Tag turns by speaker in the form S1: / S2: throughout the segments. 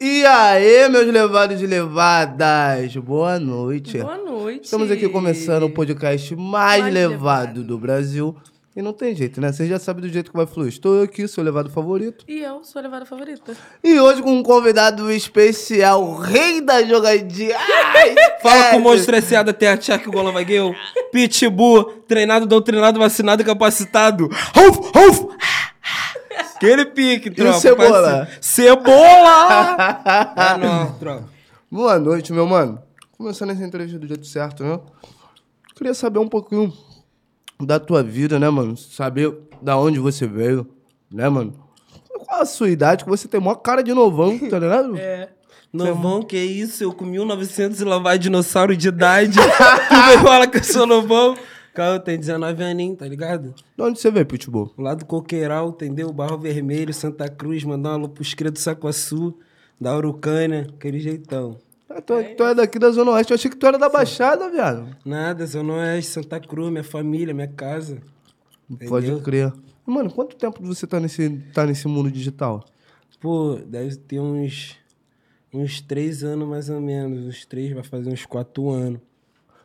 S1: E aí, meus levados e levadas, boa noite.
S2: Boa noite.
S1: Estamos aqui começando o podcast mais,
S2: Mais
S1: levado,
S2: levado.
S1: do Brasil. E não tem jeito, né? Vocês já sabem do jeito que vai fluir. Estou aqui, seu levado favorito.
S2: E eu sou a levada favorita.
S1: E hoje com um convidado especial, o rei da jogadinha. Ai,
S3: Fala com
S1: sério.
S3: o monstro estressado até a Tchak Gola Vagueu. Pitbull, treinado, doutrinado, vacinado, e capacitado. Ruf, ruf. Aquele pique, tropa.
S1: Cebola?
S3: parceiro. Cebola! ah, não, tropa.
S1: Boa noite, meu mano. Começando essa entrevista do jeito certo, né? Queria saber um pouquinho da tua vida, né, mano? Saber da onde você veio, né, mano? Qual a sua idade, que você tem maior cara de novão, tá ligado?
S2: É.
S3: Novão, que isso? Eu com 1900 e lá vai dinossauro de idade. tu me fala que eu sou novão. Cara, eu tenho 19 aninhos, tá ligado?
S1: De onde você veio, Pitbull?
S3: Lá do Coqueiral, entendeu? Barro Vermelho, Santa Cruz, mandar uma alô pro Escredo Sacoaçu, da Urucânia, aquele jeitão.
S1: Ah, tu, é, tu é daqui da Zona Oeste, eu achei que tu era da Baixada, viado.
S3: Nada, Zona Oeste, Santa Cruz, minha família, minha casa.
S1: Pode
S3: Entendeu?
S1: crer. Mano, quanto tempo você tá nesse, tá nesse mundo digital?
S3: Pô, deve ter uns. Uns três anos mais ou menos. Uns três, vai fazer uns quatro anos.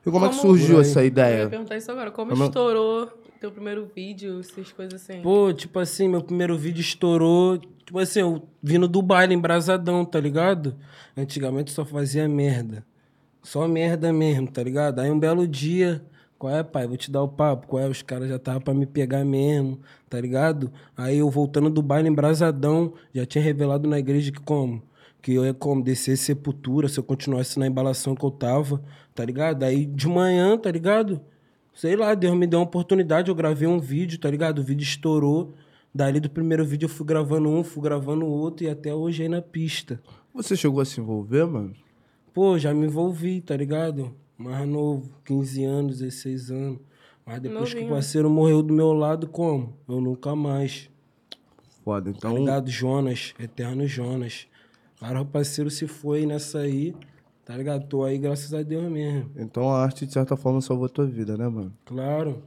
S1: E como, é que
S2: Como-
S1: surgiu
S3: Por aí.
S1: essa
S2: Eu ia
S1: ideia?
S2: perguntar isso agora. Como
S1: Como-
S2: estourou teu primeiro vídeo, essas coisas assim?
S3: Pô, tipo assim, meu primeiro vídeo estourou. Tipo assim, eu vindo do baile embrasadão, tá ligado? Antigamente só fazia merda. Só merda mesmo, tá ligado? Aí um belo dia, qual é, pai? Vou te dar o papo. Qual é? Os caras já tava pra me pegar mesmo, tá ligado? Aí eu voltando do baile embrasadão, já tinha revelado na igreja que como? Que eu ia como descer sepultura se eu continuasse na embalação que eu tava, tá ligado? Aí de manhã, tá ligado? Sei lá, Deus me deu uma oportunidade, eu gravei um vídeo, tá ligado? O vídeo estourou. Dali do primeiro vídeo eu fui gravando um, fui gravando outro e até hoje aí na pista.
S1: Você chegou a se envolver, mano?
S3: Pô, já me envolvi, tá ligado? Mais novo, 15 anos, 16 anos. Mas depois que
S2: Novinho,
S3: o parceiro morreu do meu lado, como? Eu nunca mais.
S1: Foda,
S3: Tá
S1: então.
S3: ligado? Jonas, eterno Jonas. Cara, o parceiro se foi nessa aí, tá ligado? Tô aí graças a Deus mesmo.
S1: Então a arte, de certa forma, salvou a tua vida, né, mano?
S3: Claro.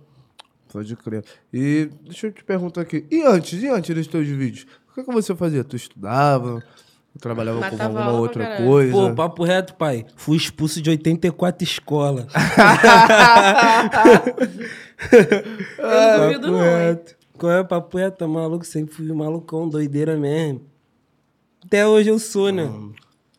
S1: Pode crer. E deixa eu te perguntar aqui. E antes, e antes dos teus vídeos? O que, que você fazia? Tu estudava? Trabalhava com
S2: Matava
S1: alguma
S2: aula pra
S1: outra
S2: caralho.
S1: coisa?
S3: Pô, papo reto, pai. Fui expulso de 84 escolas.
S2: Eu não duvido, não, hein?
S3: reto. Qual é, papo reto? Maluco, sempre fui um malucão, doideira mesmo. Até hoje eu sou, né?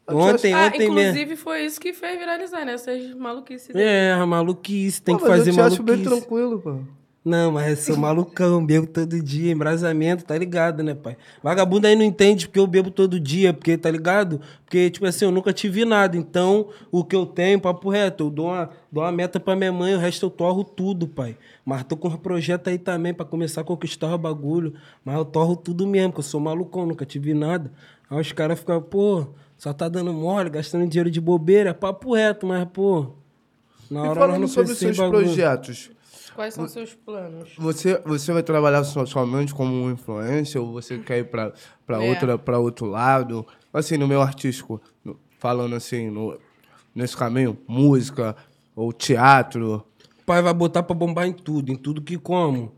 S3: Ontem,
S2: Ah,
S3: ontem
S2: inclusive
S3: mesmo.
S2: foi isso que fez viralizar, né? Essas maluquices.
S3: É, maluquice, tem
S1: Pô,
S3: que
S1: mas
S3: fazer
S1: eu te acho bem
S3: maluquice.
S1: tranquilo, pô.
S3: Não, mas eu sou malucão, bebo todo dia, embrasamento, tá ligado, né, pai? Vagabundo aí não entende porque eu bebo todo dia, porque, tá ligado? Porque, tipo assim, eu nunca tive nada, então o que eu tenho, papo reto, eu dou uma, dou uma meta pra minha mãe, o resto eu torro tudo, pai. Mas tô com um projeto aí também pra começar a conquistar o bagulho, mas eu torro tudo mesmo, porque eu sou malucão, nunca tive nada. Aí os caras ficam, pô, só tá dando mole, gastando dinheiro de bobeira, papo reto, mas, pô... Na
S1: E
S3: hora nós
S1: falando
S3: não
S1: sobre os seus
S3: conhecemos bagulho.
S1: projetos,
S2: Quais são os seus planos?
S1: você, você vai trabalhar so- somente como um influencer ou você quer ir pra, pra,
S2: É.
S1: outra, pra outro lado? Assim, no meu artístico, no- falando assim, no, nesse caminho, música ou teatro.
S3: pai vai botar pra bombar em tudo, em tudo que como.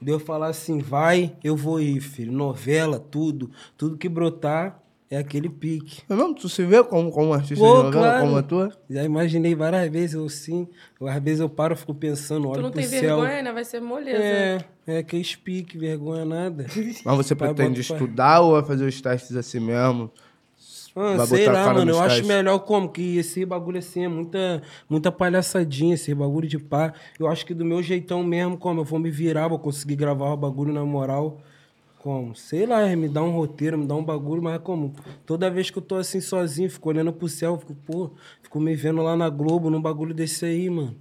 S3: Deu falar assim, vai, eu vou ir, filho. Novela, tudo. Tudo que brotar é aquele pique.
S1: Eu não, tu se vê como, como artista
S3: Pô,
S1: de novela,
S3: claro.
S1: como ator?
S3: Já imaginei várias vezes, eu sim. Às vezes eu paro, fico pensando,
S2: Tu
S3: olho
S2: não
S3: pro
S2: tem
S3: céu.
S2: vergonha, né? Vai ser moleza.
S3: É, é aqueles pique, vergonha nada.
S1: Mas você
S3: Vai,
S1: pretende
S3: bota, vai.
S1: estudar ou vai fazer os testes assim mesmo?
S3: Ah,
S1: Vai
S3: sei
S1: botar a
S3: lá,
S1: cara
S3: mano.
S1: nos
S3: Eu acho
S1: tais.
S3: melhor como? Que esse bagulho assim é muita, muita palhaçadinha, esse bagulho de pá. Eu acho que do meu jeitão mesmo, como? Eu vou me virar, vou conseguir gravar o bagulho na moral. Como? Sei lá, me dá um roteiro, me dá um bagulho, mas como? Toda vez que eu tô assim sozinho, fico olhando pro céu, fico, pô, fico me vendo lá na Globo, num bagulho desse aí, mano.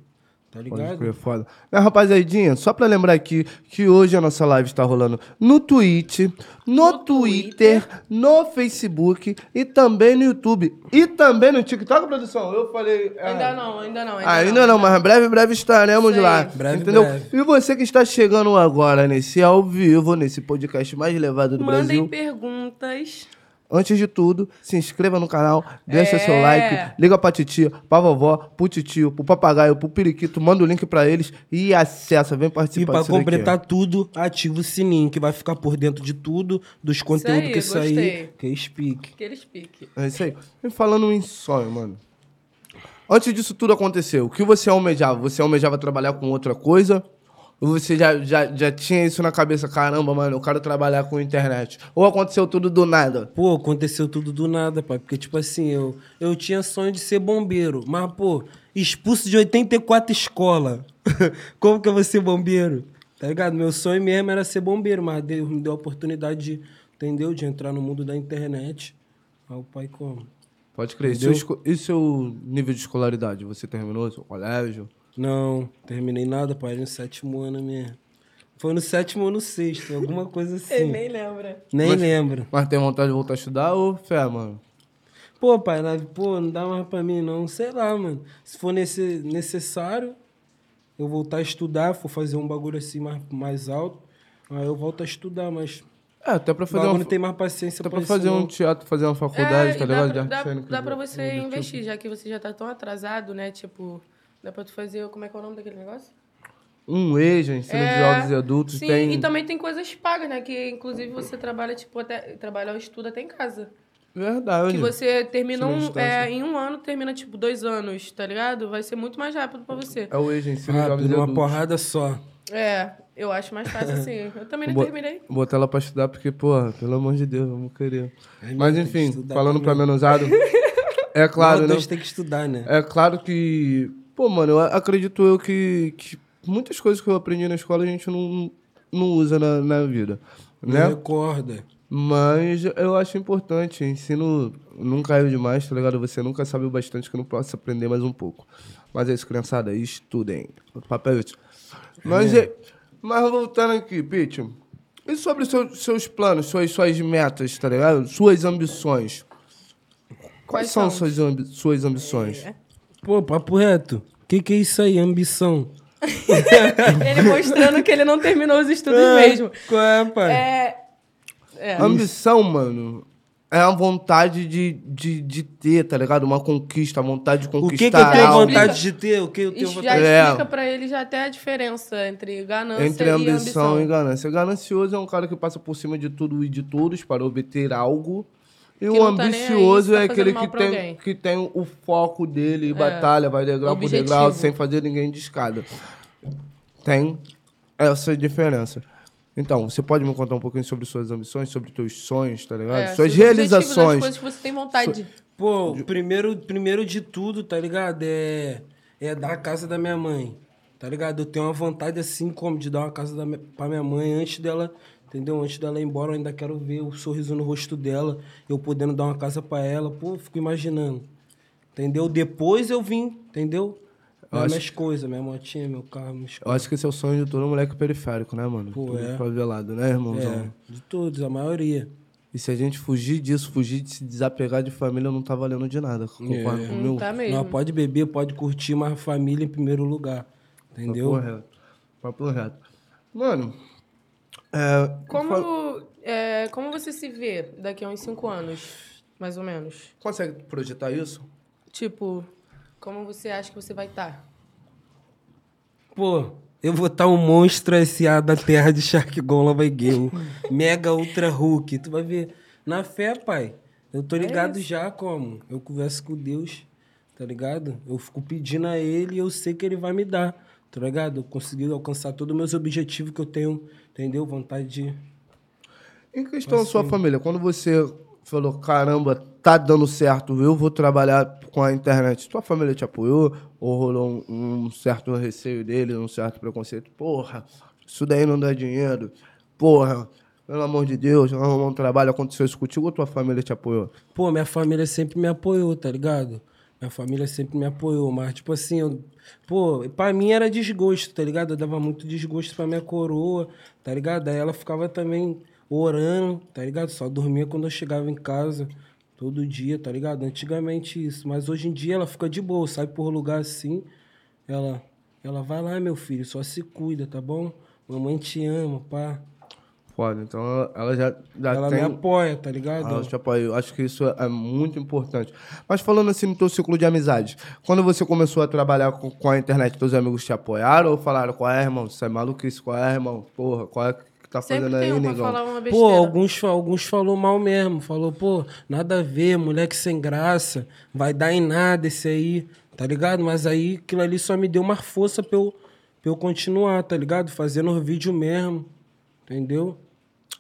S3: Tá
S1: Pode
S3: ligado?
S1: crer, foda. Né, rapaziadinha, só pra lembrar aqui que hoje a nossa live está rolando no Twitch, no,
S2: No
S1: Twitter, no Facebook e também no YouTube. E também no TikTok, produção. Eu falei. é,
S2: Ainda não, ainda não. Ainda,
S1: Ainda não, mas breve, breve estaremos
S2: Isso aí.
S1: lá.
S3: Breve,
S1: entendeu?
S3: breve.
S1: E você que está chegando agora nesse ao vivo, nesse podcast mais levado do
S2: Mandem
S1: Brasil.
S2: perguntas.
S1: Antes de tudo, se inscreva no canal, deixa
S2: É.
S1: seu like, liga pra titia, pra vovó, pro titio, pro papagaio, pro periquito, manda o link pra eles e acessa, vem
S3: E
S1: participar
S3: pra
S1: disso daqui.
S3: completar tudo, ativa o sininho, que vai ficar por dentro de tudo, dos conteúdos
S2: aí,
S3: que sair.
S2: gostei.
S3: Que é speak.
S2: Que eles piquem.
S1: É isso aí. E falando em sonho, mano. Antes disso tudo acontecer, o que você almejava? Você almejava trabalhar com outra coisa? Ou você já, já, já tinha isso na cabeça? Caramba, mano, eu quero trabalhar com internet. Ou aconteceu tudo do nada?
S3: Pô, aconteceu tudo do nada, pai. Porque, tipo assim, eu, eu tinha sonho de ser bombeiro. Mas, pô, expulso de 84 escola. Como que eu vou ser bombeiro? Tá ligado? Meu sonho mesmo era ser bombeiro, mas Deus me deu a oportunidade de, entendeu? De entrar no mundo da internet. Aí o pai como?
S1: Pode crer. E seu, esco- e seu nível de escolaridade? Você terminou seu colégio?
S3: Não, terminei nada, pai. Era no sétimo ano mesmo. Foi no sétimo ou no sexto, alguma coisa assim.
S2: Ele nem lembra.
S3: Nem
S1: Mas-
S3: lembro.
S1: Mas tem vontade de voltar a estudar ou fé, mano?
S3: Pô, pai, lá- pô, não dá mais pra mim, não. Sei lá, mano. Se for nesse, necessário, eu voltar a estudar, for fazer um bagulho assim mais, mais alto, aí eu volto a estudar, mas
S1: É, até pra
S3: o
S1: fazer,
S3: bagulho
S1: uma,
S3: não tem mais
S1: até
S3: paciência pra
S1: pra
S3: isso,
S1: fazer um
S3: não.
S1: teatro, fazer uma faculdade,
S2: É, e
S1: tá
S2: dá
S1: ligado?
S2: pra-
S1: De
S2: Dá,
S1: arte cênica,
S2: dá pra
S1: coisa do
S2: você
S1: tipo.
S2: investir, já que você já tá tão atrasado, né? Tipo, dá pra tu fazer. Como é que é o nome daquele negócio?
S1: Um EJA, ensino de jovens e adultos.
S2: É, Sim,
S1: tem...
S2: e também tem coisas pagas, né? Que inclusive você trabalha, tipo, até. Trabalha ou estuda até em casa.
S1: Verdade.
S2: Que você termina
S1: Ensino à
S2: um,
S1: distância.
S2: é, em um ano, termina, tipo, dois anos, tá ligado? Vai ser muito mais rápido pra você.
S1: É o EJA, ensino de
S3: Rápido,
S1: jovens e
S3: numa
S1: adultos.
S3: porrada só.
S2: É, eu acho mais fácil assim. Eu também não
S1: Boa-
S2: terminei.
S1: Botar ela pra estudar, porque, porra, pelo amor de Deus, vamos querer. Mas
S3: Ai, É, meu Deus,
S1: enfim,
S3: estudar
S1: falando pra
S3: também.
S1: menosado, é claro,
S3: Nós
S1: né?
S3: dois tem que estudar, né?
S1: É claro que. Pô, mano, eu acredito eu que, que muitas coisas que eu aprendi na escola a gente não, não usa na, na vida.
S3: Não
S1: Né?
S3: recorda.
S1: Mas eu acho importante. Ensino nunca é demais, tá ligado? Você nunca sabe o bastante que não possa aprender mais um pouco. Mas é isso, criançada. Estudem. O papel é útil. Mas, é- mas voltando aqui, Pete. E sobre seu, seus planos, suas, suas metas, tá ligado? Suas ambições. Quais,
S2: Quais
S1: são,
S2: são? É.
S1: suas, ambi- suas ambições?
S3: Pô, papo reto. Que que é isso aí? Ambição.
S2: ele mostrando que ele não terminou os estudos mesmo.
S3: Qual é, pai?
S2: É. É.
S1: Ambição, mano, é a vontade de, de, de ter, tá ligado? Uma conquista, a vontade de
S3: O
S1: conquistar.
S3: que que eu tenho
S2: algo.
S1: algo.
S3: vontade de ter? O que eu tenho
S2: Isso
S3: vontade
S2: já
S1: É.
S2: explica pra ele já até a diferença entre ganância
S1: Entre
S2: e
S1: ambição
S2: ambição.
S1: e ganância. Ganancioso é um cara que passa por cima de tudo e de todos para obter algo. E o
S2: não tá nem aí,
S1: ambicioso
S2: só
S1: é aquele
S2: fazendo
S1: que
S2: mal pra
S1: tem,
S2: alguém. É.
S1: que tem o foco dele e batalha, vai degrau por
S2: Objetivo.
S1: degrau, sem fazer ninguém de escada. Tem essa diferença. Então, você pode me contar um pouquinho sobre suas ambições, sobre teus sonhos, tá ligado?
S2: É,
S1: suas
S2: seus objetivos, As
S1: realizações.
S2: coisas que você tem vontade.
S3: Pô, o primeiro, primeiro de tudo, tá ligado? É, é dar a casa da minha mãe, tá ligado? Eu tenho uma vontade assim como de dar uma casa da, mi- pra minha mãe antes dela, entendeu? Antes dela ir embora, eu ainda quero ver o sorriso no rosto dela, eu podendo dar uma casa pra ela. Pô, eu fico imaginando, entendeu? Depois eu vim, entendeu? Nas minhas coisas, minha motinha, meu carro, minhas
S1: Eu acho que esse é o sonho de todo moleque periférico, né, mano?
S3: Pô,
S1: Todo
S3: é.
S1: favelado, né, irmãozão?
S3: é, de todos, a maioria.
S1: E se a gente fugir disso, fugir de se desapegar de família, não tá valendo de nada. Concorda
S3: É.
S1: comigo?
S2: Tá mesmo.
S3: Não, pode beber, pode curtir, mas a família em primeiro lugar, entendeu?
S1: Papo reto. Papo reto. Mano, é, fa-
S2: Como, é, como você se vê daqui a uns cinco anos, mais ou menos?
S1: consegue projetar isso?
S2: Tipo, como você acha que você vai tá? estar?
S3: Pô, eu vou estar um monstro SA da terra de Shark Gon Lava Gale. Mega Ultra Hulk. Tu vai ver. Na fé, pai. Eu tô ligado já como. Eu converso com Deus, tá ligado? Eu fico pedindo a ele e eu sei que ele vai me dar, tá ligado? Eu consegui alcançar todos os meus objetivos que eu tenho, entendeu? Vontade de.
S1: Em questão da sua família, quando você falou, caramba, tá dando certo, eu vou trabalhar com a internet, tua família te apoiou? Ou rolou um, um certo receio dele, um certo preconceito? Porra, isso daí não dá dinheiro. Porra, pelo amor de Deus, não arrumar um trabalho, aconteceu isso contigo ou tua família te apoiou?
S3: Pô, minha família sempre me apoiou, tá ligado? Minha família sempre me apoiou, mas, tipo assim, eu, pô, pra mim era desgosto, tá ligado? Eu dava muito desgosto pra minha coroa, tá ligado? Aí ela ficava também orando, tá ligado? Só dormia quando eu chegava em casa, todo dia, tá ligado? Antigamente isso, mas hoje em dia ela fica de boa, sai por lugar assim, ela, ela vai lá, meu filho, só se cuida, tá bom? Mamãe te ama, pá.
S1: Foda. Então ela- ela já, já
S3: Ela
S1: tem. um
S3: me apoia, tá ligado?
S1: Ah, tipo, aí, eu acho que isso é muito importante. Mas falando assim no teu ciclo de amizades, quando você começou a trabalhar com, com a internet, teus amigos te apoiaram ou falaram qual é, irmão? Isso é maluquice, qual é, irmão? Porra, qual é que tá
S2: Sempre
S1: fazendo
S2: tem
S1: aí,
S2: uma
S1: negão?
S2: falar um uma besteira.
S3: Pô, alguns, fa- alguns falou mal mesmo. Falou, pô, nada a ver, moleque sem graça, vai dar em nada esse aí, tá ligado? Mas aí aquilo ali só me deu uma força pra eu, pra eu continuar, tá ligado? Fazendo o vídeo mesmo, entendeu?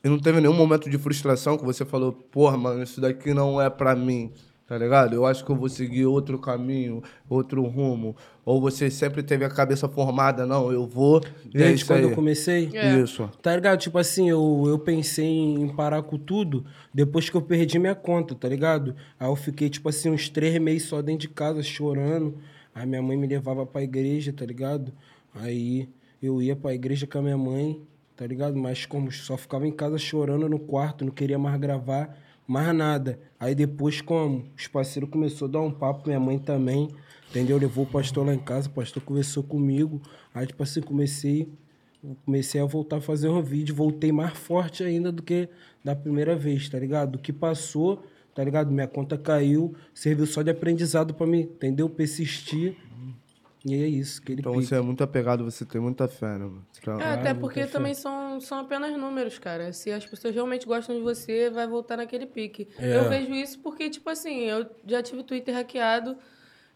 S1: E não teve nenhum momento de frustração que você falou, porra, mano, isso daqui não é pra mim, tá ligado? Eu acho que eu vou seguir outro caminho, outro rumo. Ou você sempre teve a cabeça formada, não, eu vou. E é
S3: Desde
S1: isso
S3: quando
S1: aí.
S3: eu comecei.
S2: É.
S1: Isso.
S3: Tá ligado? Tipo assim, eu, eu pensei em parar com tudo depois que eu perdi minha conta, tá ligado? Aí eu fiquei, tipo assim, uns três meses só dentro de casa, chorando. Aí minha mãe me levava pra igreja, tá ligado? Aí eu ia pra igreja com a minha mãe, tá ligado? Mas como só ficava em casa chorando no quarto, não queria mais gravar, mais nada. Aí depois, como os parceiros começou a dar um papo, minha mãe também, entendeu? Levou o pastor lá em casa, o pastor conversou comigo. Aí, tipo assim, comecei eu comecei a voltar a fazer um vídeo, voltei mais forte ainda do que da primeira vez, tá ligado? O que passou, tá ligado? Minha conta caiu, serviu só de aprendizado pra mim, entendeu? Persistir. E é isso, que ele
S1: Então você é muito apegado, você tem muita fé, né, mano? Então,
S2: É, até porque também são, são apenas números, cara. Se as pessoas realmente gostam de você, vai voltar naquele pique. Eu vejo isso porque, tipo assim, eu já tive Twitter hackeado,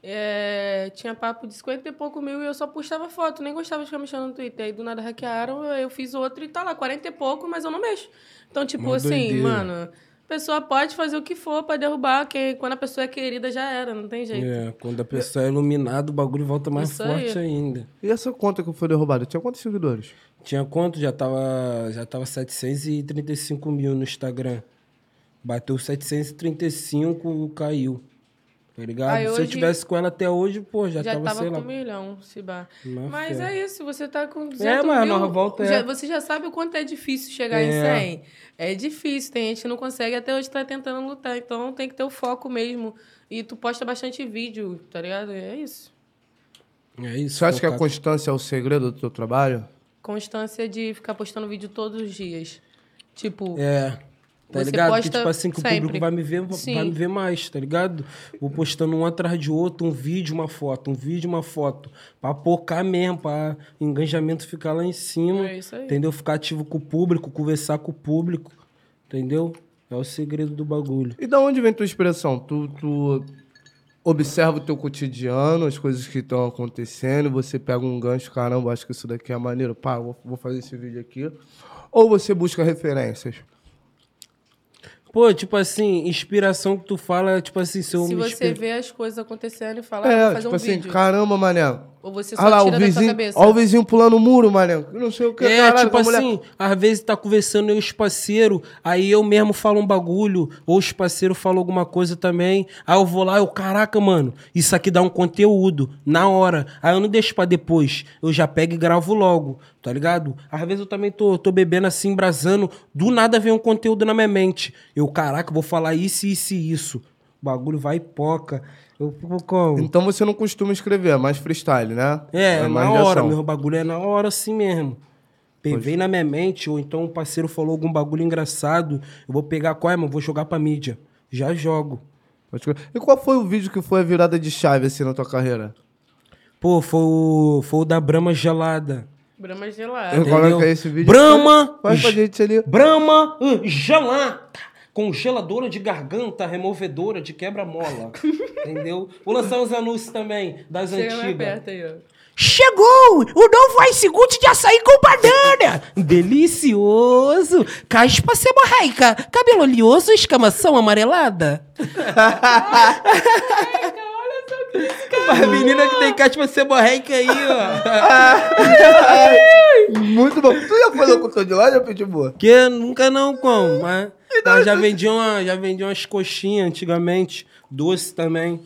S2: é, tinha papo de 50 e pouco mil e eu só postava foto, nem gostava de ficar mexendo no Twitter. Aí do nada hackearam, eu fiz outro e tá lá, 40 e pouco, mas eu não mexo. Então, tipo
S3: Uma
S2: assim,
S3: doideira.
S2: mano, a pessoa pode fazer o que for pra derrubar, que quando a pessoa é querida já era, não tem jeito.
S3: É, quando a pessoa é iluminada, o bagulho volta mais
S2: Isso aí.
S3: forte ainda.
S1: E essa conta que foi derrubada, tinha quantos seguidores?
S3: Tinha quanto? Já tava, já tava 735 mil no Instagram. Bateu 735, caiu. Tá ligado?
S2: Aí
S3: Se eu
S2: hoje-
S3: tivesse com ela até hoje, pô, já,
S2: Já
S3: tava,
S2: tava,
S3: sei
S2: com
S3: lá,
S2: um milhão, se bar.
S3: Na
S2: Mas
S3: fé.
S2: é isso, você tá com 200
S3: mas a
S2: mil,
S3: nova volta é-
S2: já- Você já sabe o quanto é difícil chegar em
S3: É.
S2: 100. É difícil, tem gente que não consegue, até hoje tá tentando lutar. Então tem que ter o foco mesmo. E tu posta bastante vídeo, tá ligado? É isso.
S3: É isso.
S1: Você acha que a
S3: focar-
S1: constância é o segredo do teu trabalho?
S2: Constância de ficar postando vídeo todos os dias. Tipo,
S3: É. Tá
S2: Você
S3: ligado? Porque,
S2: posta
S3: tipo assim, que o
S2: sempre.
S3: público vai me, ver, vai
S2: Sim.
S3: me ver mais, tá ligado? Vou postando um atrás de outro, um vídeo, uma foto, um vídeo, uma foto. Pra pocar mesmo, pra engajamento ficar lá em cima.
S2: É isso aí.
S3: Entendeu? Ficar ativo com o público, conversar com o público. Entendeu? É o segredo do bagulho.
S1: E da onde vem tua inspiração? Tu, tu observa o teu cotidiano, as coisas que estão acontecendo, você pega um gancho, caramba, acho que isso daqui é maneiro, pá, vou, vou fazer esse vídeo aqui. Ou você busca referências?
S3: Pô, tipo assim, inspiração que tu fala, tipo assim, se eu
S2: se
S3: me
S2: você
S3: inspiro-
S2: vê as coisas acontecendo e fala, ah,
S1: é,
S2: vou fazer
S1: tipo
S2: um
S1: assim,
S2: vídeo.
S1: caramba, mané.
S2: Ou você só
S1: Olha lá, o
S2: tira da sua
S1: vizinho,
S2: cabeça.
S1: ó o vizinho pulando o muro, mané. Eu Não sei o que,
S3: É,
S1: caralho,
S3: tipo
S1: que a mulher-
S3: assim, às vezes tá conversando eu e os parceiros, aí eu mesmo falo um bagulho, ou os parceiros falam alguma coisa também, aí eu vou lá, eu, caraca, mano, isso aqui dá um conteúdo, na hora. Aí eu não deixo pra depois, eu já pego e gravo logo, tá ligado? Às vezes eu também tô, tô bebendo assim, brasando, do nada vem um conteúdo na minha mente. Eu, caraca, vou falar isso, isso e isso. O bagulho vai e poca. Eu fico como?
S1: Então você não costuma escrever, é mais freestyle, né?
S3: Hum. É,
S1: mais
S3: na
S1: de
S3: hora,
S1: ação. é.
S3: meu bagulho é na hora assim mesmo. Pevei na minha mente, ou então um parceiro falou algum bagulho engraçado, eu vou pegar qual é, mano, vou jogar pra mídia. Já jogo.
S1: Pode crer. E qual foi o vídeo que foi a virada de chave, assim, na tua carreira?
S3: Pô, foi o, foi o da Brahma gelada.
S2: Brahma gelada.
S1: Eu coloco
S3: entendeu?
S1: esse vídeo.
S3: Brahma!
S1: Faz pra gente ali.
S3: Brahma hum, gelada! Congeladora de garganta, removedora de quebra-mola. entendeu? Vou lançar uns anúncios também, das
S2: Chega mais
S3: antigas.
S2: perto aí, ó.
S3: Chegou! O novo Ice Good de açaí com banana! Delicioso! Caspa seborraica, cabelo oleoso, escamação amarelada. A menina que tem caspa seborraica aí, ó.
S1: Muito bom. Tu já foi locutor de loja, Pitbull? É,
S3: Que nunca não como, mas... mas já vendia uma, já vendia umas coxinhas antigamente, doce também.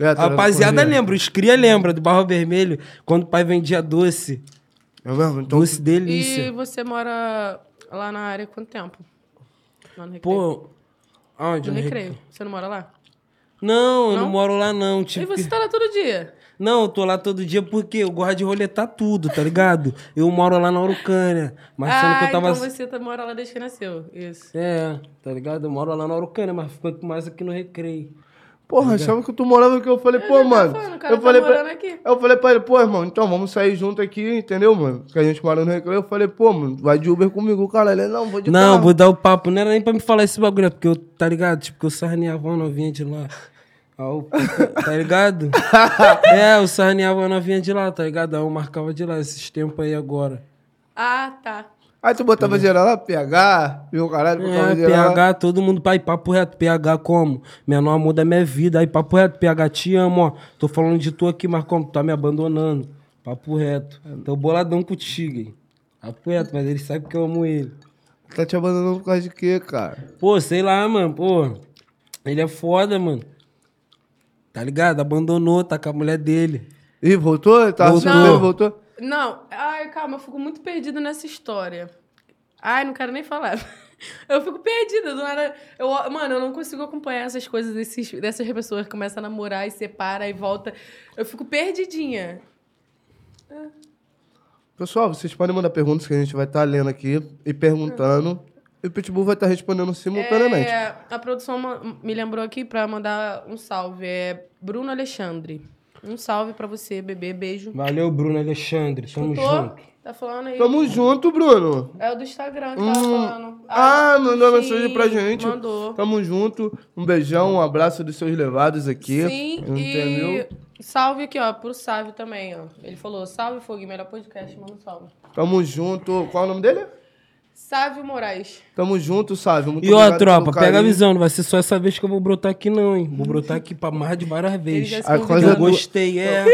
S1: É, tu
S3: A
S1: era
S3: rapaziada
S1: locutor de-
S3: lembra, os cria lembra do Barro Vermelho, quando o pai vendia doce.
S1: É mesmo? Então,
S3: Doce delícia.
S2: E você mora lá na área há quanto tempo? Lá no Recreio?
S3: Pô, aonde?
S2: No
S3: No
S2: recreio. Você não mora lá?
S3: Não, eu não,
S2: Não?
S3: moro lá não,
S2: E
S3: tipo.
S2: você tá lá todo dia?
S3: Não, eu tô lá todo dia porque eu gosto de roletar tudo, tá ligado? Eu moro lá na Urucânia. Mas sendo
S2: ah,
S3: que eu tava.
S2: então você tá, mora lá desde que nasceu. Isso.
S3: É, tá ligado? Eu moro lá na Urucânia, mas fico mais aqui no Recreio.
S1: Porra, achava que tu morava aqui. Eu falei, pô,
S2: tô
S1: mano.
S2: falando, o cara
S1: Eu
S2: tá
S1: falei, pra...
S2: morando aqui.
S1: eu falei pra ele, pô, irmão, então vamos sair junto aqui, entendeu, mano? Que a gente mora no recreio. Eu falei, pô, mano, vai de Uber comigo, cara. Ele, não, vou de
S3: Não,
S1: carro.
S3: vou dar o papo. Não era nem pra me falar esse bagulho, é porque eu, tá ligado? Tipo, que eu sarneava uma novinha de lá. Aí eu- tá ligado? é, eu sarneava uma novinha de lá, tá ligado? Aí eu marcava de lá esses tempos aí agora.
S2: Ah, tá.
S1: Aí tu botava geral lá, PH, viu, caralho, botava
S3: É,
S1: geral lá.
S3: PH, todo mundo, pai, papo reto, PH como? Menor amor da minha vida, aí papo reto, PH, te amo, ó. Tô falando de tu aqui, mas como? Tu tá me abandonando. Papo reto. Tô boladão contigo, hein? Papo reto, mas ele sabe que eu amo ele.
S1: Tá te abandonando por causa de quê, cara?
S3: Pô, sei lá, mano, pô. Ele é foda, mano. Tá ligado? Abandonou, tá com a mulher dele.
S1: Ih, voltou? Ele Tava
S3: Voltou.
S1: solteiro, voltou?
S2: Não, ai, calma, eu fico muito perdida nessa história. Ai, não quero nem falar. Eu fico perdida, do nada. Eu, mano, eu não consigo acompanhar essas coisas desses, dessas pessoas que começam a namorar e separa e volta. Eu fico perdidinha.
S1: Pessoal, vocês podem mandar perguntas que a gente vai estar lendo aqui e perguntando. E o Pitbull vai estar respondendo simultaneamente.
S2: É, a produção ma- me lembrou aqui pra mandar um salve. É Bruno Alexandre. Um salve pra você, bebê. Beijo.
S3: Valeu, Bruno Alexandre. Tamo
S2: Tô,
S3: junto.
S2: tá falando aí.
S1: Tamo junto, Bruno.
S2: É o do Instagram que tava falando.
S1: Ah, mandou uma
S2: sim,
S1: mensagem pra gente. Tá
S2: Mandou.
S1: Tamo junto. Um beijão, um abraço dos seus levados aqui.
S2: Sim,
S1: Entendeu?
S2: e salve aqui, ó, pro Sávio também, ó. Ele falou, salve, Foguinho, melhor podcast, manda um salve.
S1: Tamo junto. Qual é o nome dele?
S2: Sávio Moraes.
S1: Tamo junto, Sávio. Muito
S3: E ó,
S1: obrigado
S3: tropa,
S1: pelo
S3: pega a
S1: carinho.
S3: visão. Não vai ser só essa vez que eu vou brotar aqui, não, hein? Vou brotar aqui pra mais de várias
S2: Ele já
S3: vezes.
S2: se
S1: A
S2: convidou.
S1: coisa
S3: Eu
S1: é tua.
S3: gostei, é.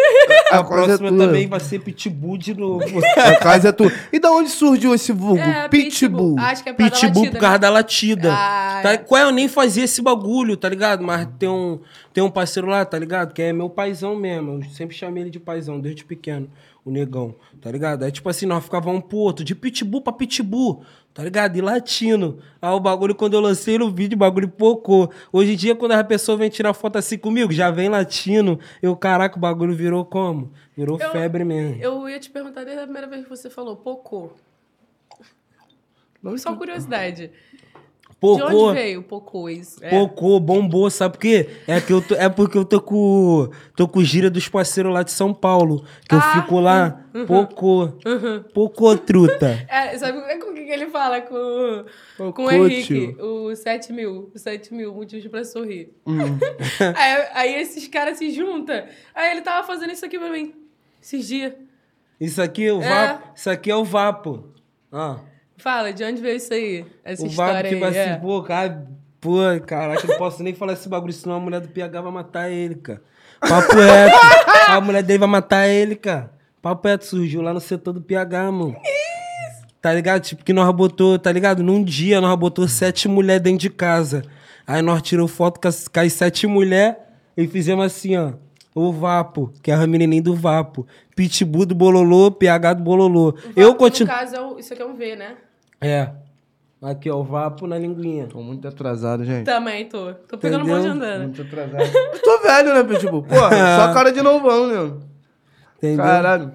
S1: A
S3: A
S1: coisa é
S3: próxima
S1: tua.
S3: também vai ser Pitbull de novo.
S1: A casa é tua. E da onde surgiu esse vulgo?
S2: É,
S1: Pitbull.
S2: Pitbull. Acho que é por causa da
S3: Pitbull
S2: batida,
S3: por causa
S2: né?
S3: da latida.
S2: Ah,
S3: tá,
S2: é.
S3: Qual é? Eu nem fazia esse bagulho, tá ligado? Mas tem um, tem um parceiro lá, tá ligado? Que é meu paizão mesmo. Eu sempre chamei ele de paizão, desde pequeno, o negão, tá ligado? Aí, tipo assim, nós ficava um pro outro, de pitbull pra pitbull, tá ligado? E latino. Aí o bagulho, quando eu lancei no vídeo, o bagulho pocou. Hoje em dia, quando a pessoa vem tirar foto assim comigo, já vem latino. Eu, caraca, o bagulho virou como? Virou
S2: Eu-
S3: febre mesmo.
S2: Eu ia te perguntar desde a primeira vez que você falou, Pocô.
S1: Não,
S2: Só curiosidade.
S3: Pocô.
S2: De onde veio o Pocô? Isso? É.
S3: Pocô, bombou, sabe por quê? É, que eu tô- é porque eu tô com, tô com gira dos parceiros lá de São Paulo. Que eu
S2: Ah,
S3: fico lá, Pocô. Pocô, truta.
S2: Uhum. É, sabe com o que que ele fala com,
S1: Pocô,
S2: com o Henrique?
S1: tio.
S2: O 7 mil. O 7 mil, motivos pra sorrir.
S3: Hum.
S2: aí, aí esses caras se juntam. Aí ele tava fazendo isso aqui pra mim. Esses dias.
S3: Isso aqui é o
S2: É.
S3: Vapo. Isso aqui é o Vapo. Ah,
S2: Fala, de onde veio isso aí? Essa
S3: o Vapo,
S2: história
S3: tipo
S2: aí.
S3: assim,
S2: é.
S3: pô, cara. Pô, caraca, eu não posso nem falar esse bagulho, senão a mulher do PH vai matar ele, cara. Papo reto. a mulher dele vai matar ele, cara. Papo reto surgiu lá no setor do PH, mano. Tá ligado? Tipo, que nós botou, tá ligado? Num dia nós botou sete mulheres dentro de casa. Aí nós tirou foto com as, com as sete mulheres e fizemos assim, ó. O Vapo, que é a menininha do Vapo. Pitbull do Bololô, PH do Bololô. Eu
S2: No
S3: continuo.
S2: caso, é o- isso aqui é um V, né?
S3: É. Aqui, ó, o Vapo na linguinha.
S1: Tô muito atrasado, gente.
S2: Também tô. Tô pegando um monte
S3: Entendeu? Hum.
S2: de andando.
S1: Muito atrasado. Eu tô velho, né, Pitbull? Porra, só cara de novão, né?
S3: Entendeu?
S1: Caralho.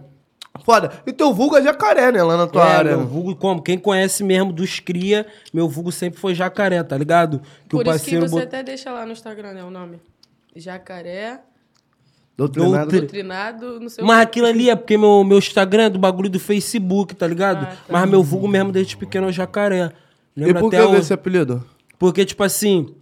S1: Foda. E teu vulgo é jacaré, né? Lá na tua
S3: É,
S1: área.
S3: meu vulgo, como? Quem conhece mesmo dos cria, meu vulgo sempre foi jacaré, tá ligado? Que
S2: Por
S3: o
S2: isso
S3: parceiro
S2: que você é
S3: botou.
S2: até deixa lá no Instagram, né? O nome. Jacaré,
S1: Doutrinado.
S3: Doutri-
S2: doutrinado, não sei o
S3: Mas aquilo ali é porque meu, meu Instagram é do bagulho do Facebook, tá ligado?
S2: Ah, tá.
S3: Mas meu vulgo mesmo desde pequeno é o jacaré.
S1: E
S3: Lembra
S1: por que
S3: até o...
S1: esse apelido?
S3: Porque, tipo assim,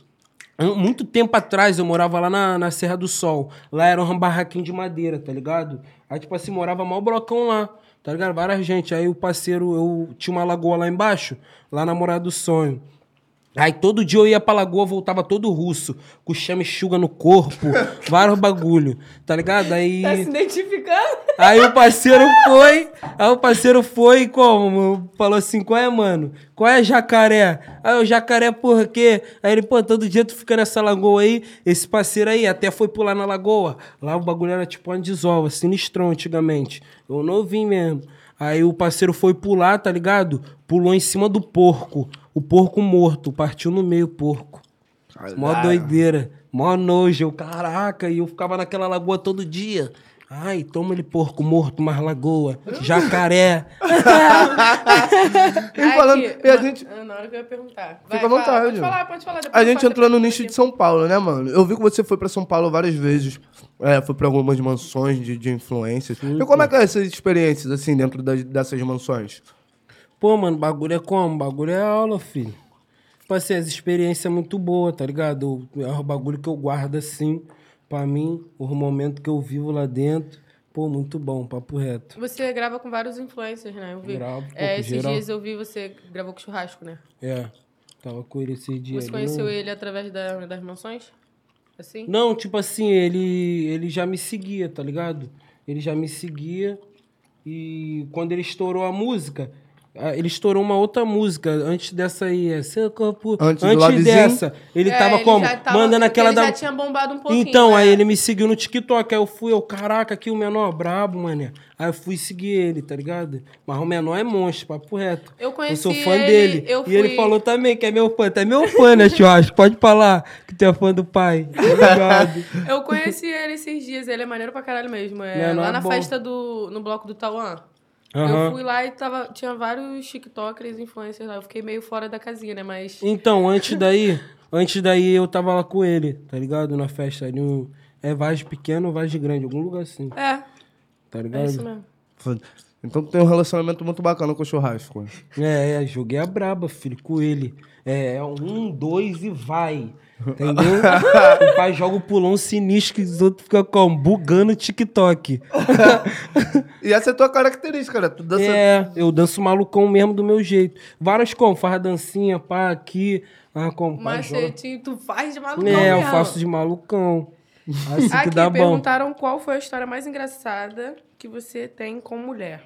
S3: há muito tempo atrás eu morava lá na, na Serra do Sol. Lá era um barraquinho de madeira, tá ligado? Aí, tipo assim, morava mal blocão lá, tá ligado? Várias gente. Aí o parceiro, eu tinha uma lagoa lá embaixo, lá na Morada do Sonho. Aí todo dia eu ia pra lagoa, voltava todo russo, com chame-chuga no corpo, vários bagulho, tá ligado? Aí.
S2: Tá se identificando?
S3: Aí o parceiro foi, aí o parceiro foi e como? Falou assim, qual é, mano? Qual é jacaré? Aí o jacaré por quê? Aí ele, pô, todo dia tu fica nessa lagoa aí, esse parceiro aí até foi pular na lagoa. Lá o bagulho era tipo uma desova, sinistrão antigamente. Eu novinho mesmo. Aí o parceiro foi pular, tá ligado? Pulou em cima do porco. O porco morto, partiu no meio o porco. Mó doideira. Mó nojo. Eu, caraca, e eu ficava naquela lagoa todo dia. Ai, toma ele porco morto, mais lagoa, jacaré.
S1: E falando, e a gente,
S2: Na hora que eu ia perguntar. Vai,
S1: Fica à
S2: fala,
S1: vontade.
S2: Pode falar, pode falar. depois
S1: A
S2: eu
S1: gente
S2: faço
S1: entrou no
S2: pergunta
S1: nicho
S2: aqui.
S1: de São Paulo, né, mano? Eu vi que você foi pra São Paulo várias vezes. É, foi pra algumas mansões de, de influências. E como é que é essas experiências, assim, dentro das- dessas mansões?
S3: Pô, mano, bagulho é como? Bagulho é aula, filho. Tipo assim, as experiências é muito boa, tá ligado? Eu- É um bagulho que eu guardo assim, pra mim, o momento que eu vivo lá dentro. Pô, muito bom, papo reto.
S2: Tipo, Você grava com vários influencers, né? Eu vi.
S3: Gravo, pô,
S2: é,
S3: com
S2: esses
S3: geral.
S2: dias eu vi você gravou com churrasco, né?
S3: É, tava com ele esse dia.
S2: Você
S3: ali, né?
S2: conheceu
S3: não-
S2: ele através da- das mansões? Assim?
S3: Não, tipo assim, ele, ele já me seguia, tá ligado? Ele já me seguia e quando ele estourou a música, ah, ele estourou uma outra música antes dessa aí, é Seu Corpo.
S1: Antes do Lovezinho?
S3: dessa, ele
S2: É,
S3: tava como?
S2: já tava-
S3: Mandando aquela
S2: ele
S3: da.
S2: já tinha bombado um pouquinho.
S3: então,
S2: né?
S3: aí ele me seguiu no TikTok, aí eu fui, eu, caraca, aqui o menor brabo, mané. Aí eu fui seguir ele, tá ligado? Mas o menor é monstro, papo reto.
S2: Eu conheci
S3: sou fã
S2: ele,
S3: dele.
S2: eu
S3: e
S2: fui-
S3: ele falou também que é meu fã. Tu é meu fã, né, Churrasco? Pode falar que tu é fã do pai. Tá ligado?
S2: Eu conheci ele esses dias, ele é maneiro pra caralho mesmo. É,
S3: Não, não
S2: lá
S3: é
S2: na
S3: bom.
S2: festa do. no bloco do Tauan.
S3: Aham.
S2: Eu fui lá e tava, tinha vários TikTokers, influencers lá. Eu fiquei meio fora da casinha, né? Mas.
S3: Então, antes daí, antes daí eu tava lá com ele, tá ligado? Na festa ali, um, é Vaz pequeno, Vaz grande, algum lugar assim,
S2: É,
S3: tá
S2: é isso
S3: ligado?
S2: mesmo.
S1: Então tem um relacionamento muito bacana com o churrasco.
S3: É, é, joguei a braba, filho, com ele. É, é um, dois e vai. Entendeu? o pai joga o pulão sinistro que os outros ficam como? Bugando o TikTok.
S1: E essa é a tua característica, né? Tu dança...
S3: É, eu danço malucão mesmo do meu jeito. Várias como? Faz dancinha, pá, aqui. Ah, como? pá, joga-
S2: Macetinho, tu faz de maluco.
S3: É, eu
S2: mesmo.
S3: faço de malucão. Assim que
S2: Aqui
S3: dá bom.
S2: perguntaram qual foi a história mais engraçada que você tem com mulher.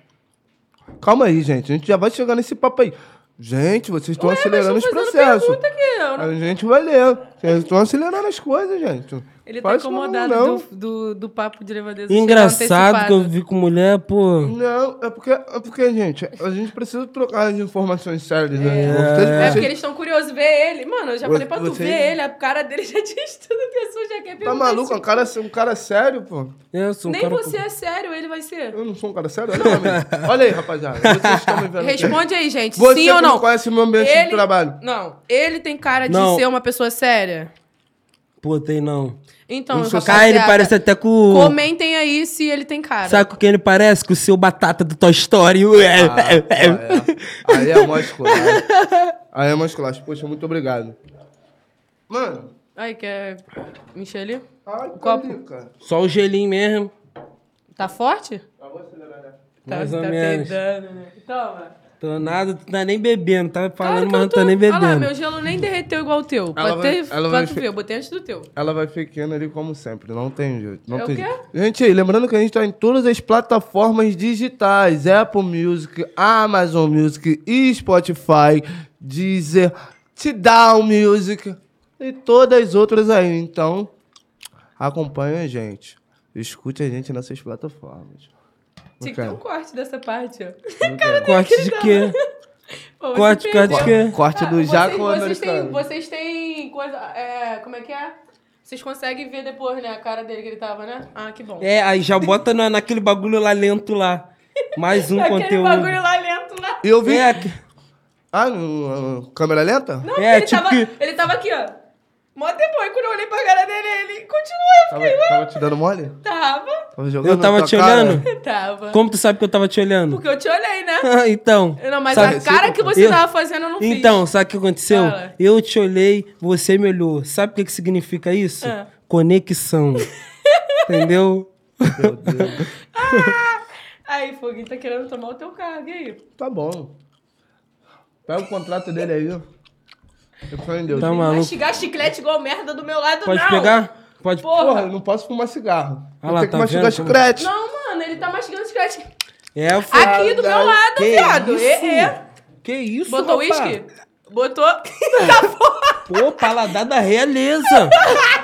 S1: Calma aí, gente. A gente já vai chegar nesse papo aí. Gente, vocês estão acelerando
S2: Mas
S1: os
S2: tô fazendo
S1: processos.
S2: pergunta aqui, eu não-
S1: A gente vai ler. Vocês estão acelerando as coisas, gente.
S2: Ele
S1: Faz
S2: tá
S1: isso não,
S2: incomodado
S1: não.
S2: do, do, do papo de levadeza.
S3: Engraçado que eu vi com mulher, pô.
S1: Não, é porque, é porque, gente, a gente precisa trocar as informações sérias. Né?
S2: É
S1: Vocês-
S2: porque eles estão curiosos ver ele. Mano, eu já
S1: Você-
S2: falei pra tu
S1: você-
S2: ver ele, a cara dele já diz tudo, a pessoa já quer
S1: Tá
S2: perguntar.
S1: maluco?
S2: isso.
S1: Um cara, assim, um cara sério, pô.
S3: Eu sou um
S2: Nem
S3: cara-
S2: você é sério, ele vai ser.
S1: Eu não sou um cara sério? Olha, pra mim. Olha aí, rapaziada. Vocês estão me vendo.
S2: Responde aí, gente.
S1: Você
S2: sim
S1: que
S2: ou não?
S1: conhece o meu ambiente tipo de trabalho.
S2: Não, ele tem cara de
S3: Não.
S2: ser uma pessoa séria.
S3: Pô, tem não.
S2: Então,
S1: sou
S2: rapaziada,
S3: Cara, ele parece até com.
S2: Comentem aí se ele tem cara.
S3: Sabe com quem ele parece? Com o seu batata do Toy Story. Ué,
S1: Ah, ah, é. Aí é mó esculacho. Aí é mó esculacho. Poxa, muito obrigado. Mano,
S2: Ai, quer encher ali?
S1: ai, tá
S2: copo.
S1: ali, cara.
S3: Só o gelinho mesmo.
S2: Tá forte? Tá,
S3: Mais ou
S2: tá
S3: menos.
S2: peidando, né? Toma.
S3: Tô nada, tu tá nem bebendo. Tava
S2: Claro
S3: falando,
S2: que
S3: mas
S2: eu
S3: não tá nem
S2: Olha lá,
S3: bebendo.
S2: meu gelo nem derreteu igual o teu.
S1: Ela
S2: Pode
S1: vai-
S2: ter,
S1: ela
S2: pra
S1: vai
S2: tu
S1: fe-
S2: ver, eu botei antes do teu.
S1: Ela vai ficando ali como sempre, não tem jeito. Não
S2: É o
S1: tem
S2: quê?
S1: jeito. Gente, aí, lembrando que a gente tá em todas as plataformas digitais: Apple Music, Amazon Music, e Spotify, Deezer, Tidal Music e todas as outras aí. Então, acompanha a gente. Escute a gente nessas plataformas.
S2: Tinha que ter
S1: quero.
S2: um corte dessa parte, ó.
S3: Corte
S2: tá?
S3: de quê?
S2: Pô, você
S3: Corte,
S2: perdeu.
S3: corte de quê?
S1: Corte
S2: Ah,
S1: do
S2: vocês-
S1: Jaco
S2: vocês, têm,
S1: Americano.
S2: vocês têm coisa. É, como é que é? Vocês conseguem ver depois, né? A cara dele que ele tava, né? Ah, que bom.
S3: É, aí já bota na- naquele bagulho lá lento lá. Mais um
S2: Aquele
S3: conteúdo.
S2: bagulho lá lento lá.
S1: Eu vi.
S3: É, aqui-
S1: Ah, no- no- câmera lenta?
S2: Não,
S3: É,
S2: ele,
S3: tipo
S2: tava,
S3: que-
S2: ele tava aqui, ó. Mó tempo aí, quando eu olhei pra cara dele, ele continua.
S1: Tava, tava te dando mole?
S2: Eu tava,
S1: Tava jogando
S3: eu
S1: na
S3: tava
S1: tua
S3: te
S1: cara?
S3: olhando.
S2: tava.
S3: Como tu sabe que eu tava te olhando?
S2: Porque eu te olhei, né?
S3: então.
S2: Não, mas
S3: sabe-
S2: a cara que você
S3: Eu-
S2: tava fazendo eu não fiz.
S3: Então, sabe o que aconteceu?
S2: Fala.
S3: Eu te olhei, você me olhou. Sabe o que, que significa isso?
S2: Ah.
S3: Conexão. Entendeu?
S2: Aí, Foguinho, tá querendo tomar o teu cargo, e aí?
S1: Tá bom. Pega o contrato dele aí. ó. Eu falo em Deus.
S3: Tá maluco.
S2: Mastigar chiclete igual merda do meu lado,
S3: Pode
S2: não.
S3: pegar? Pode.
S1: Porra,
S2: Porra.
S1: eu não posso fumar cigarro.
S3: Ah
S1: Eu
S3: lá,
S1: tenho
S3: tá
S1: que mastigar
S3: vendo como-
S1: chiclete.
S2: Não, mano, ele tá mastigando chiclete
S3: É, foi.
S2: aqui do meu lado,
S3: que
S2: viado.
S3: Isso?
S2: É, é.
S3: Que isso,
S2: Botou
S3: rapaz?
S2: uísque? Botou. tá porra.
S3: Pô, paladar da realeza.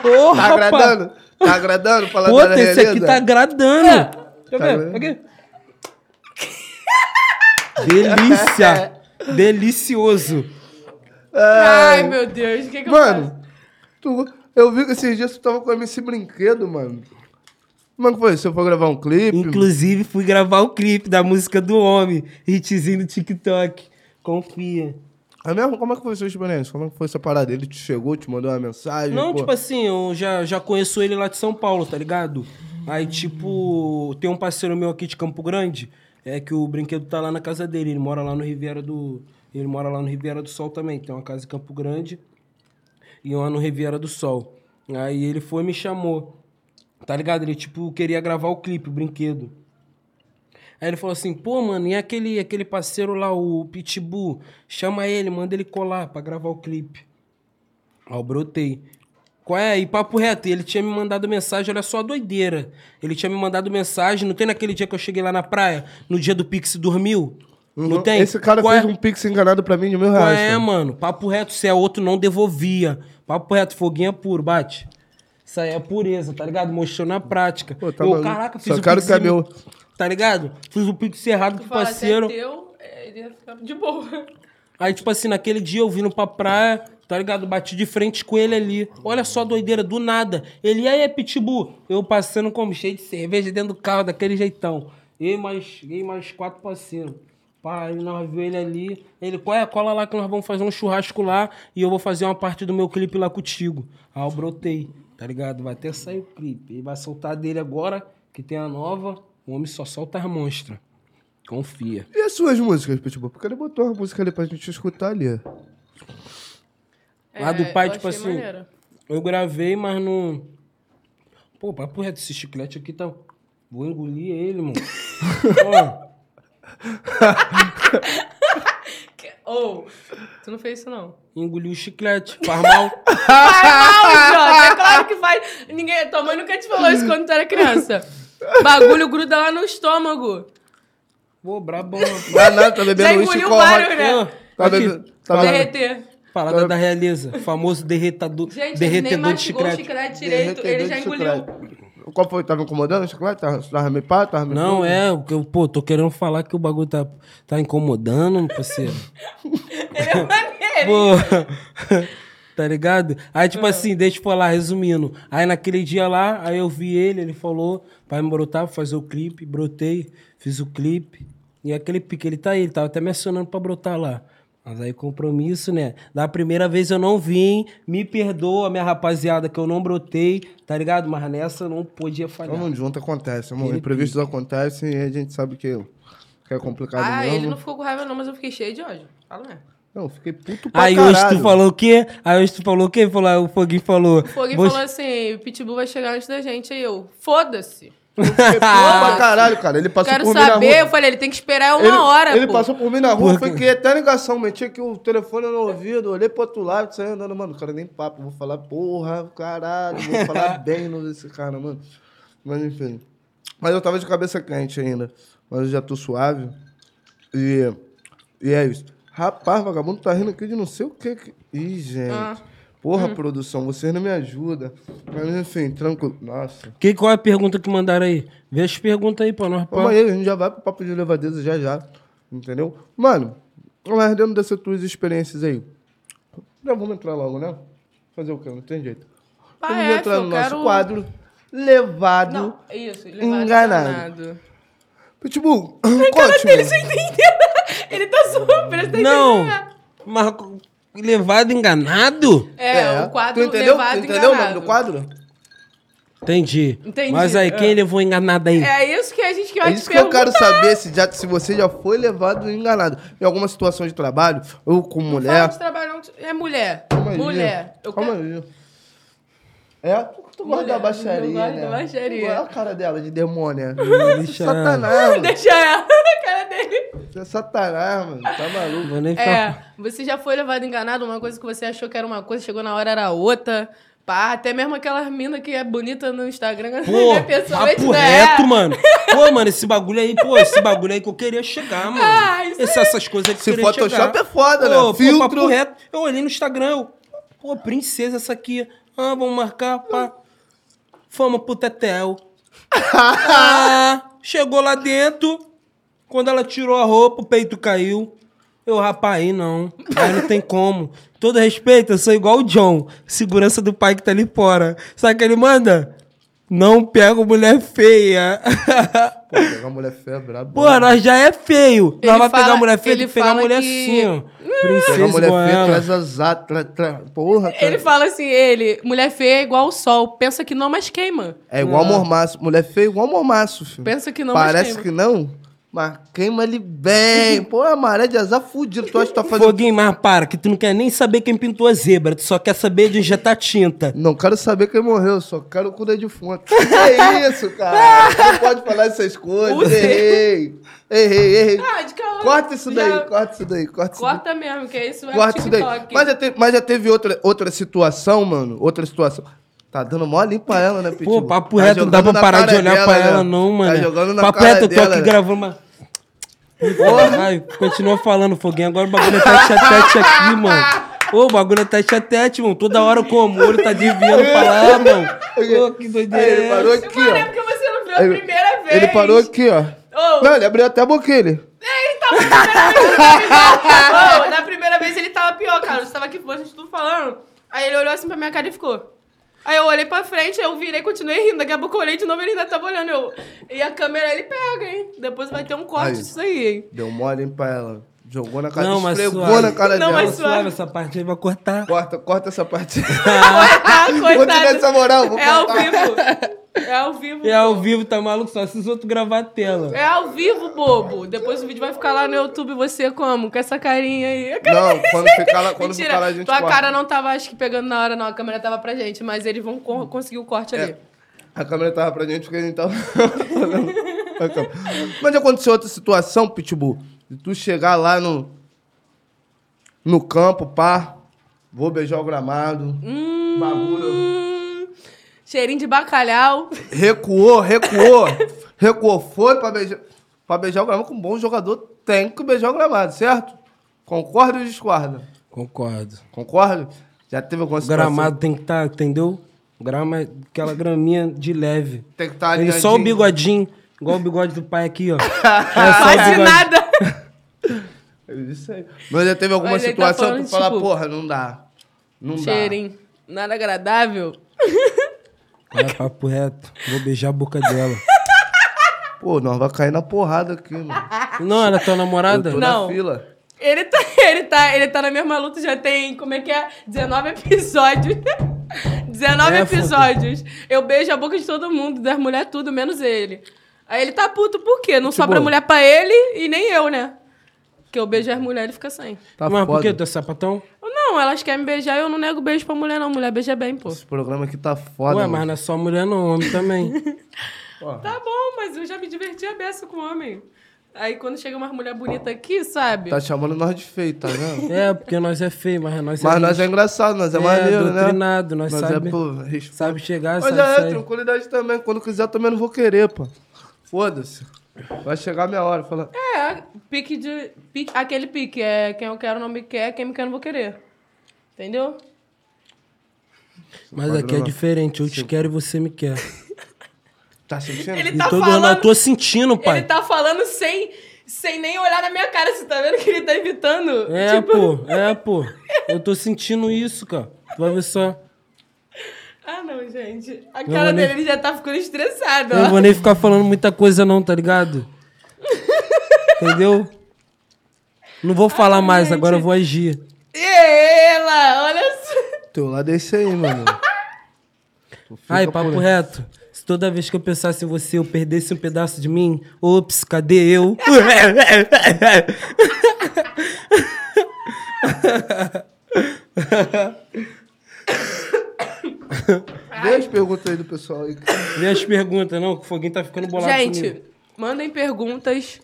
S3: Porra,
S1: Tá
S3: rapaz.
S1: agradando? Tá agradando? Falar
S3: Pô,
S1: da
S3: esse aqui
S1: realeza?
S3: tá
S2: É.
S3: agradando. Quer
S1: Tá
S3: ver?
S1: vendo?
S3: Aqui. Delícia. Delicioso.
S1: É.
S2: Ai, meu Deus, o que que eu faço?
S1: Mano, tu- eu vi que esses dias tu tava com o MC Brinquedo, mano. Como é que foi? Se eu for gravar um clipe.
S3: Inclusive, fui gravar o clipe da música do homem, hitzinho no TikTok. Confia.
S1: É mesmo? Como é que foi a sua experiência? Como é que foi essa parada? Ele te chegou, te mandou uma mensagem?
S3: Não,
S1: pô?
S3: tipo assim, eu já, já conheço ele lá de São Paulo, tá ligado? Aí, tipo, tem um parceiro meu aqui de Campo Grande, é que o brinquedo tá lá na casa dele. Ele mora lá no Riviera do. Ele mora lá no Riviera do Sol também. Tem uma casa em Campo Grande e uma no Riviera do Sol. Aí ele foi e me chamou. Tá ligado? Ele, tipo, queria gravar o clipe, o brinquedo. Aí ele falou assim, pô, mano, e aquele, aquele parceiro lá, o Pitbull? Chama ele, manda ele colar pra gravar o clipe. Aí eu brotei. Qual é? E papo reto, ele tinha me mandado mensagem, olha só a doideira. Ele tinha me mandado mensagem, não tem naquele dia que eu cheguei lá na praia, no dia do Pix dormiu?
S1: Uhum.
S3: Não tem?
S1: Esse cara
S3: Qual
S1: fez
S3: é?
S1: um pix enganado pra mim de mil
S3: Qual
S1: reais.
S3: é,
S1: cara.
S3: mano? Papo reto, se é outro, não devolvia. Papo reto, foguinho é puro, bate. Isso aí é pureza, tá ligado? Mostrou na prática.
S1: Pô, tá
S3: eu,
S1: maluco.
S3: caraca, fiz
S1: Só
S3: o
S1: quero
S3: pix
S1: que
S3: em-
S1: é meu.
S3: Tá ligado? Fiz o pix errado pro
S2: Falar,
S3: parceiro.
S2: Se é teu, é, ele ia ficar de boa.
S3: Aí, tipo assim, naquele dia eu vindo pra praia, tá ligado? Bati de frente com ele ali. Olha só a doideira, do nada. Ele, "E aí é pitbull. Eu passando como cheio de cerveja dentro do carro, daquele jeitão. E mais, e mais quatro parceiros. Pá, aí nós viu ele ali. Ele, qual é? Cola lá que nós vamos fazer um churrasco lá e eu vou fazer uma parte do meu clipe lá contigo. Aí eu brotei, tá ligado? Vai até sair o clipe. Ele vai soltar dele agora, que tem a nova. O homem só solta as monstras. Confia.
S1: E as suas músicas, Pitbull? Porque ele botou uma música ali pra gente escutar ali.
S3: Lá do pai,
S2: É, eu
S3: tipo
S2: achei
S3: assim,
S2: maneiro.
S3: Eu gravei, mas não. Pô, papo reto, esse chiclete aqui tá. Vou engolir ele, mano. Ó,
S2: Que- Ou, tu não fez isso não.
S3: engoli o chiclete. Faz mal.
S2: Não, é claro que faz. Ninguém, tua mãe nunca te falou isso quando tu era criança. Bagulho gruda lá no estômago.
S3: Pô, brabão. rapaz.
S1: Ah, não, tá
S2: Já
S1: bebendo um
S2: engoliu
S1: chicote.
S2: vários, né?
S3: Ó,
S1: Tá
S3: aqui,
S1: bebendo. Tá bebendo.
S2: Derreter.
S3: Parada da realeza. Famoso derretador,
S2: Gente, ele nem
S3: derretedor de
S2: mastigou
S3: chiclete.
S2: o chiclete direito, ele já engoliu.
S1: Qual foi? Tava incomodando o chocolate? Tava, tava meio pá? Tava meio
S3: Não,
S1: tudo?
S3: é, o que eu, pô, tô querendo falar que o bagulho tá, tá incomodando, parceiro.
S2: Ele é maneiro.
S3: Pô, tá ligado? Aí,
S2: Ah.
S3: tipo assim, deixa eu falar, resumindo. Aí, naquele dia lá, aí eu vi ele, ele falou pra me brotar, pra fazer o clipe. Brotei, fiz o clipe. E aquele pique, ele tá aí, ele tava até me acionando pra brotar lá. Mas aí, compromisso, né? Da primeira vez eu não vim, me perdoa, minha rapaziada, que eu não brotei, tá ligado? Mas nessa eu não podia falhar.
S1: Tamo junto, acontece, amor. Imprevistos acontecem e a gente sabe que, que é complicado
S2: Ah,
S1: mesmo.
S2: ele não ficou com raiva não, mas eu fiquei cheio de ódio. Fala né? mesmo.
S1: Não, eu fiquei puto pra
S3: Aí
S1: caralho.
S3: hoje tu falou o quê? Aí hoje tu falou o quê? Falou, aí o Foguinho falou.
S2: O Foguinho falou assim, o Pitbull vai chegar antes da gente, aí eu, foda-se.
S1: Fiquei puto pra caralho, cara. Ele passou
S2: Quero
S1: por mim na
S2: saber,
S1: rua.
S2: eu falei, ele tem que esperar uma
S1: Ele,
S2: hora,
S1: ele
S2: pô.
S1: passou por mim na rua,
S3: Por
S1: foi
S3: quê?
S1: que até ligação, meti aqui o telefone no ouvido, olhei pro outro lado, saí andando, mano, cara, nem papo, vou falar porra, caralho, vou falar bem no desse cara, mano. Mas enfim. Mas eu tava de cabeça quente ainda, mas eu já tô suave. E, e é isso. Rapaz, vagabundo tá rindo aqui de não sei o que. que... Ih, gente.
S2: Ah.
S1: Porra, produção, vocês não me ajudam. Mas enfim, tranquilo. Nossa.
S3: Que, qual é a pergunta que mandaram aí? Vê as perguntas aí pra nós, pô.
S1: Calma aí, a gente já vai pro papo de levadeza já já. Entendeu? Mano, mas dentro dessas tuas experiências aí. Já vamos entrar logo, né? Fazer o quê? Não tem jeito.
S2: Pá,
S1: vamos
S2: é,
S1: entrar
S2: filho,
S1: no
S2: eu
S1: nosso
S2: quero-
S1: quadro. Levado.
S2: Não, isso, ele
S1: Enganado.
S2: enganado.
S1: Pitbull, um
S2: Cara
S1: conte-me.
S2: dele, você entendeu? Ele tá super, você
S3: Não!
S2: entendeu?
S3: Mas levado enganado?
S2: É, o quadro
S1: tu entendeu? tu
S2: levado
S1: entendeu
S2: enganado.
S1: o nome do quadro?
S3: Entendi.
S2: Entendi.
S3: Mas aí, quem
S2: É.
S3: levou enganado aí?
S2: É isso que a gente quer
S1: É
S2: te
S1: isso que eu quero
S2: perguntar.
S1: saber, se, já, se você já foi levado e enganado. Em alguma situação de trabalho, ou com
S2: Fala
S1: mulher.
S2: de trabalho, não- é mulher.
S1: Calma aí,
S2: mulher. Eu
S1: Calma
S2: quero...
S1: aí. É, tu tu gosta
S2: Mulher,
S1: da
S2: eu
S1: baixaria,
S2: gosto
S1: né?
S2: da baixaria.
S1: Olha a cara dela de demônia.
S3: Deixa ela.
S1: satanás, mano.
S2: Deixa ela na cara dele.
S1: Você é satanás, mano. Tá
S3: Não
S1: maluco.
S3: vou nem falar.
S2: É, você já foi levado enganado, uma coisa que você achou que era uma coisa, chegou na hora era outra. Pá, até mesmo aquelas mina que é bonita no Instagram,
S3: Pô,
S2: né, pessoalmente,
S3: papo
S2: né?
S3: reto, mano. Pô, mano, esse bagulho aí, pô, esse bagulho aí que eu queria chegar, mano.
S2: Ah, isso
S3: Esse- essas coisas aí que
S1: Esse
S3: eu queria chegar.
S1: Photoshop é foda, né?
S3: pô, pô,
S1: Filtro.
S3: papo reto. Eu olhei no Instagram, eu, pô, princesa essa aqui. Ah, vamos marcar, pá. Fomos pro Tetel. Ah, chegou lá dentro. Quando ela tirou a roupa, o peito caiu. Eu, rapaz, aí não. Aí não tem como. Todo respeito, eu sou igual o John, segurança do pai que tá ali fora. Sabe o que ele manda? Não pego mulher feia.
S1: Pô, pegar mulher feia é brabo.
S3: Pô, nós já é feio.
S2: Ele
S3: nós vai pegar
S2: fala-
S3: mulher feia, tem
S2: ele
S3: que pegar
S2: fala
S3: mulher
S2: que- Hum.
S3: assim, ó.
S1: Pegar
S3: Princesa
S1: mulher feia,
S3: Goiana.
S1: traz azar, tra, tra, porra, cara.
S2: Ele fala assim, ele, mulher feia é igual o sol. Pensa que não, mas queima.
S1: É igual mormaço. Mulher feia é igual mormaço, filho.
S2: Pensa que não,
S1: Parece
S2: mas
S1: que
S2: queima.
S1: não, mas queima ele bem. Pô, a maré de azar fudido. Tu acha que tá fazendo...
S3: Foguinho, mas para, que tu não quer nem saber quem pintou a zebra, tu só quer saber de injetar tinta.
S1: Não quero saber quem morreu, só quero o cu da defunta. Que é isso, cara? Não pode falar essas coisas.
S2: Usei.
S1: Errei. Errei, errei.
S2: Ah, de calma.
S1: Corta isso
S2: Já-
S1: daí, corta isso daí, corta isso daí.
S2: Corta mesmo, que isso é
S1: Corta isso daí.
S2: TikTok.
S1: Mas já teve, mas já teve outra, outra situação, mano. Outra situação. Tá dando mó limpa ela, né, Pitbull?
S3: papo
S1: Tá
S3: reto, não dá
S1: jogando
S3: pra
S1: na
S3: parar de
S1: cara
S3: olhar
S1: dela,
S3: pra
S1: né?
S3: ela, não, mano.
S1: Tá jogando na
S3: papo
S1: cara
S3: reto, eu tô
S1: dela,
S3: aqui
S1: né?
S3: gravando uma. Vai, continua falando, Foguinho. Agora o bagulho é tete a tete aqui, mano. Ô, o bagulho é tete a tete, mano. Toda hora eu como, o olho tá desviando pra lá, mano. Ô, que doideira.
S1: Aí, ele
S3: é
S1: parou
S3: essa?
S1: aqui,
S2: Mano, é
S1: ó.
S2: porque você não viu a
S1: Ele-
S2: primeira vez. Oh.
S1: Ele parou aqui, ó.
S2: Ô.
S1: Não, ele abriu até a boca, ele.
S2: Não, na primeira vez ele tava pior, cara. Você tava aqui fora, tudo falando. Aí ele olhou assim pra minha cara e ficou. Aí eu olhei pra frente, eu virei, continuei rindo. Daqui a pouco eu olhei de novo ele ainda tava olhando. Eu... E a câmera ele pega, hein? Depois vai ter um
S1: Aí.
S2: corte disso aí, hein?
S1: Deu mole, hein, pra ela. Jogou na cara,
S3: Não, mas
S1: esfregou
S3: suave.
S1: na cara
S2: Não,
S1: dela.
S2: mas
S3: Suave essa parte aí, vai cortar.
S1: Corta, corta essa parte.
S2: Ah,
S1: Vou te dar essa
S2: coitado.
S1: moral, vou
S2: É ao
S1: cortar.
S2: vivo. É ao vivo.
S3: E ao vivo, tá maluco? Só se os outros gravar a tela.
S2: É ao vivo, bobo. Depois o vídeo vai ficar lá no YouTube, você como? Com essa carinha aí. A cara
S1: Não, quando ficar lá, quando
S2: Mentira,
S1: ficar lá a gente
S2: tua
S1: corta.
S2: cara não tava, acho que pegando na hora, não. A câmera tava pra gente, mas eles vão co- conseguir o corte ali.
S1: É. A câmera tava pra gente porque a gente tava. falando. A câmera. Mas já aconteceu outra situação, Pitbull. De tu chegar lá no. No campo, pá. Vou beijar o gramado. Bagulho.
S2: Hum, cheirinho de bacalhau.
S1: Recuou, recuou. recuou. Foi pra beijar. Pra beijar o gramado, com um bom jogador tem que beijar o gramado, certo? Concorda ou discorda?
S3: Concordo.
S1: Concorda? Já teve alguma
S3: O
S1: situação?
S3: gramado tem que estar, entendeu? Grama, é aquela graminha de leve.
S1: Tem que tá estar ali.
S3: Ele só o bigodinho, igual o bigode do pai aqui, ó.
S2: Ah,
S1: é
S2: Quase
S3: bigode.
S2: nada.
S1: Isso aí. Mas já teve alguma
S2: É Mas ele tá
S1: situação que
S2: falando,
S1: tu fala,
S2: tipo,
S1: porra, não dá. Não dá.
S2: Cheirinho. Nada agradável.
S3: É, papo reto. Vou beijar a boca dela.
S1: Pô, nós vai cair na porrada aqui, mano.
S3: Não, era tua namorada?
S1: Tô
S2: Não.
S1: na fila.
S2: Ele tá, ele, tá, ele tá na mesma luta, já tem, como é que é? 19 episódios. 19
S3: É, foda.
S2: episódios. Eu beijo a boca de todo mundo, das mulheres tudo, menos ele. Aí ele tá puto, por quê? Não sobra mulher pra ele e nem eu, né? Porque eu beijo as mulheres e fica sem.
S1: Tá
S3: Mas por
S1: foda.
S3: que tu é sapatão?
S2: Eu, Não, elas querem me beijar, eu não nego beijo pra mulher, não. Mulher beija bem, pô.
S1: Esse programa aqui tá foda.
S3: Ué, mas
S1: mano.
S3: não é só mulher não, homem também.
S2: Tá bom, mas eu já me diverti a beça com homem. Aí quando chega uma mulher bonita aqui, sabe?
S1: Tá chamando nós de feio, tá vendo?
S3: É, porque nós é feio, mas nós é...
S1: mas nós é engraçado, nós é,
S3: É,
S1: maneiro, né?
S3: doutrinado, nós sabe-
S1: é, pô, respeito.
S3: Sabe chegar,
S1: Mas
S3: sabe
S1: já é,
S3: sair.
S1: tranquilidade também. Quando quiser, eu também não vou querer, pô. Foda-se. Vai chegar a minha hora. Fala,
S2: É, pique de. Pique, aquele pique. É quem eu quero não me quer, quem me quer não vou querer. Entendeu?
S3: Mas aqui é
S1: né?
S3: diferente, eu te quero e você me quer.
S1: tá sentindo?
S2: Ele
S3: E
S2: tá
S3: todo ano
S2: falando.
S3: eu tô sentindo, pai.
S2: Ele tá falando sem, sem nem olhar na minha cara. Você tá vendo que ele tá Tipo, evitando?
S3: É,
S1: tipo-
S3: pô, é, pô. Eu tô sentindo isso, cara. Tu vai ver só.
S2: Ah, não, gente. A
S3: vou
S2: cara
S3: nem-
S2: dele ele já tá ficando estressado,
S3: Eu não
S2: ó.
S3: vou nem ficar falando muita coisa, não, tá ligado? Entendeu? Não vou falar mais, agora eu vou agir.
S2: Ela, olha só.
S1: Teu lado é esse aí, mano. Tu fica
S3: Ai, papo
S1: por-
S3: reto. Se toda vez que eu pensasse em você, eu perdesse um pedaço de mim, ops, cadê eu?
S1: Vê as perguntas aí do pessoal aí.
S3: Vê as perguntas, não, que o foguinho tá ficando bolado.
S2: Gente,
S3: comigo.
S2: mandem perguntas.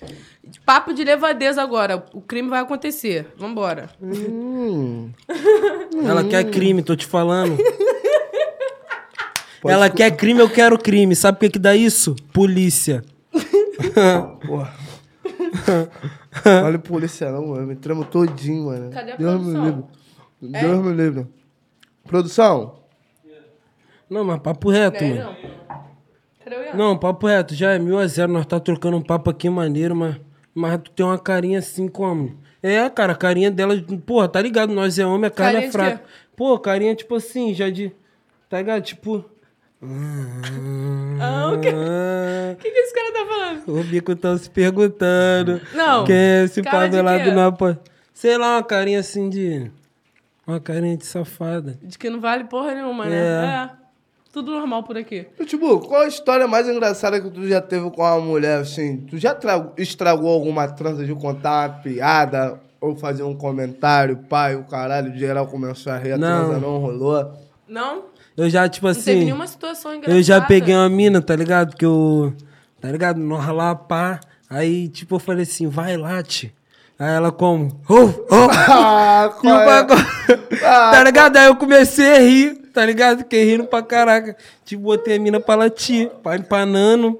S2: Papo de levadeza agora. O crime vai acontecer. Vambora.
S3: Ela quer crime, tô te falando. Ela quer crime, eu quero crime. Sabe o que que dá isso? Polícia.
S1: Porra. Olha o polícia não, mano. Me tremo todinho, mano.
S2: Cadê a
S1: Deus me
S2: produção? É?
S1: livre. Deus me livre. Produção?
S3: Não, mas papo reto,
S2: Aí
S3: mano.
S2: não. Cadê o Ian?
S3: Não, papo reto, já é mil a zero, nós tá trocando um papo aqui maneiro, mas, mas tu tem uma carinha assim como? É, cara, a carinha dela, porra, tá ligado, nós é homem, a carne
S2: Carinha
S3: é
S2: de
S3: fraca.
S2: quê?
S3: Pô, carinha tipo assim, já de, tá ligado, tipo... Ah,
S2: O que, que esse cara tá falando?
S3: o bico tá se perguntando.
S2: Não.
S3: Quem é esse
S2: Cara de
S3: pado lá
S2: quê?
S3: do Napa? Sei lá, uma carinha assim de. Uma carinha de safada.
S2: De que não vale porra nenhuma, né? É. Tudo normal por aqui.
S1: Tipo, qual a história mais engraçada que tu já teve com uma mulher, assim? Tu já tra- estragou alguma trança de contar uma piada ou fazer um comentário? Pai, o caralho, geral começou a rir, a
S3: Não.
S1: transa não rolou.
S2: Não?
S3: Eu já, tipo
S2: Não teve
S3: assim.
S2: nenhuma situação engraçada.
S3: Eu já peguei uma mina, tá ligado? Que eu. Tá ligado? Nós lá, pá. Aí, tipo, eu falei assim, vai, late. Aí ela como? Oh, oh.
S1: Ah,
S3: E o
S1: qual é?
S3: bagulho-
S2: Ah,
S3: tá ligado? Aí eu comecei a rir, tá ligado? Fiquei rindo pra caraca. Tipo, botei a mina pra latir, pra empanando.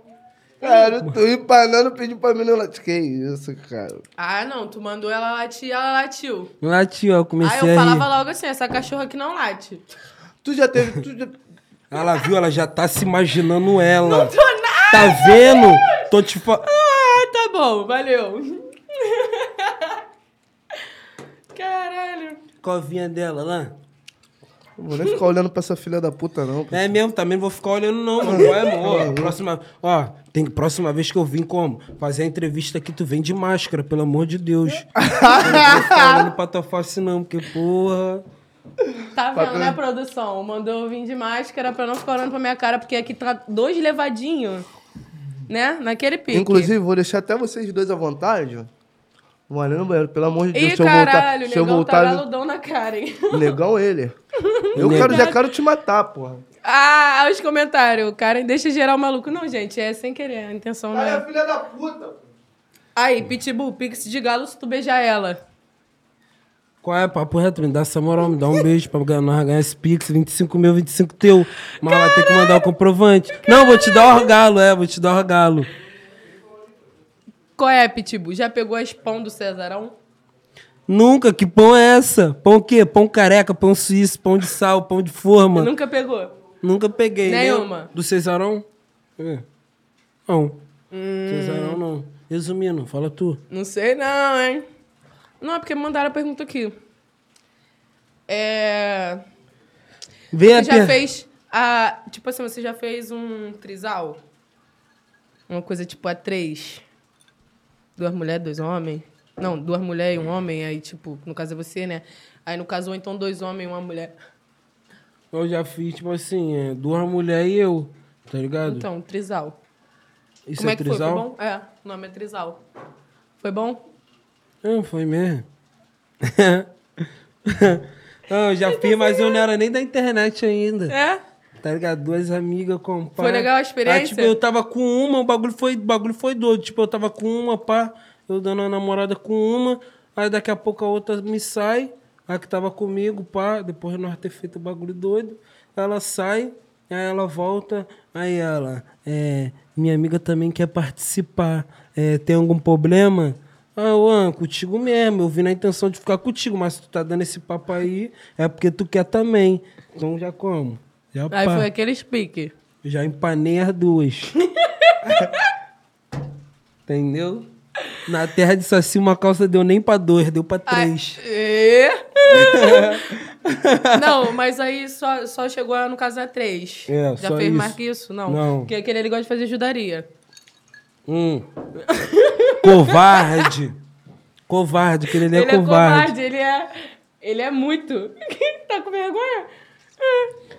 S1: Cara, tu empanando, pediu pra menina lá. Que isso, cara?
S2: Ah, não. Tu mandou ela latir, ela latiu.
S3: Latiu, ó, comecei
S2: Aí eu
S3: a rir.
S2: falava logo assim, essa cachorra aqui não late.
S1: Tu já teve. Tu já...
S3: Ela viu, ela já tá se imaginando ela.
S2: Tô nada!
S3: Tá vendo? Tô te falando.
S2: Ah, tá bom, valeu. Caralho.
S3: Covinha dela né? lá.
S1: Não vou nem ficar olhando pra essa filha da puta, não.
S3: É mesmo, também não vou ficar olhando, não, mano. Qual é, amor? Próxima. Ó, tem que- próxima vez que eu vim, como? Fazer a entrevista aqui, tu vem de máscara, pelo amor de Deus. Eu não vou ficar olhando pra tua face, não, porque, porra.
S2: Tá vendo, né, produção? Mandou eu vir de máscara pra não ficar olhando pra minha cara, porque aqui tá dois levadinhos, né? Naquele pique.
S1: Inclusive, vou deixar até vocês dois à vontade. Vou ali no banheiro, pelo amor de Deus.
S2: Ih,
S1: se eu
S2: caralho,
S1: voltar, se eu
S2: negão
S1: voltar,
S2: tá galudão na cara, hein?
S1: Negão é ele. Eu
S3: Negão.
S1: quero, já quero te matar, porra.
S2: Ah, os comentários. Karen, deixa gerar o maluco. Não, gente, é sem querer, a intenção não é.
S1: filha da puta.
S2: Aí, Pitbull, pix de galo se tu beijar ela.
S3: Qual é, papo reto? Me dá essa moral, me dá um beijo pra ganhar, nós ganhar esse Pix, 25 mil, 25 teu. Mas ela tem que mandar o comprovante. Não, vou te dar o regalo, é, vou te dar o regalo.
S2: Qual é, Pitbull? Já pegou as pão do Cesarão?
S3: Nunca, que pão é essa? Pão o quê? Pão careca, pão suíço, pão de sal, pão de forma.
S2: Nunca pegou.
S3: Nunca peguei. né?
S2: Nenhuma.
S3: Do Cesarão? É. Não.
S2: Hum.
S3: Cesarão não. Resumindo, fala tu.
S2: Não sei não, hein? Não, é porque mandaram a pergunta aqui. É...
S3: Vê a
S2: Você já
S3: per-
S2: fez a... Tipo assim, você já fez um trisal? Uma coisa tipo a três? Duas mulheres, dois homens? Não, duas mulheres e um homem. Aí, tipo, no caso é você, né? Aí, no caso, ou então dois homens e uma mulher.
S3: Eu já fiz, tipo assim, é, duas mulheres e eu, tá ligado?
S2: Então, trisal.
S3: Isso
S2: Como
S3: é,
S2: é que
S3: trisal?
S2: foi? Foi bom? É, o nome é trisal. Foi bom?
S3: Ah, foi mesmo. Ah, eu já
S2: Então,
S3: fiz, mas eu não era nem da internet ainda.
S2: É?
S3: Tá ligado? Duas amigas com pá.
S2: Foi legal a
S3: Aí,
S2: experiência?
S3: tipo, eu tava com uma, o bagulho foi, o bagulho foi doido. Tipo, eu tava com uma, pá, eu dando a namorada com uma, aí daqui a pouco a outra me sai, a que tava comigo, pá, depois de nós ter feito o bagulho doido, ela sai, aí ela volta, aí ela, é, minha amiga também quer participar, é, tem algum problema? Ah, Juan, contigo mesmo. Eu vim na intenção de ficar contigo, mas se tu tá dando esse papo aí, é porque tu quer também. Então já como? Já
S2: Aí
S3: pá.
S2: foi aquele speak.
S3: Já empanei as duas. Entendeu? Na terra de Saci, uma calça deu nem pra dois, deu pra três.
S2: É. não, mas aí só, só chegou no caso a três.
S3: É,
S2: Já
S3: só
S2: fez
S3: isso.
S2: mais que isso? Não.
S3: Não.
S2: Porque aquele ele gosta de fazer ajudaria.
S3: Hum. Covarde. Covarde, que ele é
S2: ele é
S3: covarde.
S2: covarde, ele é. Ele é muito. tá com vergonha? É.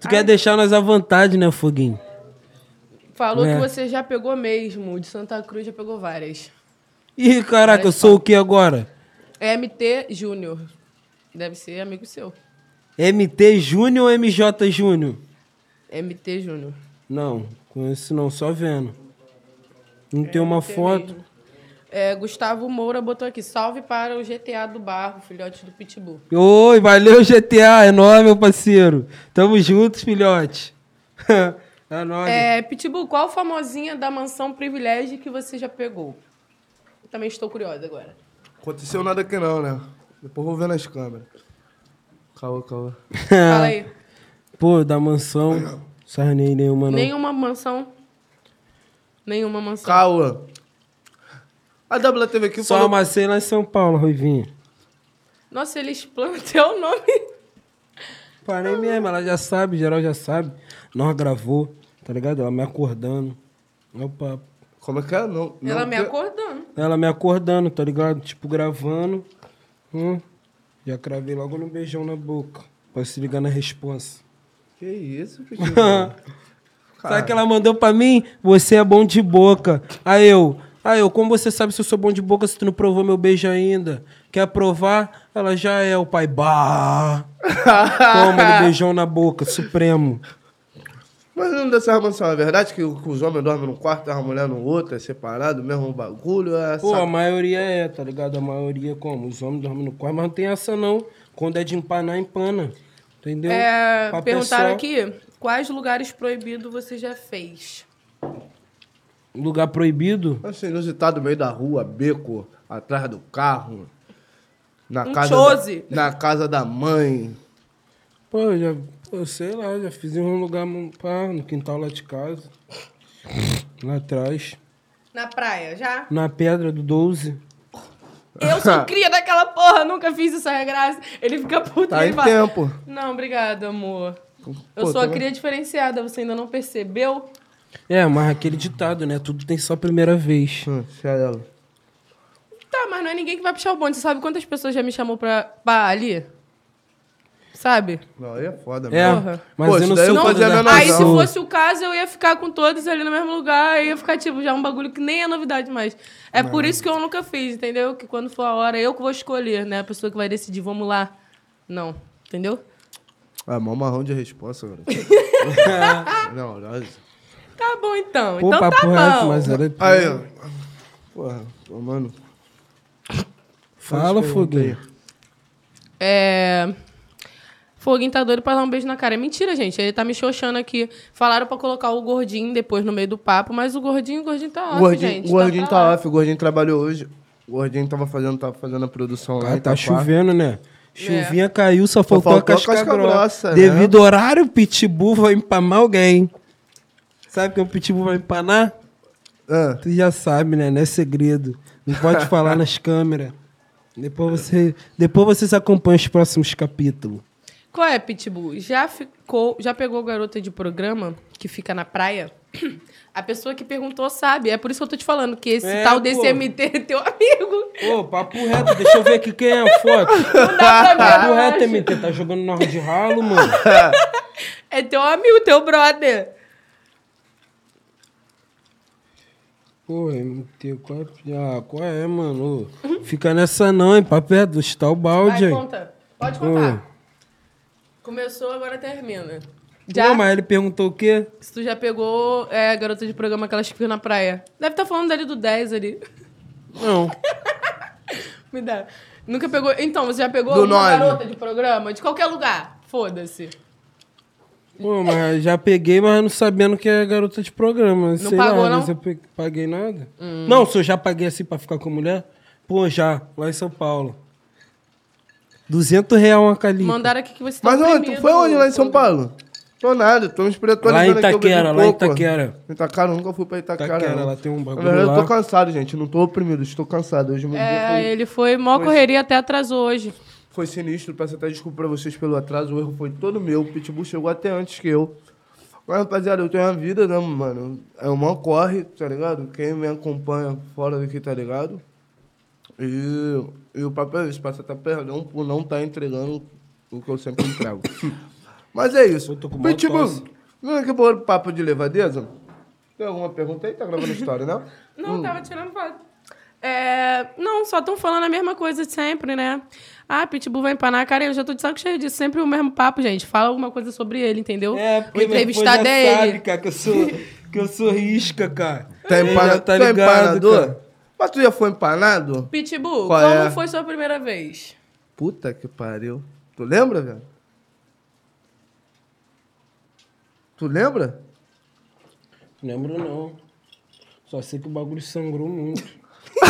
S3: Tu quer deixar nós à vontade, né, Foguinho?
S2: Falou
S3: É.
S2: que você já pegou mesmo. De Santa Cruz já pegou várias.
S3: Ih, caraca, eu sou o que agora?
S2: É MT Júnior. Deve ser amigo seu.
S3: MT Júnior ou MJ Júnior?
S2: MT Júnior. É
S3: Não, conheço não, só vendo. Não tem uma foto.
S2: É, Gustavo Moura botou aqui. Salve para o GTA do Barro, filhote do Pitbull.
S3: Oi, valeu GTA, é nóis, meu parceiro. Tamo juntos, filhote. é nóis.
S2: É, Pitbull, qual famosinha da mansão privilégio que você já pegou? Eu Também estou curiosa agora.
S1: Aconteceu nada aqui não, né? Depois vou ver nas câmeras. Calma, calma.
S2: Fala aí.
S3: Pô, da mansão, sarnei nenhuma não.
S2: Nenhuma mansão. Nenhuma mansão.
S1: Calma. A W teve aqui e
S3: Só
S1: falou...
S3: amassei lá em São Paulo, Ruivinho.
S2: Nossa, ele explana até o nome.
S3: Parei mesmo, ela já sabe, geral já sabe. Nós gravou, tá ligado? Ela me acordando. É o papo.
S1: Como é que é? Não, não
S2: Ela me
S1: que-
S2: acordando.
S3: Ela me acordando, tá ligado? Tipo, gravando. Hum. Já cravei logo no beijão na boca. Pra se ligar na responsa.
S1: Que isso, Pitinho?
S3: Sabe o que ela mandou pra mim? Você é bom de boca. Aí eu, aí eu, como você sabe se eu sou bom de boca se tu não provou meu beijo ainda? Quer provar? Ela já é o pai. Bah! Toma, no beijão na boca, supremo.
S1: Mas não dessa armação, é verdade que, o- que os homens dormem num quarto, a mulher no outro, é separado, mesmo bagulho, é
S3: Pô, a
S1: saco.
S3: maioria é, tá ligado? A maioria como? Os homens dormem no quarto, mas não tem essa não. Quando é de empanar, empana. Entendeu?
S2: É,
S3: Pra
S2: perguntaram
S3: pessoa-
S2: aqui quais lugares proibidos você já fez.
S3: Lugar proibido?
S1: Assim, inusitado no meio da rua, beco, atrás do carro, na,
S2: Um
S1: casa,
S2: chose.
S1: da, na casa da mãe.
S3: Pô, eu já, eu sei lá, já fiz em um lugar pá, no quintal lá de casa. Lá atrás.
S2: Na praia, já?
S3: Na pedra do 12.
S2: Eu sou cria daquela porra, nunca fiz isso, é graça. Ele fica puto
S1: Tá
S2: e ele
S1: em
S2: fala,
S1: tempo.
S2: Não, obrigado, amor. Eu
S1: Pô,
S2: sou a
S1: tá-
S2: cria diferenciada, você ainda não percebeu?
S3: É, mas aquele ditado, né? Tudo tem só a primeira vez.
S1: Hum, sério.
S2: Tá, mas não é ninguém que vai puxar o bonde. Você sabe quantas pessoas já me chamou pra, pra ali? Sabe?
S1: Não, aí é foda,
S3: É,
S1: mesmo.
S2: Porra.
S3: mas
S1: Pô,
S3: eu
S1: isso
S3: não
S1: daí
S3: sei
S1: eu
S3: o
S1: fazia
S3: nome
S1: a
S3: da
S1: menor
S2: Aí, se
S3: pessoa.
S2: fosse o caso, eu ia ficar com todos ali no mesmo lugar, aí ia ficar, tipo, já um bagulho que nem é novidade mais. É por isso que eu nunca fiz, entendeu? Que quando for a hora, eu que vou escolher, né? A pessoa que vai decidir, vamos lá. Não, entendeu?
S1: É, mó marrão de resposta, mano. não, não.
S2: Tá bom, então.
S3: Pô,
S2: então tá
S3: papo
S2: bom.
S3: reto, mas é. era...
S1: Aí, ó. porra, pô, mano.
S3: Fala, foguinho.
S2: É. Foguinho tá doido pra dar um beijo na cara. É mentira, gente. Ele tá me xoxando aqui. Falaram pra colocar o gordinho depois no meio do papo, mas o gordinho, o gordinho tá
S1: O
S2: off,
S1: gordinho,
S2: gente.
S1: o gordinho
S2: lá.
S1: tá off, o gordinho trabalhou hoje. O gordinho tava fazendo, tava fazendo a produção lá.
S3: Ah,
S1: em
S3: tá
S1: Itaquá.
S3: chovendo, né? Chuvinha caiu, só faltou,
S1: faltou
S3: a casca, grossa.
S1: né?
S3: Devido ao horário, o pitbull vai empamar alguém. Sabe que o pitbull vai empanar?
S1: Ah,
S3: Tu já sabe, né? Não é segredo. Não pode falar nas câmeras. Depois, você, depois vocês acompanham os próximos capítulos.
S2: Qual é, Pitbull? Já ficou, já pegou garota de programa que fica na praia? A pessoa que perguntou sabe. É por isso que eu tô te falando que esse
S3: É,
S2: tal
S3: pô.
S2: DCMT é teu amigo.
S3: Ô, papo reto, deixa eu ver aqui quem é a foto.
S2: Não dá pra ver.
S3: Papo
S2: eu
S3: reto,
S1: é
S2: acho.
S3: MT, tá jogando nó de ralo, mano.
S2: É teu amigo, teu brother.
S3: Pô, MT, qual é, ah, qual é mano? Ô, Fica nessa não, hein? Papo reto, está o balde
S2: Vai,
S3: aí.
S2: conta. Pode
S3: Hum.
S2: contar. Começou, agora termina. Já?
S3: Já? mas ele perguntou o quê?
S2: Se tu já pegou é, garota de programa que elas ficam na praia. Deve estar falando dali do 10 ali.
S3: Não.
S2: Me dá. Nunca pegou. Então, você já pegou
S1: Do
S2: uma
S1: nove.
S2: garota de programa? De qualquer lugar. Foda-se.
S3: Pô, mas já peguei, mas não sabendo que é garota de programa. Não sei
S2: pagou,
S3: lá,
S2: não? Hum.
S3: Mas eu pe- paguei nada. Não, se eu já paguei assim pra ficar com mulher? Pô, já, lá em São Paulo. 200 reais uma calipa.
S2: Mandaram aqui que você tá
S1: mas onde?
S2: oprimido.
S1: Tu foi onde lá em São Paulo? Tô nada, tô me espiritualizando
S3: Lá em
S1: aqui, eu bebi
S3: Itaquera, lá em
S1: pouco.
S3: Itaquera.
S1: Itaquera, eu nunca fui pra Itaquera.
S3: Itaquera,
S1: não.
S3: lá tem um
S1: Na
S3: bagulho
S1: verdade, eu
S3: lá.
S1: tô cansado, gente. Não tô oprimido, estou cansado. Hoje meu dia
S2: É,
S1: foi,
S2: ele foi mó correria até atrasou hoje.
S1: foi sinistro. Peço até desculpa pra vocês pelo atraso. O erro foi todo meu. O Pitbull chegou até antes que eu. Mas, rapaziada, eu tenho uma vida, né, mano? É uma corre, tá ligado? Quem me acompanha fora daqui, tá ligado? E, e o papo é esse. Peço até perdão por não estar entregando o que eu sempre entrego. Mas é isso.
S3: Eu tô com mó
S1: Pitbull,
S3: tosse.
S1: não é que por papo de levadeza? Tem alguma pergunta aí? Tá gravando história, né?
S2: Não, tava tirando foto. É, não, só estão falando a mesma coisa de sempre, né? Ah, Pitbull vai empanar a cara. Eu já tô de saco cheio disso. Sempre o mesmo papo, gente. Fala alguma coisa sobre ele, entendeu?
S1: É,
S2: o
S3: É, minha esposa
S2: entrevistado é
S3: sabe,
S2: ele.
S3: cara, que eu sou, que eu sou risca, cara.
S1: Tá,
S3: Ele
S1: empana...
S3: já tá
S1: tu é
S3: ligado,
S1: empanador?
S3: cara.
S1: Mas tu já foi empanado?
S2: Pitbull,
S1: Qual
S2: como
S1: é?
S2: foi sua primeira vez?
S1: Puta que pariu. Tu lembra, velho? Tu lembra?
S3: Lembro não. Só sei que o bagulho sangrou muito.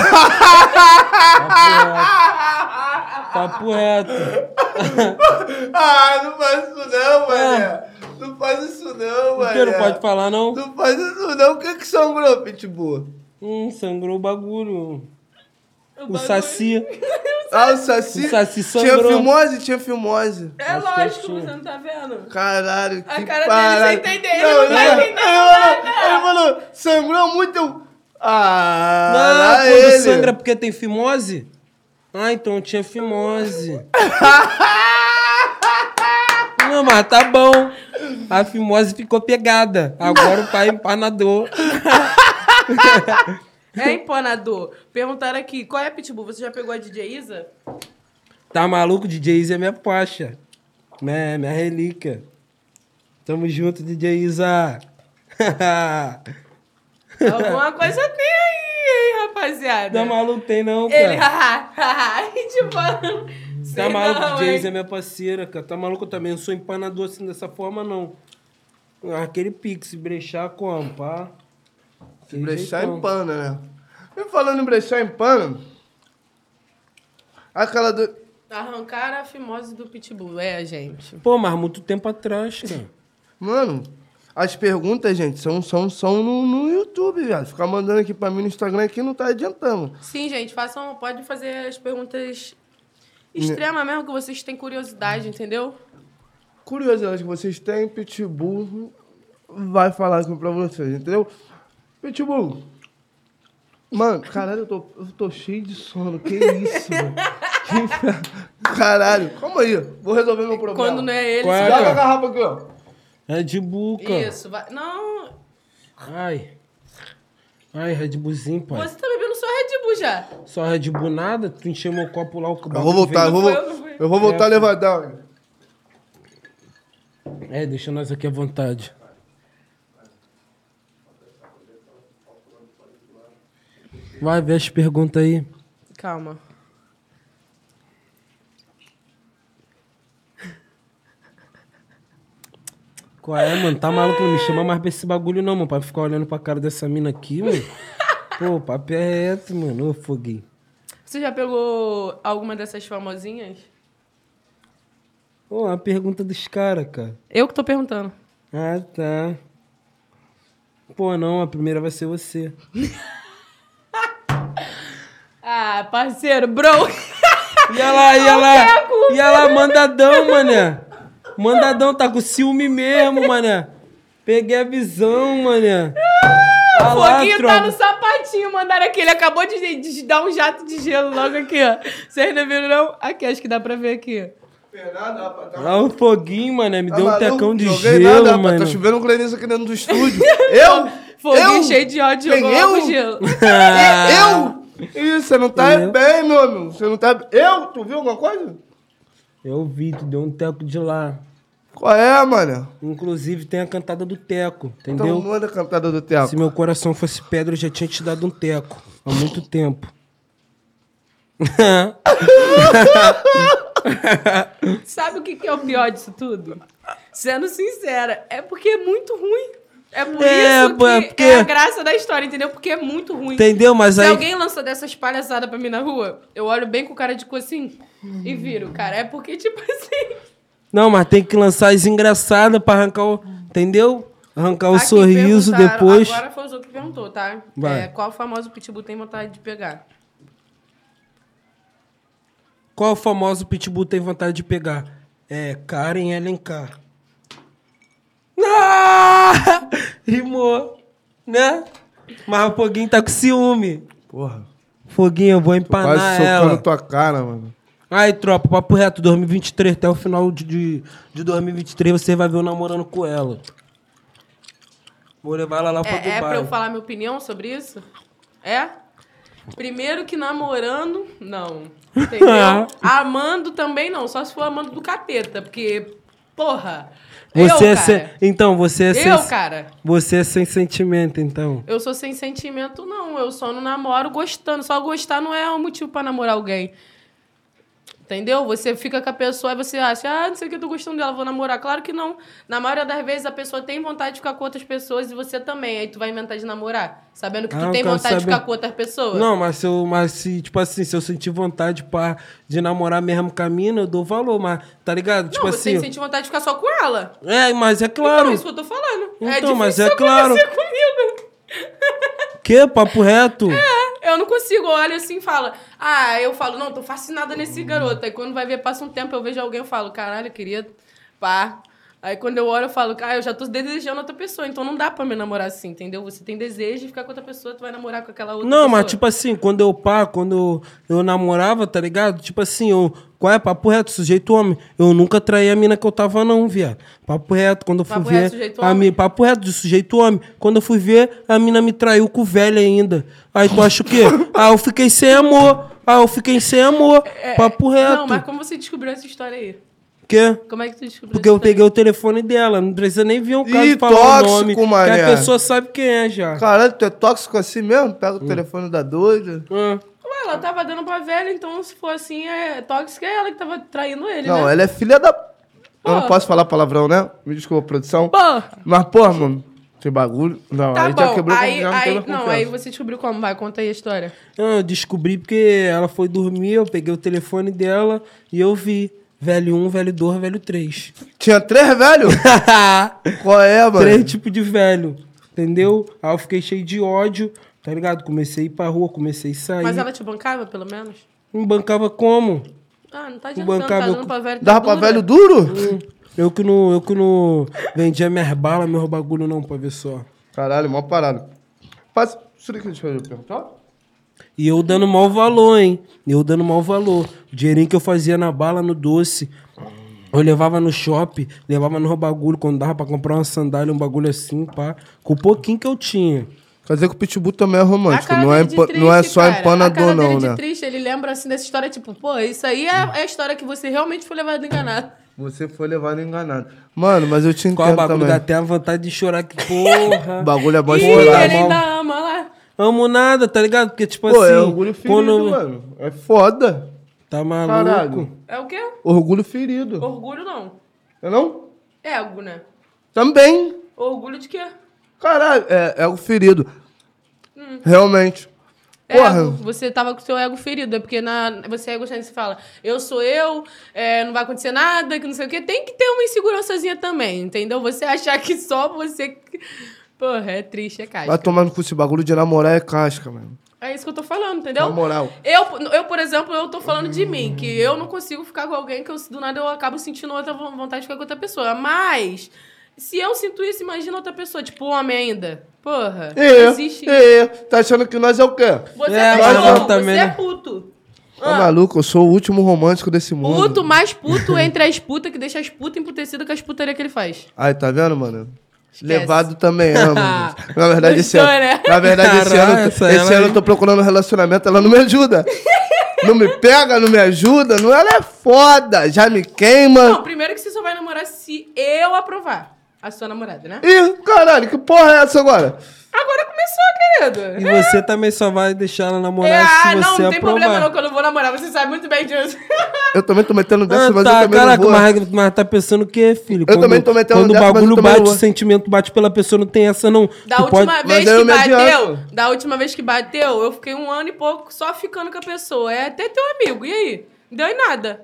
S3: Papo reto. Papo reto.
S1: Ah, não faz isso não, mané. Não faz isso não,
S3: Você não pode falar, não?
S1: Não faz isso não. O que que sangrou, Pitbull?
S3: Hum, sangrou o bagulho. O
S2: bagulho-
S3: saci.
S1: Ah, o Saci.
S3: O Saci
S1: tinha
S3: sangrou.
S1: filmose? Tinha filmose.
S2: É
S3: Acho que eu
S2: lógico,
S3: tinha.
S2: você não tá vendo?
S1: Caralho, que
S2: A cara dele
S1: parada.
S2: sem entender, ele não vai
S1: é-
S2: entender.
S1: Eu Sangrou muito, eu... Ah,
S3: Ah,
S1: lá
S3: quando
S1: ele.
S3: sangra porque tem fimose? Ah, então tinha fimose. Não, mas tá bom. A fimose ficou pegada. Agora o pai empanador.
S2: É empanador. Perguntaram aqui, qual é a Pitbull? Você já pegou a DJ Isa?
S3: Tá maluco? DJ Izzy é minha poxa. Minha, minha relíquia. Tamo junto, DJ Isa.
S2: Alguma coisa tem aí, hein, rapaziada?
S3: tá maluco? Tem não, cara.
S2: É. Ele, haha, haha, tipo...
S3: Tá
S2: sei
S3: maluco,
S2: não,
S3: Jay
S2: hein?
S3: é minha parceira, cara. Tá maluco eu também. Não sou empanador assim dessa forma, não. Aquele pix, brechar como, pá. Aquele
S1: Brechar
S3: jeitão.
S1: em pana, né? E falando em brechar em pana, aquela do...
S2: Arrancaram Tá a fimose do Pitbull. É, gente.
S3: Pô, mas muito tempo atrás, cara.
S1: Mano, as perguntas, gente, são, são, são no, no YouTube, viado. Ficar mandando aqui pra mim no Instagram aqui não tá adiantando.
S2: Sim, gente, façam... Pode fazer as perguntas
S3: Né.
S2: extremas mesmo, que vocês têm curiosidade, entendeu?
S1: Curiosidade que vocês têm, Pitbull vai falar aqui pra vocês, entendeu? Pitbull. Mano, caralho, eu tô, eu tô cheio de sono. Que isso, mano? Que inferno. Caralho, calma aí. Vou resolver meu problema.
S2: Quando não é ele...
S3: Qual é?
S2: você-
S1: Joga a garrafa aqui, ó.
S3: Red Bull, cara.
S2: Isso, vai... Não,
S3: Ai. Ai, Red Bullzinho, pai.
S2: você tá bebendo só Red Bull já.
S3: Só Red Bull nada? Tu encheu meu copo lá, o
S1: Eu vou voltar, eu vou,
S2: Não foi eu, não foi.
S1: eu vou voltar a levantar.
S3: um
S1: ó.
S3: É, deixa nós aqui à vontade. Vai ver as perguntas aí.
S2: Calma.
S3: Qual é, mano? Tá maluco? Não me chama mais pra esse bagulho, não, mano. Pra ficar olhando pra cara dessa mina aqui, mano. Pô, o papo é reto, mano. Ô, foguinho.
S2: Você já pegou alguma dessas famosinhas?
S3: Pô, a pergunta dos caras, cara.
S2: Eu que tô perguntando.
S3: Ah, tá. Pô, não, a primeira vai ser você.
S2: Ah, parceiro, bro.
S3: E ela, e ela, e ela, mandadão, mané. Mandadão, tá com ciúme mesmo, mané. Peguei a visão, mané. Ah,
S2: O
S3: lá,
S2: Foguinho
S3: tropa.
S2: tá no sapatinho, mandaram aqui. Ele acabou de, de dar um jato de gelo logo aqui, ó. Vocês não viram, não? Aqui, acho que dá pra ver aqui.
S3: Ah, o foguinho, mané, me
S1: Tá
S3: deu um
S1: maluco?
S3: tecão de
S1: Joguei
S3: gelo,
S1: nada, rapaz.
S3: mano.
S1: Tá chovendo um granizo aqui dentro do estúdio. eu?
S2: Foguinho
S1: eu?
S2: cheio de ódio,
S1: Quem,
S2: jogou
S1: eu?
S3: um?
S1: É,
S2: logo gelo.
S3: Ah.
S1: Eu? Isso, você não tá
S3: Eu?
S1: bem, meu amigo. Você não tá... Eu? Tu viu alguma coisa?
S3: Eu vi, tu deu um teco de lá.
S1: Qual é, mano?
S3: Inclusive, tem a cantada do teco,
S1: Então
S3: entendeu?
S1: manda a cantada do Teco.
S3: Se meu coração fosse pedra, eu já tinha te dado um teco. Há muito tempo.
S2: Sabe o que, que é o pior disso tudo? Sendo sincera, é porque é muito ruim. É por
S3: É,
S2: isso
S3: pô, é
S2: que
S3: porque-
S2: é a graça da história, entendeu? Porque é muito ruim.
S3: Entendeu? Mas
S2: Se
S3: aí...
S2: alguém lança dessas palhaçadas pra mim na rua, eu olho bem com cara de cu assim e viro, cara. É porque, tipo assim.
S3: Não, mas tem que lançar as engraçadas pra arrancar o... Entendeu? Arrancar o
S2: Aqui
S3: É um sorriso
S2: perguntaram-
S3: depois.
S2: Agora foi o outro que perguntou, tá?
S3: Vai.
S2: É, qual famoso pitbull tem vontade de pegar?
S3: Qual famoso pitbull tem vontade de pegar? É Karen Elencar. Ah! Rimou, né? Mas o Foguinho tá com ciúme.
S1: Porra,
S3: Foguinho, eu vou
S1: tô quase
S3: empanar
S1: socando
S3: ela.
S1: tua cara, mano.
S3: Aí, tropa, papo reto, 2023, até o final de, de, de 2023, você vai ver eu namorando com ela. Vou levar ela lá pra
S2: É, é pra
S3: Dubai.
S2: eu falar minha opinião sobre isso? É? Primeiro que namorando, não. Entendeu? amando também não, só se for amando do capeta, porque, porra.
S3: Você
S2: eu,
S3: é
S2: cara.
S3: sem- Então, você é sem...
S2: Eu, cara.
S3: Você é sem sentimento, então.
S2: Eu sou sem sentimento, não. Eu só não namoro gostando. Só gostar não é um motivo pra namorar alguém. Entendeu? Você fica com a pessoa e você acha, ah, não sei o que, eu tô gostando dela, vou namorar. Claro que não. Na maioria das vezes a pessoa tem vontade de ficar com outras pessoas e você também. Aí tu vai inventar de namorar, sabendo que
S3: Ah,
S2: tu
S3: eu
S2: tem
S3: quero
S2: vontade de
S3: saber.
S2: ficar com outras pessoas.
S3: Não, mas se, eu, mas se, tipo assim, se eu sentir vontade pra, de namorar mesmo com a mina, eu dou valor, mas, tá ligado?
S2: Não,
S3: tipo
S2: você
S3: assim.
S2: sente vontade de ficar só com ela.
S3: É, mas é claro.
S2: Claro. é isso que eu tô falando. é
S3: Então,
S2: difícil
S3: mas é
S2: acontecer
S3: claro.
S2: comigo.
S3: Que papo reto?
S2: É, eu não consigo. Eu olho assim e falo, ah, eu falo, não, tô
S3: Hum.
S2: fascinada nesse garoto. Aí quando vai ver, passa um tempo, eu vejo alguém e falo, caralho, eu queria, pá. Aí quando eu olho, eu falo, ah, eu já tô desejando outra pessoa, então não dá pra me namorar assim, entendeu? Você tem desejo de ficar com outra pessoa, tu vai namorar com aquela outra
S3: Não,
S2: pessoa.
S3: mas tipo assim, quando eu pá, quando eu, eu namorava, tá ligado? Tipo assim, eu. Qual é? Papo reto, sujeito homem. Eu nunca traí a mina que eu tava, não, viado. Papo reto, quando eu fui
S2: Papo
S3: ver.
S2: reto, sujeito
S3: a
S2: homem?
S3: mi- Papo reto, de sujeito homem. Quando eu fui ver, a mina me traiu com o velho ainda. Aí tu acha o quê? ah, eu fiquei sem amor. Ah, eu fiquei sem amor. Papo reto.
S2: É, Não, mas como você descobriu essa história aí?
S3: Quê?
S2: Como é que tu descobriu
S3: Porque
S2: essa
S3: eu peguei o telefone dela, não precisa nem ver o caso
S1: Ih,
S3: falar o
S1: tóxico,
S3: nome. Que
S1: mané.
S3: a pessoa sabe quem é já.
S1: Caralho, tu é tóxico assim mesmo? Pega o telefone da doida.
S3: Hum.
S2: Ué, ela tava dando pra velha, então se for assim, é tóxica, é ela que tava traindo ele,
S1: Não,
S2: né?
S1: ela é filha da. Eu não
S2: Pô.
S1: posso falar palavrão, né? Me desculpa, produção.
S2: Pô,
S1: Mas, porra, mano, tem bagulho. Não,
S2: tá
S1: aí já
S2: bom.
S1: quebrou
S2: Aí,
S1: já
S2: aí,
S1: quebra
S2: não,
S1: a confiança.
S2: aí você descobriu como, vai, conta aí a história.
S3: Ah, Eu descobri porque ela foi dormir, eu peguei o telefone dela e eu vi. Velho 1, velho 2, velho 3.
S1: Tinha três, velho? Qual é, mano?
S3: Três tipos de velho, entendeu? Aí eu fiquei cheio de ódio, tá ligado? Comecei a ir pra rua, comecei a sair.
S2: Mas ela te bancava, pelo menos?
S3: Me bancava como?
S2: Ah, não tá adiantando,
S3: bancava
S2: tá
S3: eu-
S2: dando pra velho. tá
S1: Dava pra
S2: dura.
S1: velho duro?
S2: Hum.
S3: Eu que não, eu que não vendia minhas balas, meus bagulho não, pra ver só.
S1: Caralho, mó parada. Faz. Será que deixa eu perguntar?
S3: E eu dando mau valor, hein? Eu dando mau valor. O dinheirinho que eu fazia na bala, no doce. Eu levava no shopping, levava no bagulho, quando dava pra comprar uma sandália, um bagulho assim, pá. Com o pouquinho que eu tinha.
S1: Quer dizer que o Pitbull também é
S2: A
S1: romântico,
S2: cara
S1: não é,
S2: dele de
S1: empa- não é
S2: triste,
S1: só
S2: cara. a
S1: empanador,
S2: cara
S1: não,
S2: dele
S1: né?
S2: De triste, ele lembra assim dessa história, tipo, pô, isso aí é, é a história que você realmente foi levado enganado.
S1: Você foi levado enganado. Mano, mas eu te
S3: Qual o
S1: entendo
S3: bagulho? Dá
S1: também.
S3: até a vontade de chorar, que
S1: O
S3: porra.
S1: bagulho é bom
S2: Ih,
S1: de
S2: ele
S1: chorar.
S3: é mal.
S2: ainda ama lá.
S3: Amo nada, tá ligado? Porque, tipo
S1: Pô,
S3: assim.
S1: é orgulho ferido, mano. É foda.
S3: Tá maluco?
S1: Caralho.
S2: É o quê?
S1: Orgulho ferido.
S2: Orgulho não.
S1: É não?
S2: Ego, né?
S1: Também.
S2: Orgulho de quê?
S1: Caralho, é, é o ferido. Realmente. Porra.
S2: Ego. Você tava com seu ego ferido. É porque na, você é egocêntrico, você fala, eu sou eu, é, não vai acontecer nada, que não sei o quê. Tem que ter uma insegurançazinha também, entendeu? Você achar que só você... Porra, é triste, é
S1: Vai
S2: caixa.
S1: tomando com esse bagulho de namorar é casca, mano.
S2: É isso que eu tô falando, entendeu?
S1: Na moral.
S2: Eu, eu, por exemplo, eu tô falando de mim, que eu não consigo ficar com alguém que eu, do nada eu acabo sentindo outra vo- vontade de ficar com outra pessoa. Mas, se eu sinto isso, imagina outra pessoa, tipo homem ainda. Porra, não existe
S1: É,
S2: isso.
S1: é, tá achando que nós é o quê?
S2: Você
S3: É,
S2: é,
S3: mas
S2: cachorro,
S3: eu também,
S2: você é
S3: né?
S2: puto. Ah.
S1: Tá maluco? Eu sou o último romântico desse mundo.
S2: Puto mais puto entre as putas, que deixa as putas emputecidas com as putaria que ele faz.
S1: Aí, tá vendo, mano?
S2: Esquece.
S1: Levado também ama. mano. Na verdade, esse
S2: Gostou,
S1: ano.
S2: né?
S1: Na verdade, esse
S3: Caralho,
S1: ano, eu tô-
S3: essa
S1: esse
S3: ela
S1: ano
S3: aí. é
S1: eu tô procurando um relacionamento, ela não me ajuda. não me pega, não me ajuda. Não, ela é foda, já me
S3: É.
S2: Não,
S1: queima.
S2: primeiro que você só vai namorar se eu aprovar a sua namorada, né?
S1: Ih, caralho, que porra é essa agora?
S2: Agora começou, querido.
S3: E você também só vai deixar ela namorar
S2: É,
S3: se
S2: ah,
S3: você
S2: não, não tem
S3: aprovar.
S2: problema não, que eu não vou namorar. Você sabe muito bem disso.
S1: Eu também tô metendo dessa,
S3: Ah,
S1: mas eu
S3: tá,
S1: também
S3: caraca,
S1: não vou.
S3: mas, mas tá pensando o quê, filho?
S1: Eu também tô metendo
S3: Quando o
S1: dessa, mas eu
S3: bagulho
S1: também não
S3: bate,
S1: vou.
S3: o sentimento bate pela pessoa, não tem essa, não.
S2: Da
S3: Tu
S2: última
S3: pode-
S1: mas
S2: vez
S1: aí eu
S2: que
S1: me
S2: bateu,
S1: adianto.
S2: da última vez que bateu, eu fiquei um ano e pouco só ficando com a pessoa. É até teu amigo, e aí? Não deu em nada.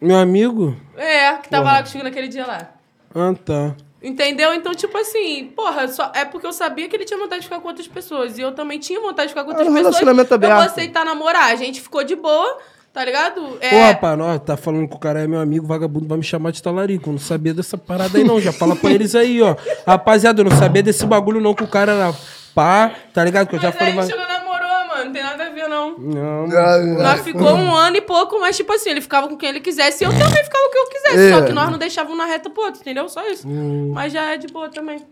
S3: Meu amigo?
S2: É, que tava lá contigo naquele dia lá.
S3: Ah, tá.
S2: Entendeu? Então, tipo assim, porra, só, é porque eu sabia que ele tinha vontade de ficar com outras pessoas. E eu também tinha vontade de ficar com outras
S1: um
S2: pessoas.
S1: relacionamento
S2: Eu vou
S1: aberto.
S2: aceitar namorar. A gente ficou de boa, tá ligado? É,
S3: Ô, rapaz, ó, tá falando que o cara é meu amigo, vagabundo vai me chamar de talarico. Eu não sabia dessa parada aí, não. Já fala pra eles aí, ó. Rapaziada, eu não sabia desse bagulho, não, que o cara era pá, tá ligado? Que eu
S2: mas
S3: já falei.
S2: aí
S3: vai-
S2: chegou namorou, mano. Não tem nada a ver, não.
S3: Não,
S2: Nós ficou um ano e pouco, mas tipo assim, ele ficava com quem ele quisesse e eu também ficava com quem eu quisesse.
S1: É. Hum.
S2: Só que nós não deixávamos na reta pro outro, entendeu? Só isso. Mas já é de boa também.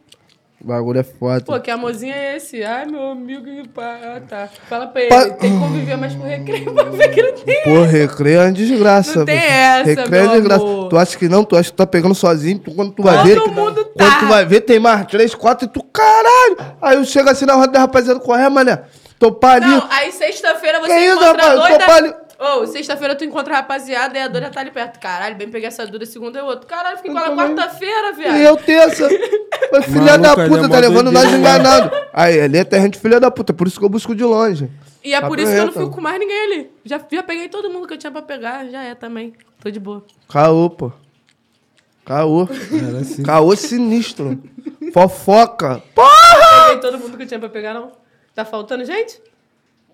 S1: O bagulho é foda.
S2: Pô, que amorzinho é esse? Ai, meu amigo, que pá. Ah, tá. Fala pra ele,
S1: Pa-
S2: tem que conviver mais com o recreio pra ver que não tem.
S1: Pô, recreio é uma desgraça.
S2: Não tem
S1: bicho.
S2: essa,
S1: Recreio é
S2: meu
S1: desgraça.
S2: amor.
S1: Tu acha que não? Tu acha que tu tá pegando sozinho? Tu, quando tu vai
S2: Todo
S1: ver.
S2: mundo tá.
S1: Quando tu vai ver, tem mais três, quatro e tu, caralho! Aí eu chego assim na roda da rapaziada, corre, mané. Topar ali.
S2: Não, aí sexta-feira você
S1: Que isso,
S2: encontra
S1: rapaz?
S2: a
S1: Eu tô palho-
S2: doida. Ô, sexta-feira tu encontra a rapaziada e a doida tá ali perto. Caralho, bem peguei essa dura, segunda é outro. Caralho, fiquei com ela
S1: também.
S2: quarta-feira, viado.
S1: E eu terça. Mas filha da
S3: Maluco, ele é
S1: puta,
S3: mó
S1: tá levando
S3: doideira,
S1: nós
S3: né?
S1: enganados. Aí, ali é terra de filha da puta, por isso que eu busco de longe.
S2: E é
S1: Tá
S2: por isso que eu não
S1: correto.
S2: fico com mais ninguém ali. Já, já peguei todo mundo que eu tinha pra pegar, já é também. Tô de boa.
S1: Caô, pô. Caô.
S3: era assim.
S1: Caô sinistro. Fofoca. Pô.
S3: Ah!
S2: Peguei todo mundo que eu tinha pra pegar, não. Tá faltando gente?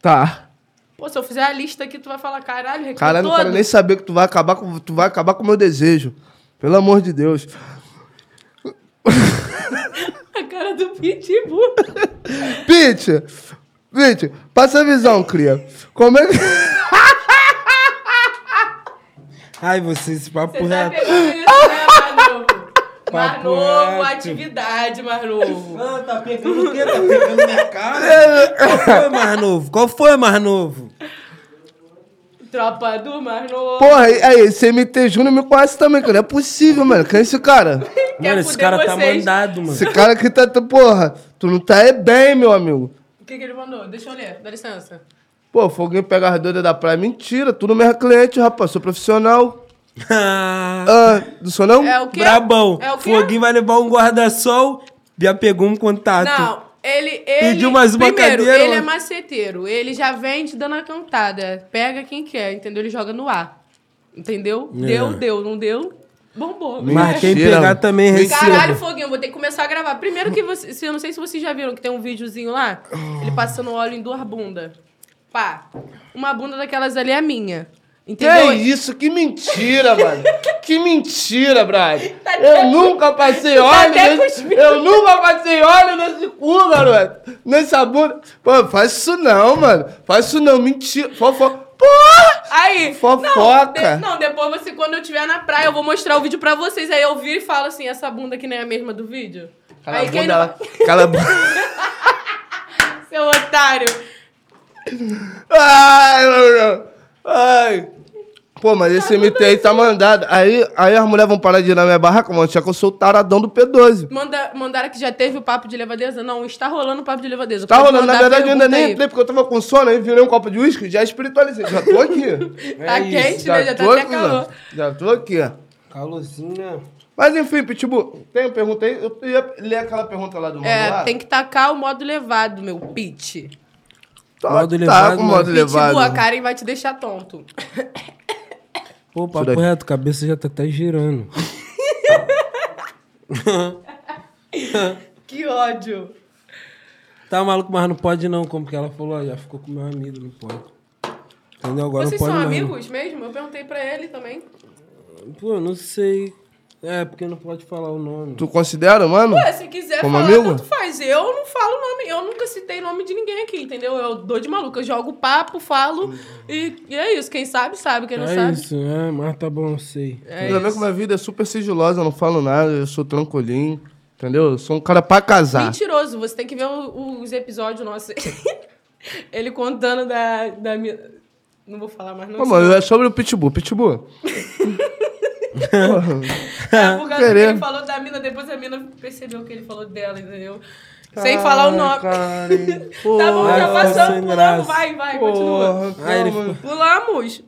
S1: Tá.
S2: Pô, se eu fizer a lista aqui, tu vai falar, caralho, recrutou
S1: Caralho, não quero nem saber que tu vai acabar com tu vai acabar com o meu desejo. Pelo amor de Deus.
S2: A cara do Pitbull.
S1: Pete, Pete, passa a visão, cria. Como é que...
S3: Ai, você, esse papo
S2: Você tá
S3: reto.
S2: pegando isso, né, mais novo? Mais
S3: Papo
S2: novo,
S3: reto.
S2: atividade, mais novo.
S3: Ah, tá pegando o quê? Tá pegando minha cara? Qual foi mais novo? Qual foi mais novo?
S2: Tropa do mais novo.
S1: Porra, aí- aí, esse MT Júnior me conhece também, cara. Não é possível, mano. Quem é esse cara?
S2: Quer
S3: Mano, esse
S2: fuder
S3: cara tá
S2: vocês.
S3: mandado, mano.
S1: Esse cara que tá... tá- Porra, tu não tá é bem, meu amigo.
S2: O que, que ele mandou? Deixa eu ler, dá licença.
S1: Pô, foguinho pegar as doidas da praia. Mentira, tu não me é cliente, rapaz. Sou profissional.
S3: Ah,
S1: Ah, não sou não?
S2: É o quê?
S3: brabão.
S2: É o quê?
S3: Foguinho vai levar um guarda-sol, já pegou um contato.
S2: Não, ele, ele.
S3: Pediu mais uma
S2: primeiro,
S3: cadeira,
S2: Ele é
S3: mano.
S2: maceteiro. Ele já vem te dando a cantada. Pega quem quer, entendeu? Ele joga no ar. Entendeu? Deu, deu. Não deu, bombou.
S3: É. Mas quem
S1: Mentira.
S3: pegar também
S2: Caralho,
S3: recebe. Foguinho.
S2: Foguinho, vou ter que começar a gravar. Primeiro que você. se- Eu não sei se vocês já viram que tem um videozinho lá.
S1: Ah.
S2: Ele passando óleo em duas bundas. Pá. Uma bunda daquelas ali é minha.
S1: Que
S2: Entendeu?
S1: É isso? Que mentira, mano. Que mentira, Brad.
S2: Tá até-
S1: eu nunca passei
S2: tá
S1: óleo
S2: até
S1: nesse...
S2: cuspindo.
S1: Eu nunca passei óleo nesse cu, garoto. Nessa bunda. Pô, faz isso não, mano. Faz isso não. Mentira. Fofo... Porra!
S2: Aí.
S1: Fofoca.
S2: Não, de- não, depois você, quando eu estiver na praia, eu vou mostrar o vídeo pra vocês. Aí eu viro e falo assim: essa bunda que nem é a mesma do vídeo.
S1: Cala
S2: aí
S1: a bunda lá. Cala a bunda.
S2: Seu otário.
S1: Ai, meu Deus. Ai. Pô, mas esse MT aí tá mandado. Aí, aí as mulheres vão parar de ir na minha barraca, mano. Achar que eu sou o taradão do P12.
S2: Manda, mandaram que já teve o papo de levadeza? Não, está rolando o papo de levadeza.
S1: Tá
S2: Pode
S1: rolando, na
S2: mandar
S1: verdade eu ainda
S2: pergunta
S1: nem
S2: aí.
S1: entrei, porque eu tava com sono, aí virei um copo de uísque, já espiritualizei. Já tô aqui.
S2: Tá
S3: É isso,
S2: quente, né? Já tá
S1: tô
S2: até
S1: aqui,
S2: calor.
S1: mano. Já tô aqui. ó.
S3: Calorzinho, né?
S1: Mas enfim, Pitbull, tem uma pergunta aí? Eu ia ler aquela pergunta lá do mano
S2: É,
S1: lá.
S2: tem que tacar o modo levado, meu pit.
S1: Tá,
S3: Modo
S1: tá
S3: levado,
S1: com modo
S3: né?
S1: levado.
S2: Pitbull, a Karen vai te deixar tonto.
S3: Pô,
S1: Isso
S3: papo
S1: daí.
S3: reto, cabeça já tá até girando.
S2: que ódio.
S3: Tá maluco, mas não pode não, como que ela falou, ó, já ficou com meu amigo, não pode. Entendeu? Agora
S2: Vocês
S3: não
S2: são
S3: pode mais, não.
S2: amigos mesmo? Eu perguntei pra ele também.
S3: Pô, eu não sei. É, porque não pode falar o nome.
S1: Tu considera, mano?
S2: Ué, É, se quiser
S1: Como
S2: falar,
S1: amigo?
S2: tanto faz. Eu não falo nome, eu nunca citei nome de ninguém aqui, entendeu? Eu dou de maluco, eu jogo papo, falo e, e é isso. Quem sabe, sabe. Quem não
S3: é
S2: sabe...
S3: isso, é, mas tá bom, eu sei.
S2: É
S1: Ainda bem
S2: isso.
S1: que minha vida é super sigilosa, eu não falo nada, eu sou tranquilinho, entendeu? Eu sou um cara pra
S3: Tá.
S1: casar.
S2: Tá. Mentiroso, você tem que ver o- os episódios nossos. Ele contando da, da minha. Não vou falar mais, não.
S1: Pô, mano, é sobre o Pitbull. Pitbull,
S2: É por causa do que
S1: querendo.
S2: ele falou da mina, depois a mina percebeu que ele falou dela, entendeu? Sem falar o nome.
S1: Karen,
S2: tá bom, já
S3: porra,
S2: passou,
S3: sem
S2: pulamos,
S3: graça.
S2: vai, vai, continua.
S1: porra,
S3: Aí ele
S1: calma.
S2: Pulamos.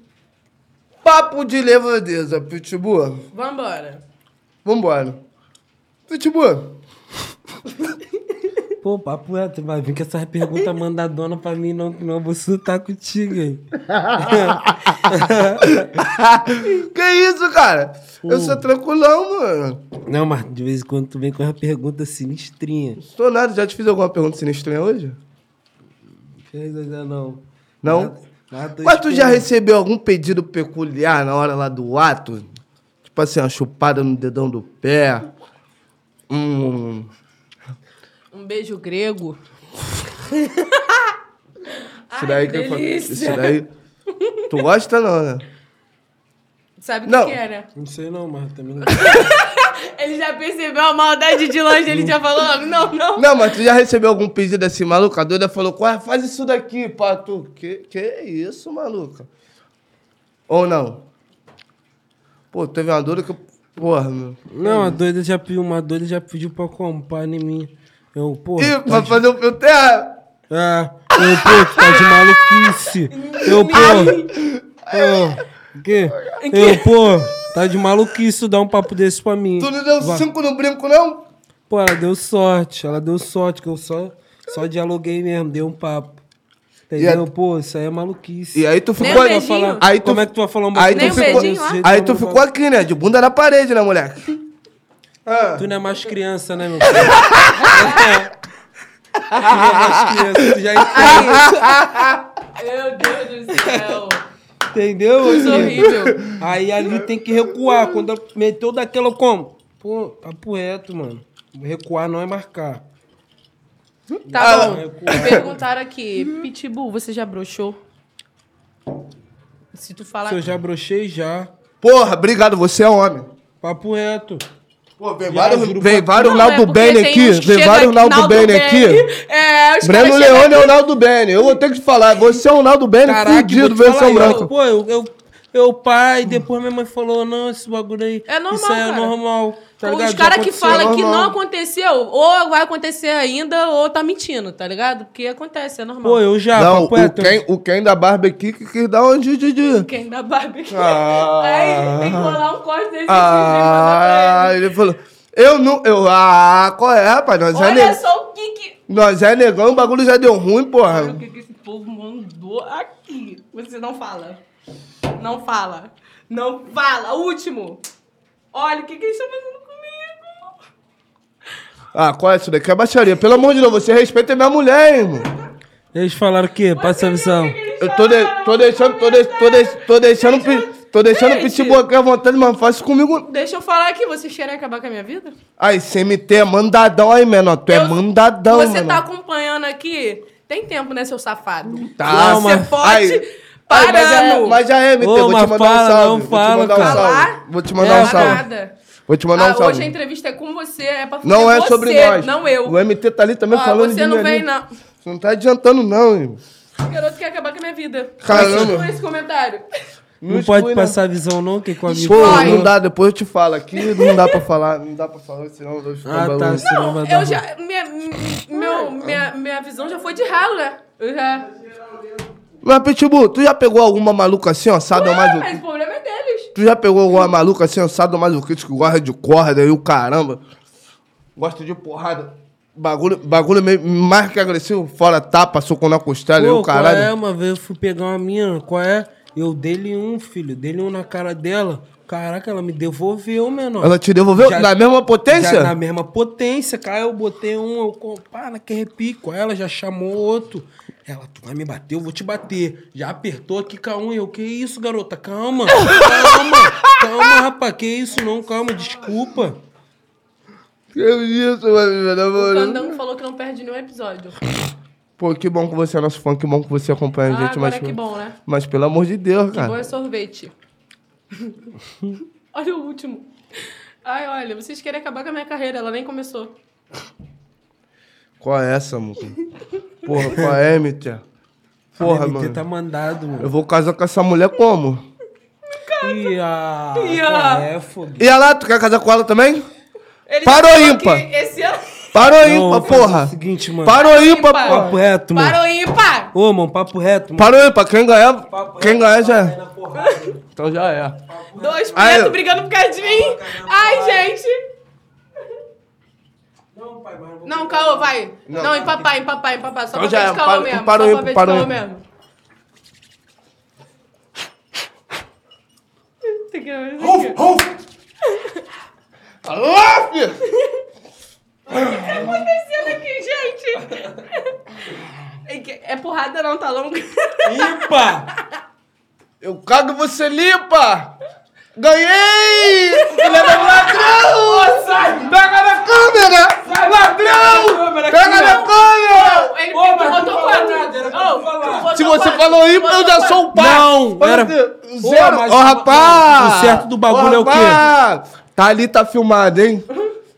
S1: Papo de levadeza, Pitbull.
S2: Vambora.
S1: Vambora. Pitbull,
S3: Pô, papo reto, vai vir com essa pergunta mandadona pra mim, não, que não, eu vou surtar contigo, hein?
S1: que isso, cara? Eu sou tranquilão, mano.
S3: Não, mas de vez em quando tu vem com uma pergunta sinistrinha.
S1: Tô nada, já te fiz alguma pergunta sinistrinha hoje?
S3: Fez ainda não.
S1: Não?
S3: Mas tô
S1: Mas tu já
S3: esperando.
S1: recebeu algum pedido peculiar na hora lá do ato? Tipo assim, uma chupada no dedão do pé. Hum.
S2: Um beijo grego.
S1: Isso
S2: Ai,
S1: daí
S2: que
S1: eu falo-
S2: delícia.
S1: Isso daí. Tu gosta, não, né?
S2: Sabe o
S1: Não.
S2: que, que é, né?
S3: Não sei não, mas também não.
S2: Ele já percebeu a maldade de longe, ele já falou logo, não, não.
S1: Não, mas tu já recebeu algum pedido assim, maluca? A doida falou, "Ué, faz isso daqui, pato. Que, que isso, maluca? Ou não? Pô, teve uma doida que. eu- Porra, meu.
S3: Não, a doida já pediu, uma doida já pediu pra comprar um em mim. Eu, pô.
S1: Ih, pra fazer o fio terra.
S3: Ah, eu, pô, tu tá de maluquice. Eu, pô. O quê? Eu, pô, tá de maluquice dar um papo desse pra mim.
S1: Tu não deu
S3: Vai.
S1: cinco no brinco, não?
S3: Pô, ela deu sorte, ela deu sorte, que eu só, só dialoguei mesmo, dei um papo. Entendeu? Pô, isso aí é maluquice.
S1: E aí tu
S2: Nem
S1: ficou.
S2: um beijinho.
S1: Aí tu...
S3: Como é que tu vai falar um
S1: Aí tu
S2: Nem um
S1: ficou...
S2: beijinho, ó.
S1: Aí tu ficou aqui, né? De bunda na parede, né, moleque? Ah.
S3: Tu não é mais criança, né, meu filho? tu não é mais criança, tu já entende.
S2: Meu Deus do céu.
S3: Entendeu? meu
S2: Isso é
S3: filho?
S2: horrível.
S3: Aí ali tem que recuar. Quando meteu daquela como? Pô, papo reto, mano. Recuar não é marcar.
S2: Tá bom. Perguntaram aqui, Pitbull, você já broxou? Se tu falar.
S3: Se eu já brochei, já.
S1: Porra, obrigado, você é homem.
S3: Papo reto.
S1: Pô, vem
S3: Já
S1: vários,
S3: juro
S1: vem
S3: pra-
S1: vários
S2: Não, é
S1: Naldo
S2: porque
S1: Bene
S2: tem
S1: aqui.
S2: uns que
S1: Vem
S2: chega
S1: vários Naldo Bene aqui.
S2: É, os
S1: Breno
S2: caras
S1: Leone
S2: chegam
S1: é o
S2: aqui-
S1: Naldo Bene. Eu vou ter que te falar. Você é um Naldo Bene fudido,
S3: vou te falar,
S1: versão
S3: Eu,
S1: branca.
S3: pô, eu, eu, eu pai, depois minha mãe falou, não, esse bagulho aí.
S2: É normal,
S3: Isso aí é
S2: cara.
S3: normal. tá ligado?
S2: os
S3: Já
S2: caras que
S3: aconteceu.
S2: falam que não
S1: normal.
S2: aconteceu, ou vai acontecer ainda, ou tá mentindo, tá ligado? Porque acontece, é normal.
S3: Pô, eu já,
S1: Não,
S3: papo
S1: o
S3: reto.
S1: Ken, o Ken da Barba aqui que, que dá onde, Didi?
S2: Quem dá barbecue.
S1: Ah.
S2: Aí tem que rolar um corte desse
S1: Ah,
S2: vídeo
S1: ele falou. Eu não. Eu, ah, qual é, rapaz? Nós é,
S2: Olha
S1: ne-
S2: só o que que...
S1: nós é negão, o bagulho já deu ruim,
S2: Olha
S1: porra.
S2: o que que esse povo mandou aqui. Você não fala. Não fala. Não fala. Último. Olha o que que eles estão fazendo comigo.
S1: Ah, qual é isso daqui? É baixaria. Pelo amor de Deus, você respeita minha mulher, irmão.
S3: Eles falaram o quê? Passa a
S2: é
S3: visão.
S1: Eu tô, de, tô deixando, tô, de, tô, de, tô deixando, pi- tô deixando o
S2: Gente.
S1: pitbull aqui à vontade, mas não faz isso comigo.
S2: Deixa eu falar aqui, vocês querem acabar com a minha vida?
S1: Aí, CMT é mandadão aí, menor. Tu é
S2: Eu-
S1: mandadão,
S2: Você
S1: mano.
S2: tá acompanhando aqui? Tem tempo, né, seu safado?
S1: Tá,
S2: Você
S1: mas-
S2: pode...
S1: Ai. Ai,
S2: parando.
S1: mas, é, mas já é, MT.
S3: Ô,
S1: vou te
S3: mas
S1: mandar um
S3: fala,
S1: salve.
S3: não
S1: vou te
S3: fala,
S1: mandar um
S3: cara.
S1: salve.
S2: Falar?
S1: Vou te mandar um
S3: É,
S1: salve.
S2: Nada.
S1: Vou te mandar
S2: Ah,
S1: um salve.
S2: Hoje a entrevista é com você, é pra fazer
S1: Não é
S2: você,
S1: sobre nós.
S2: Não eu.
S1: O MT tá ali também
S2: Ó,
S1: falando
S2: você
S1: de
S2: não
S1: mim
S2: vem,
S1: ali.
S2: não.
S1: Você não tá adiantando, não, irmão.
S2: O garoto quer acabar com a minha vida.
S1: Caramba.
S2: Por esse comentário.
S3: Não,
S1: exclui, né?
S3: pode passar a visão não, que com a
S1: Pô,
S3: minha...
S2: Vai.
S1: não dá, depois eu te falo aqui, não dá pra falar, não dá pra falar, senão eu vou ficar
S3: Ah, tá,
S1: bagulho.
S3: senão vai dar
S2: Eu já. Minha, mi- meu, minha, minha visão já foi de ralo, né? Eu já.
S1: Mas, Pitbull, tu já pegou alguma maluca assim, ó,
S2: Ué,
S1: sadomaso?
S2: mas o problema é deles.
S1: Tu já pegou alguma maluca assim, ó, sadomasoquista que gosta de corda e o caramba? Gosta de porrada. Bagulho, bagulho meio, mais que agressivo, fora tapa, soco na costela e
S3: Pô,
S1: o
S3: qual
S1: caralho.
S3: é? Uma vez eu fui pegar uma mina, qual é? Eu dei-lhe um, filho, dei-lhe um na cara dela. Caraca, ela me devolveu, menor.
S1: Ela te devolveu
S3: Já-
S1: na mesma potência?
S3: Já na mesma potência, cara. Eu botei um, eu com- pá, naquele repico. Aí ela já chamou outro. Ela, tu vai me bater, eu vou te bater. Já apertou aqui com a unha. Eu, que isso, garota? Calma, calma, calma, rapaz. Que isso, não, calma, desculpa.
S1: Que isso, meu
S2: O
S1: namorado.
S2: Candango falou que não perde nenhum episódio.
S1: Pô, que bom que você é nosso fã, que bom que você acompanha a
S2: Ah,
S1: gente. mas,
S2: agora que bom, né?
S1: mas pelo amor de Deus,
S2: Bom
S1: cara.
S2: é sorvete. olha o último. Ai, olha, vocês querem acabar com a minha carreira, ela nem começou.
S1: Qual é essa, mano? Porra, qual é, Mitia? Porra,
S3: A MT
S1: mano.
S3: tá mandado,
S1: Eu
S3: mano.
S1: vou casar com essa mulher como?
S3: Ia,
S2: Ia.
S3: qual é, fogo.
S1: E ela, tu quer casar com ela também?
S2: Ele
S1: Parou
S2: falou
S1: ímpar.
S2: que Esse ano.
S1: Parou
S3: Não,
S1: ímpar,
S3: vou fazer
S1: porra.
S3: o seguinte, mano.
S1: Parou ímpar,
S2: Ímpar.
S1: porra.
S3: Papo reto, mano.
S2: Parou ímpar!
S3: Ô, mano, papo reto, mano.
S1: Parou ímpar, quem ganhar,
S3: Papo
S1: quem
S3: reto,
S1: ganhar já
S3: papo
S1: é.
S3: reto na porrada.
S1: Então já é.
S2: Dois
S1: Ai,
S2: pretos
S1: eu-
S2: brigando por causa de mim. Ai, gente.
S3: Não, pai, mas eu vou
S2: Não, caô, vai. Não, empapar, empapar, empapar. Só
S1: Então
S2: pra
S1: já
S2: ver
S1: é,
S2: de caô
S1: parou-
S2: mesmo.
S1: parou,
S2: Só pra ver de
S1: parou.
S2: caô mesmo. Tem que- tem que-
S1: Alô, filho!
S2: tá acontecendo aqui, gente? É que- É porrada não, tá longo.
S3: Ipa!
S1: Eu cago e você limpa! Ganhei! Filha da ladrão! Pega na câmera! Ladrão!
S3: câmera,
S1: Pega
S3: câmera.
S1: na câmera!
S2: Ele
S3: Ô, mas
S2: botou
S3: não
S2: quatro.
S3: fala nada, era pra
S2: Ô,
S3: tu falar.
S2: tu botou
S1: Se você
S2: quatro,
S1: falou
S2: tu
S1: ímpar, eu
S2: botou
S1: já
S2: quatro.
S1: sou um o pai!
S3: Não,
S1: Olha,
S3: era-
S1: Zero!
S3: Ô, mas
S1: Ô,
S3: o-
S1: rapaz!
S3: o certo do bagulho é o quê?
S1: rapaz! Tá ali, tá filmado, hein?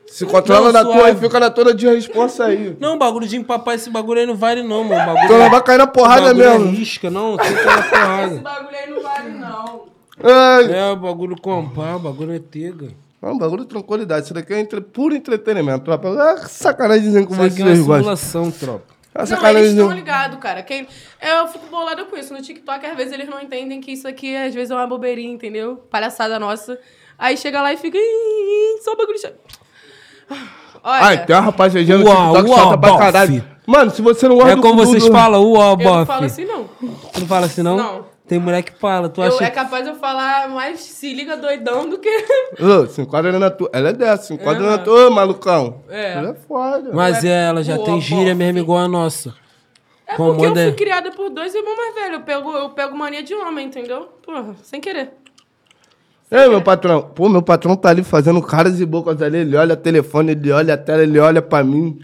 S1: Se controla
S3: Não,
S1: na
S3: suave.
S1: tua aí, fica na tua de responsa aí.
S3: Não, bagulho de empapar esse bagulho aí não vale não, mano. Bagulho
S1: Então ela vai cair na porrada
S3: bagulho É
S1: mesmo.
S3: risca, não, tem que na
S2: Esse
S3: porrada.
S2: bagulho aí não vale, não.
S1: Ai.
S3: É, o bagulho comprar, o bagulho é tega.
S1: É um bagulho de tranquilidade. Isso daqui é entre, puro entretenimento, tropa. É sacanagemzinho com
S3: Isso aqui é
S1: vocês,
S3: uma
S1: gostam.
S3: simulação, tropa.
S1: É
S2: Não, eles
S1: sacanagemzinho.
S2: estão ligados, cara. Quem... é, Eu fico bolada com isso. No TikTok, às vezes, eles não entendem que isso aqui, às vezes, é uma bobeirinha, entendeu? Palhaçada nossa. Aí chega lá e fica... "Ih, ih, ih", Só um bagulho... chato. Olha,
S1: Ai, tem uma rapaziada no
S3: Uau,
S1: TikTok que
S3: uau,
S1: solta pra
S3: bof.
S1: caralho. Mano, se você não gosta
S3: É como vocês falam, uó,
S1: um
S2: eu não falo
S3: bofe.
S2: assim, não.
S3: Tu não fala assim, não?
S2: Não.
S3: Tem mulher que fala, tu
S2: Eu,
S3: acha...
S2: é capaz de eu falar mais se liga doidão do que...
S1: Ô, se enquadra na tua. Ela é dessa, se enquadra na tua, ô, malucão.
S2: É.
S1: Ela é foda.
S3: Mas é, ela já
S2: Uó,
S3: tem gíria
S2: bofe.
S3: mesmo igual a nossa.
S2: É
S3: Como né?
S2: porque eu
S3: manda-
S2: fui criada por dois irmãos mais velhos. Eu pego, eu pego mania de homem, entendeu? Porra, sem querer.
S1: Ei, meu patrão. Pô, meu patrão tá ali fazendo caras e bocas ali. Ele olha o telefone, ele olha a tela, ele olha pra mim.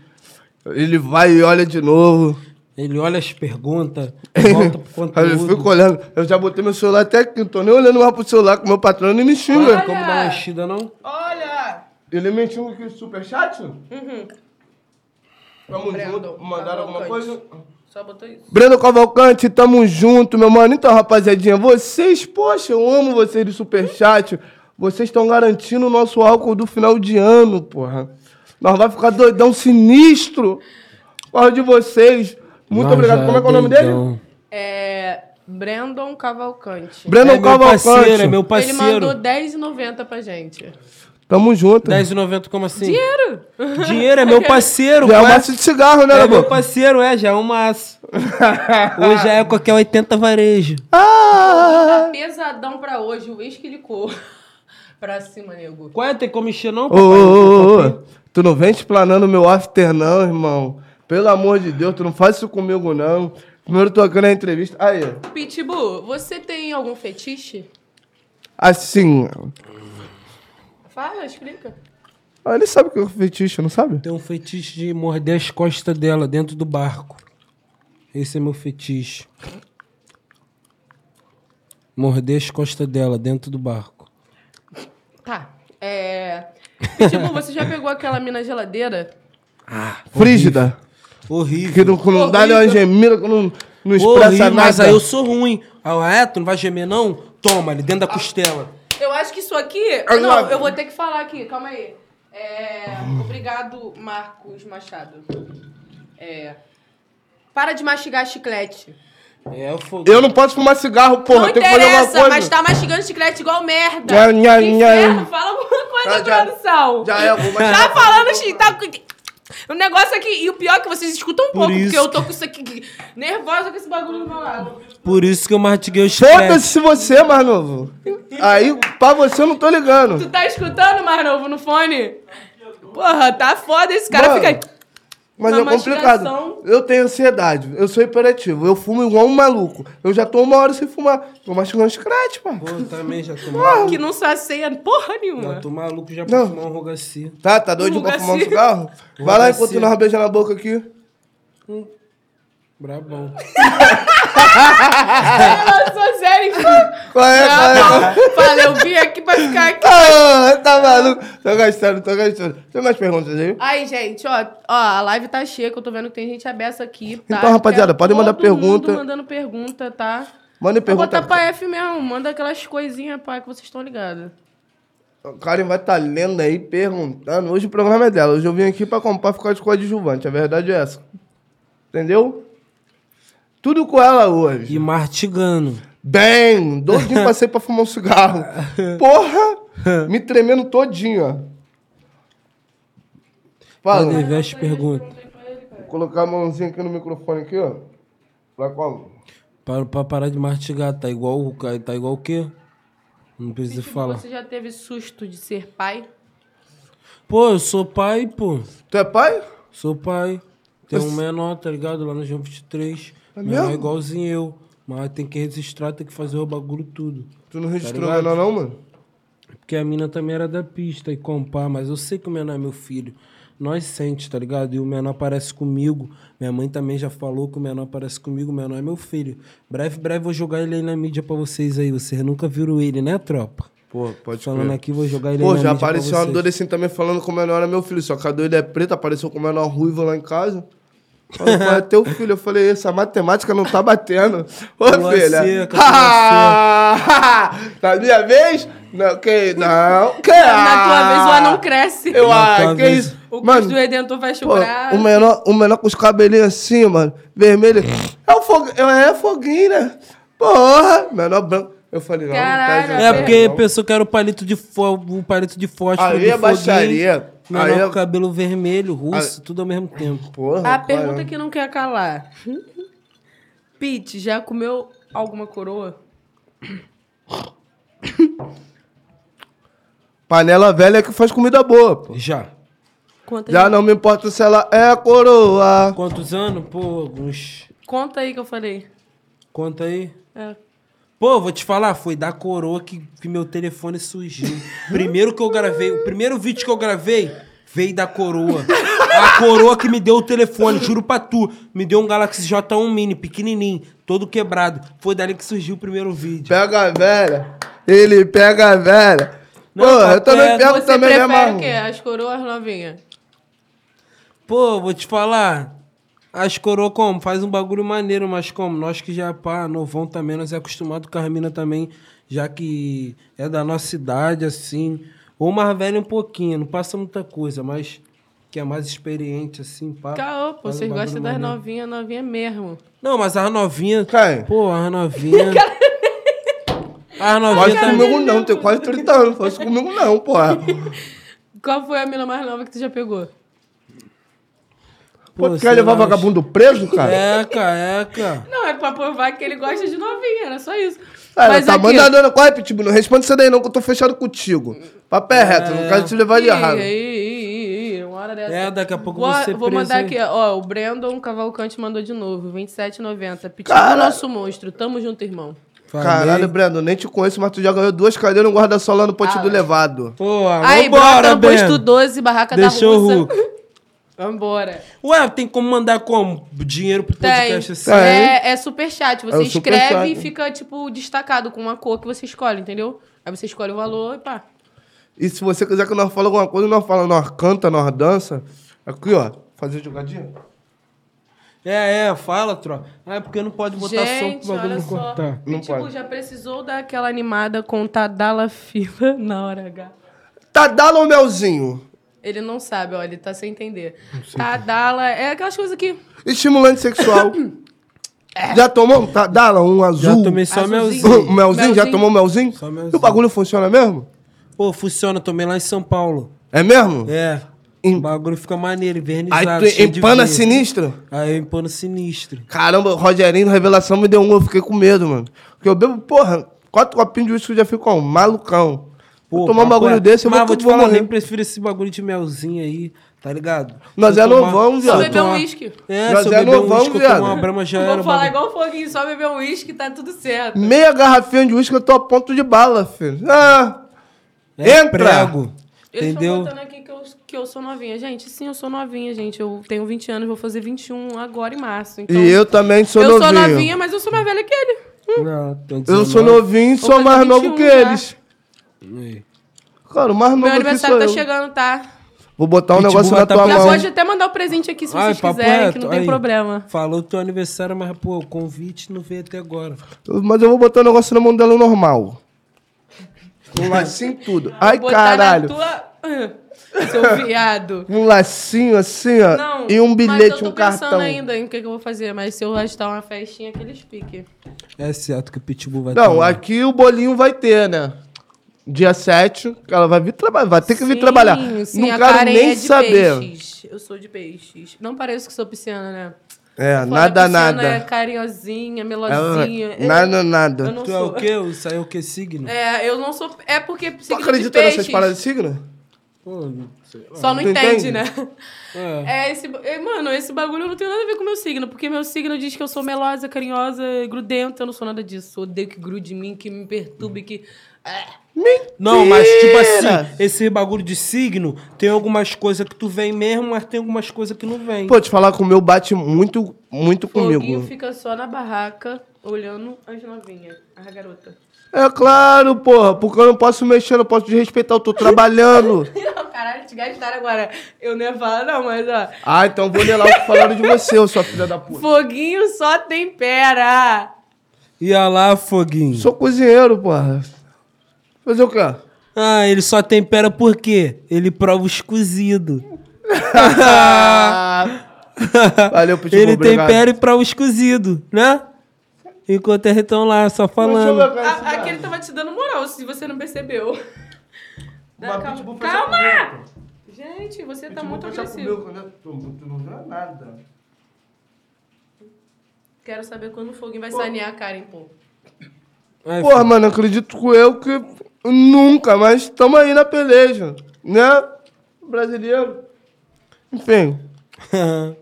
S1: Ele vai e olha de novo.
S3: Ele olha as perguntas, volta pro
S1: Aí eu
S3: conteúdo.
S1: fico olhando. Eu já botei meu celular até aqui. Não tô nem olhando mais pro celular que meu patrão nem me xinga.
S3: Olha como dá uma enchida, não?
S2: Olha!
S1: Ele me xinga aqui superchat?
S2: Uhum.
S1: Tamo junto. Mandaram alguma coisa?
S2: Só botou isso.
S1: Breno Cavalcante, tamo junto, meu mano. Então, rapaziadinha, vocês, poxa, eu amo vocês do Superchat. Vocês estão garantindo o nosso álcool do final de ano, porra. Nós vai ficar doidão sinistro. Porra de vocês. Muito
S3: Nós
S1: obrigado.
S3: já então.
S1: Como é que é o nome dele?
S3: doidão.
S2: É. Brandon Cavalcante.
S1: Breno
S3: É meu
S1: Cavalcante.
S3: parceiro, é meu
S2: Ele mandou
S3: parceiro.
S2: R$10,90 pra gente.
S1: Tamo junto.
S3: 10,90 como assim?
S2: Dinheiro!
S3: Dinheiro é meu parceiro,
S1: Já é um
S3: qual é?
S1: maço de cigarro, né,
S3: É
S1: Lobo?
S3: meu parceiro, é, já é um maço. Hoje já é qualquer 80 varejo.
S1: Ah!
S2: Tá pesadão pra hoje, uísque e licor. pra cima, nego.
S3: Qual é? Tem como encher não,
S1: Ô,
S3: papai?
S1: ô, ô, ô, tu não vem explanando meu after, não, irmão. Pelo amor de Deus, tu não faz isso comigo, não. Primeiro tocando a entrevista. Aí,
S2: Pitbull, você tem algum fetiche?
S1: assim.
S2: Fala, explica.
S1: Ah, Ele sabe que eu fetiche, não sabe?
S3: Tem um fetiche de morder as costas dela dentro do barco. Esse é meu fetiche. Morder as costas dela dentro do barco.
S2: Tá. É. Pitbull, você já pegou aquela mina geladeira?
S1: Ah, Frígida. Que
S3: Horrível.
S1: não, que não dá nem uma
S2: Horrível.
S1: gemida, que não, não expressa
S3: Horrível,
S1: nada.
S3: mas aí eu sou ruim. Ah, é? Tu não vai gemer, não? Toma, ali dentro da costela.
S2: Eu acho que isso aqui.
S1: Eu
S2: Não,
S1: já-
S2: eu vou ter que falar aqui, calma aí. É, Obrigado, Marcos Machado. É. Para de mastigar chiclete.
S3: É, o fogo.
S1: Eu não posso fumar cigarro, porra.
S2: não
S1: tem que fazer alguma
S2: interessa,
S1: coisa.
S2: mas tá mastigando chiclete igual merda.
S1: Nha, nha,
S2: Que
S1: nha.
S2: inferno, fala alguma coisa,
S1: Tá, já-
S2: produção.
S1: já é, eu vou
S2: Tá
S1: mastigar.
S2: falando, chi- tá... com- O negócio aqui... E o pior é que vocês escutam um pouco, porque eu tô com isso aqui... Nervosa com esse bagulho do meu lado.
S3: Por isso que eu martiguei os
S1: Foda-se se você, mais novo. Aí, pra você, eu não tô ligando.
S2: Tu tá escutando, mais novo, no fone? Porra, tá foda esse cara,
S1: Mano.
S2: fica... aí.
S1: Mas
S2: Uma
S1: é complicado.
S2: mastigação.
S1: Eu tenho ansiedade, eu sou hiperativo, eu fumo igual um maluco. Eu já tô uma hora sem fumar. Tô mastigando chiclete, pô.
S3: Pô, também já tô maluco.
S2: Que não saceia porra
S3: Já
S2: nenhuma.
S3: tô maluco já
S1: Ah. Não.
S3: pra fumar um rogaci.
S1: Tá, tá doido pra
S2: Lugar
S1: fumar um
S2: se-
S1: cigarro? Vai lá
S3: Lugar
S1: enquanto
S3: se-
S1: nós beijamos na boca aqui.
S3: Hum, Brabão.
S2: Ah, Ela sou sério.
S1: Qual é, qual é? qual é?
S2: Ah, Não, Falei, eu vim aqui pra ficar aqui.
S1: Ah, tá maluco? Tô gastando, tô gastando. Tem mais perguntas aí?
S2: Aí, gente, ó, ó, a live tá cheia, que eu tô vendo que tem gente abessa aqui, tá?
S1: Então, rapaziada,
S2: Quero
S1: podem mandar
S2: todo mundo
S1: pergunta.
S2: mandando pergunta, tá?
S1: Manda
S2: Vou botar
S1: pergunta.
S2: pra F mesmo, manda aquelas coisinhas, pá, que vocês estão ligados.
S1: O Karen vai estar tá lendo aí, perguntando. Hoje o programa é dela. Hoje eu vim aqui pra comprar ficar de coadjuvante. A verdade é essa. Entendeu? Tudo com ela hoje.
S3: E martigando.
S1: Bem, doidinho passei pra fumar um cigarro. Porra! Me tremendo todinho, ó. Fala.
S3: Podem ver as perguntas.
S1: Vou colocar a mãozinha aqui no microfone aqui, ó. Vai qual?
S3: Para pra parar de martigar, tá igual o ca- tá igual o quê? Não precisa falar.
S2: Você já teve susto de ser pai?
S3: Pô, eu sou pai, pô.
S1: Tu é pai?
S3: Sou pai. Tem um menor, tá ligado? Lá no João 23. menor
S1: É mesmo?
S3: é igualzinho eu. Mas tem que registrar, tem que fazer o bagulho tudo.
S1: Tu
S2: Tá
S1: não registrou
S3: ligado?
S1: menor não, mano?
S3: Porque a mina também era da pista e compar, mas eu sei que o menor é meu filho. Nós sente, tá ligado? E o menor aparece comigo. Minha mãe também já falou que o menor aparece comigo, o menor é meu filho. Breve, breve vou jogar ele aí na mídia pra vocês aí. Vocês nunca viram ele, né, tropa?
S1: Pô, pode
S3: Falando aqui, vou jogar ele
S1: Pô,
S3: aí na
S1: já
S3: mídia pra
S1: apareceu um
S3: vocês.
S1: adolescente também falando como o menor era meu filho. Só que a doida é preta, apareceu com o menor ruivo lá em casa. Falei, qual é teu filho? Eu falei, essa matemática não tá batendo. Ô,
S3: Pula
S1: filha.
S3: seca, pula
S1: Na minha vez? Não, que não. Que
S2: Na tua vez o anão cresce.
S1: Ah. Eu,
S3: Na
S1: ah,
S3: tua
S1: que
S3: vez.
S1: isso?
S2: O
S1: Mano,
S2: Cristo é do Redentor vai
S1: Pô,
S2: chorar.
S1: o menor, o menor com os cabelinhos assim, mano, vermelho. É o fogo, é, é foguinho, né? Porra, menor branco. Eu falei, não,
S2: Caralho,
S1: não tá
S3: É
S1: exagerando,
S3: porque
S1: não.
S3: pensou que era o palito de fo... o palito de fósforo.
S1: Aí
S3: do
S1: é baixaria.
S3: foguinho, Menor
S1: Aí é-
S3: com cabelo vermelho, russo, tudo ao mesmo tempo.
S1: Porra,
S2: A
S1: qual
S2: pergunta
S1: é?
S2: que não quer calar. Pete, já comeu alguma coroa?
S1: Panela velha que faz comida boa, pô.
S3: Já.
S2: Conta aí.
S1: Já não me importa se ela é coroa.
S3: Quantos anos? Pô, uns.
S2: Conta aí que eu falei.
S3: Conta aí.
S2: É.
S3: Pô, vou te falar, foi da coroa que, que meu telefone surgiu. Primeiro que eu gravei, o primeiro vídeo que eu gravei veio da coroa. A coroa que me deu o telefone, juro pra tu. Me deu um Galaxy J1 Mini, pequenininho, todo quebrado. Foi dali que surgiu o primeiro vídeo.
S1: Pega a velha. Ele pega a velha.
S3: Não,
S1: Pô,
S3: tá
S1: eu também
S3: papai,
S1: pego
S2: Você
S1: também, né,
S2: prefere o
S1: Marrom?
S2: quê? As coroas novinhas?
S3: Pô, vou te falar. As coroa como? Faz um bagulho maneiro, mas como? Nós que já, pá, novão também, nós é acostumado com a mina também, já que é da nossa idade, assim. Ou mais velho um pouquinho, não passa muita coisa, mas que é mais experiente, assim,
S1: Ah,
S3: pá.
S2: Caô, pô,
S3: faz um
S2: vocês
S3: bagulho
S2: gostam das
S3: maneiro.
S2: novinhas, novinha mesmo.
S3: Não, mas a novinha.
S1: Quem?
S3: Pô, a novinha. a
S2: é?
S1: Faz
S3: novinha também.
S1: comigo não, tenho quase 30 anos. Faz comigo não, porra.
S2: Qual foi a mina mais nova que tu já pegou?
S1: Pô, tu
S3: sei
S1: quer levar
S3: lá, É.
S1: vagabundo preso, cara?
S3: Eca, eca.
S2: Não, era pra provar que ele gosta de novinha, era só isso.
S1: Cara,
S2: Mas
S1: tá
S2: aqui,
S1: mandando mandando. Qual é, Pitbull? Não responde isso daí não, que eu tô fechado contigo.
S3: É.
S1: Papé reto, não quero te levar de
S2: Ih,
S1: errado.
S2: ih, ih, ih, uma hora dessa.
S3: É, daqui a pouco
S2: vou,
S3: você
S2: Vou mandar
S3: preso aí.
S2: aqui, ó. O Brandon Cavalcante mandou de novo, 27,90. Pitbull é
S1: Cara-
S2: nosso monstro. Tamo junto, irmão.
S3: Falei.
S1: Caralho, Brandon, nem te conheço, mas tu já ganhou duas cadeiras e um guarda-sol lá no Ponte
S2: Ah,
S1: do Levado.
S3: Pô,
S2: Aí, bora,
S3: vambora,
S2: posto
S3: Breno.
S2: 12, barraca
S3: Deixou
S2: da
S3: o
S2: Russa. Vambora.
S3: Ué, tem como mandar como? Dinheiro pro
S2: Tem.
S3: podcast assim?
S1: Tá.
S2: É, é superchat. Você
S1: É o
S2: escreve
S1: superchat.
S2: e fica, tipo, destacado com uma cor que você escolhe, entendeu? Aí você escolhe o valor e pá.
S1: E se você quiser que nós fale alguma coisa, nós fala, nós canta, nós dança. Aqui, ó, fazer jogadinha.
S3: É, é, fala, troca. É, porque não pode botar som
S2: Gente,
S3: pro bagulho
S2: olha só.
S3: não cortar.
S1: Não
S2: Pitbull
S1: pode.
S2: já precisou dar aquela animada com Tadala Fila na hora H.
S1: Tadala ou Melzinho?
S2: Ele não sabe, olha, ele tá sem entender. Tadala é aquelas coisas que.
S1: Estimulante sexual. Já tomou um Tadala, um
S3: Já
S1: azul?
S3: tomei só
S2: Azulzinho.
S1: Um
S3: melzinho.
S1: melzinho, já
S2: Melzinho.
S1: tomou melzinho?
S3: Só melzinho.
S1: E o bagulho funciona mesmo?
S3: Pô, funciona, tomei lá em São Paulo.
S1: É mesmo?
S3: É.
S1: Em-
S3: O bagulho fica maneiro,
S1: Aí
S3: invernizado.
S1: tu
S3: cheio de
S1: empana
S3: verde.
S1: sinistro?
S3: Aí eu empano sinistro.
S1: Caramba, o Rogerinho do Revelação me deu um, eu fiquei com medo, mano. Porque eu bebo, porra, quatro copinhos de uísque eu já fico como? Malucão. Vou tomar um
S3: papo
S1: bagulho
S3: é.
S1: desse, eu
S3: Mas
S1: vou,
S3: vou te
S1: vou
S3: falar,
S1: morrer.
S3: nem prefiro esse bagulho de melzinho aí, tá ligado?
S1: Nós
S3: Se eu
S1: é
S3: tomar-
S1: novão,
S3: se eu
S1: viado.
S2: Beber um
S3: tomar-
S2: uísque.
S3: É,
S1: Nós
S3: se eu
S1: é
S3: beber um
S1: novão,
S3: uísque, eu
S1: viado.
S3: tomar uma brama já era.
S2: Vou
S3: o
S2: falar
S3: bagulho.
S2: igual o foguinho, só beber um uísque, tá tudo certo.
S1: Meia garrafinha de uísque eu tô a ponto de bala, filho. Ah,
S3: É
S1: entra!
S3: prego,
S2: Eles
S3: entendeu?
S2: estão contando aqui que eu, que eu sou novinha. Gente, sim, eu sou novinha, gente. Eu tenho 20 anos, vou fazer 21 agora em março. Então,
S1: E eu também sou
S2: eu
S1: novinho.
S2: sou novinha, mas eu sou mais velha que ele.
S3: Não, tem
S1: Eu sou
S3: 19.
S1: novinho e
S2: Vou
S1: sou
S2: fazer
S1: mais novo
S2: 21
S1: que
S2: já.
S1: eles. Cara, o mais novo
S2: Meu
S1: aqui sou
S2: aniversário tá
S1: eu.
S2: chegando, tá?
S1: Vou botar um
S3: Pitbull
S1: negócio
S3: vai
S1: na
S3: tá
S1: tua
S3: pra-
S2: Já
S1: mão.
S2: pode até mandar o presente aqui se
S3: Ai,
S2: vocês
S3: papo
S2: quiserem, que
S3: reto,
S2: não tem
S3: aí.
S2: problema.
S3: Falou teu aniversário, mas, pô, o convite não veio até agora.
S1: Mas eu vou botar um negócio na mão dela normal. Um lacinho tudo. Ai,
S2: Botar
S1: caralho.
S2: na tua... Seu viado.
S1: Um lacinho assim, ó.
S2: Não,
S1: e um
S2: mas
S1: bilhete,
S2: eu tô
S1: um cartão.
S2: pensando ainda em o que, que eu vou fazer, mas se eu gastar uma festinha, que eles fiquem.
S3: É certo que o Pitbull vai
S1: Não,
S3: tomar.
S1: aqui o bolinho vai ter, né? Dia 7, ela vai vir trabalhar, vai ter que vir trabalhar.
S2: sim,
S1: Não
S2: a
S1: quero
S2: Karen
S1: nem
S2: é de
S1: saber.
S2: Peixes. Eu sou de peixes. Não pareço que sou pisciana, né?
S1: É,
S2: Foda,
S1: nada,
S2: pisciana
S1: nada.
S2: é carinhosinha,
S1: Ela-
S2: melosinha. É,
S1: nada,
S2: Eu
S1: nada.
S2: não
S3: Tu é o
S2: sou.
S3: quê? Isso aí é o quê? Signo?
S2: É, eu não sou. É porque
S1: Tu
S2: signo de
S1: acredita
S2: peixes.
S1: nessas paradas de signo?
S3: Pô, não sei.
S2: Só não
S1: Tu
S2: entende,
S1: entende?
S2: né?
S3: É.
S2: É esse, é, mano, esse bagulho não tem nada a ver com o meu signo, porque meu signo diz que eu sou melosa, carinhosa, grudenta, eu não sou nada disso. Odeio que grude em mim, que me perturbe, que.
S1: Hum.
S2: Ah,
S3: Não, mas tipo
S1: Mentira!
S3: assim, esse bagulho de signo, tem algumas coisas que tu vem mesmo, mas tem algumas coisas que não vem.
S1: Pô, te falar que o meu bate muito, muito
S2: Foguinho
S1: comigo.
S2: fica só na barraca, olhando as novinhas, as garotas.
S1: É claro, porra, porque eu não posso mexer, eu não posso desrespeitar, eu tô trabalhando.
S2: Não, caralho, te gastaram agora. Eu não ia falar, não, mas ó.
S1: ah, então vou ler lá o que falaram de você, eu sua filha da puta.
S2: Foguinho só tempera.
S3: E olha lá, foguinho.
S1: Sou cozinheiro, porra. Fazer o quê?
S3: Ah, ele só tempera por quê? Ele prova os cozidos.
S1: Valeu, Pitbull,
S3: Ele
S1: obrigado.
S3: tempera e prova os cozidos, né? Enquanto eles estão lá
S1: Deixa
S3: só
S1: eu
S3: falando.
S1: ver, cara, esse
S2: A,
S1: cara.
S2: aquele tava te dando moral, se você não percebeu.
S1: Mas tipo,
S2: Dá- calma,
S1: Pitbull fecha
S2: calma! Gente, você tá
S1: Pitbull
S2: muito
S1: fecha
S2: agressivo.
S1: comigo, né? Tu, tu não dá nada.
S2: Quero saber quando o foguinho vai sanear a Karen, pô.
S3: Ai,
S1: Porra, mano, acredito com eu que nunca, mas tamo aí na peleja, né? Brasileiro. Enfim,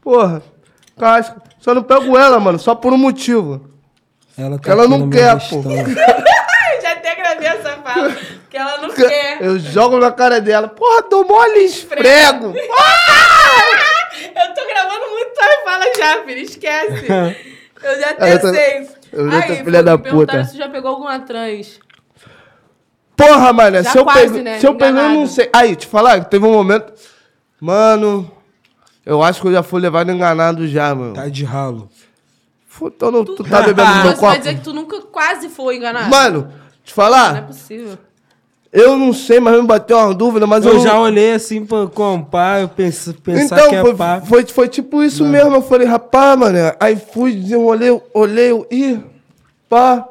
S1: porra, casca. Só não pego ela, mano, só por um motivo.
S3: Ela tá
S1: Porque ela
S3: aqui
S1: não
S3: na
S1: quer,
S3: minha tá
S1: pô.
S3: gestão.
S2: Eu já até gravei essa fala, que ela não quer.
S1: Eu jogo na cara dela. Porra, dou mole esfrego.
S2: Eu tô gravando muito tua fala já, filho, esquece. Eu já até
S1: Eu tô-
S2: sei.
S1: tá- eu já tô
S2: Aí,
S1: filha
S2: foi me
S1: da
S2: perguntaram
S1: puta.
S2: se já pegou alguma trans.
S1: Porra, mano,
S2: Já
S1: se eu
S2: quase,
S1: pego,
S2: né?
S1: se eu pego, eu não
S2: Enganado.
S1: sei. Aí, te falar, teve um momento. Mano, eu acho que eu já fui levado enganado já, mano.
S3: Tá de ralo.
S1: Fu- tô no- tu tá bebendo no meu
S2: Você vai
S1: copo?
S2: dizer que tu nunca quase foi enganado?
S1: Mano, te
S2: é Não é
S1: falar,
S2: possível.
S1: eu não sei, mas me bateu uma dúvida, mas eu,
S3: Eu
S1: não-
S3: já olhei assim pra comprar, eu penso, pensar
S1: Então,
S3: que é
S1: foi,
S3: pá.
S1: foi, foi tipo isso mesmo. Eu falei, rapaz, mano. Aí fui, desenrolei, olhei, eu- ih, pá.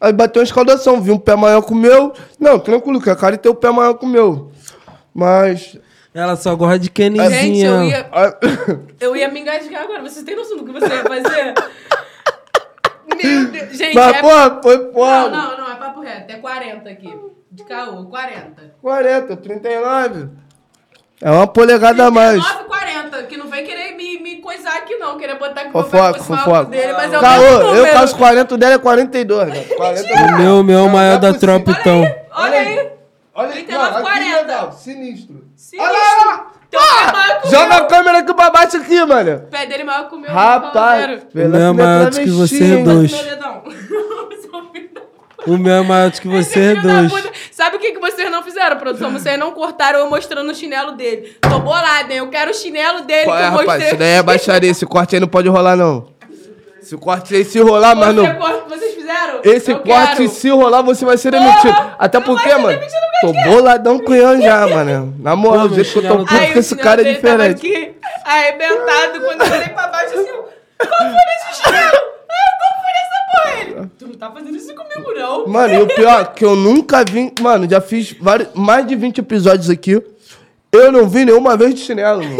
S1: Aí bateu uma escaldação, vi um pé maior que o meu. Não, tranquilo, que a cara tem o pé maior que o meu. Mas.
S3: Ela só gosta de
S2: Gente,
S3: Kennyzinha.
S2: eu ia,
S1: a-
S2: eu ia me engasgar agora. Vocês têm noção do que você ia fazer? Meu Deus. Gente,
S1: mas,
S2: é...
S1: pô, foi
S2: Não,
S1: foda.
S2: não, não. É papo reto. É 40 aqui. De caô, 40.
S1: 40, 39. É uma polegada a mais.
S2: 39, 40. Que não vem querer me, me coisar aqui, não. Querer botar que
S1: Fofoca,
S2: fosse maior
S1: fofoca.
S2: que o dele, mas é o mesmo
S1: Caô, eu
S2: número.
S1: faço 40, o dela é 42. Né? 40.
S3: O meu, o meu é o
S1: Não,
S3: maior
S1: não é
S3: da
S1: possível.
S3: tropa, então.
S2: Olha aí, olha aí.
S1: Olha
S2: 39,
S1: não, aqui
S2: 40.
S1: legal, sinistro.
S2: Sim. Então,
S1: Olha lá, olha lá.
S2: Teu pé maior que o
S1: Joga
S2: meu.
S1: a câmera aqui pra baixo aqui, mano.
S2: O pé dele é maior que o meu. então,
S1: Rapaz, tá pela
S2: meu
S3: Não é
S1: primeira
S3: maior do que
S1: travesti,
S3: você, é
S1: hein?
S3: dois.
S2: dedão. Seu filho da
S3: O meu é maior do que você,
S2: Esse
S3: é
S2: filho da
S3: dois.
S2: puta- Sabe o que, que vocês não fizeram, produção? Vocês não cortaram eu mostrando o chinelo dele. Tô bolada, hein? Eu quero o chinelo dele
S1: Qual
S2: que
S1: é,
S2: eu mostrei.
S1: rapaz? Isso daí é baixaria. Esse corte aí não pode rolar, não. Esse corte aí se rolar,
S2: Você
S1: mano.
S2: corta- Vocês fizeram?
S1: Esse
S2: é Eu
S1: corte,
S2: quero.
S1: se rolar, você vai ser
S2: Porra,
S1: demitido. Até
S2: não vai
S1: porque,
S2: ser
S1: mano,
S2: demitido,
S1: tô
S2: não quer.
S1: boladão com ele já, mano. Na moral, o
S3: Pô, meu
S1: jeito que eu tô
S3: chinelo
S1: puto
S2: Aí
S1: com
S2: o
S1: esse
S2: chinelo
S1: cara é
S2: dele tava
S1: diferente.
S2: aqui, arrebentado, quando eu olhei pra baixo, assim, eu, qual foi esse chinelo? Ai, qual foi essa porra? Ele, tu não tá fazendo isso comigo, não.
S1: Mano, e o pior, que eu nunca vi. Mano, já fiz vários, mais de 20 episódios aqui. Eu não vi nenhuma vez de chinelo, mano.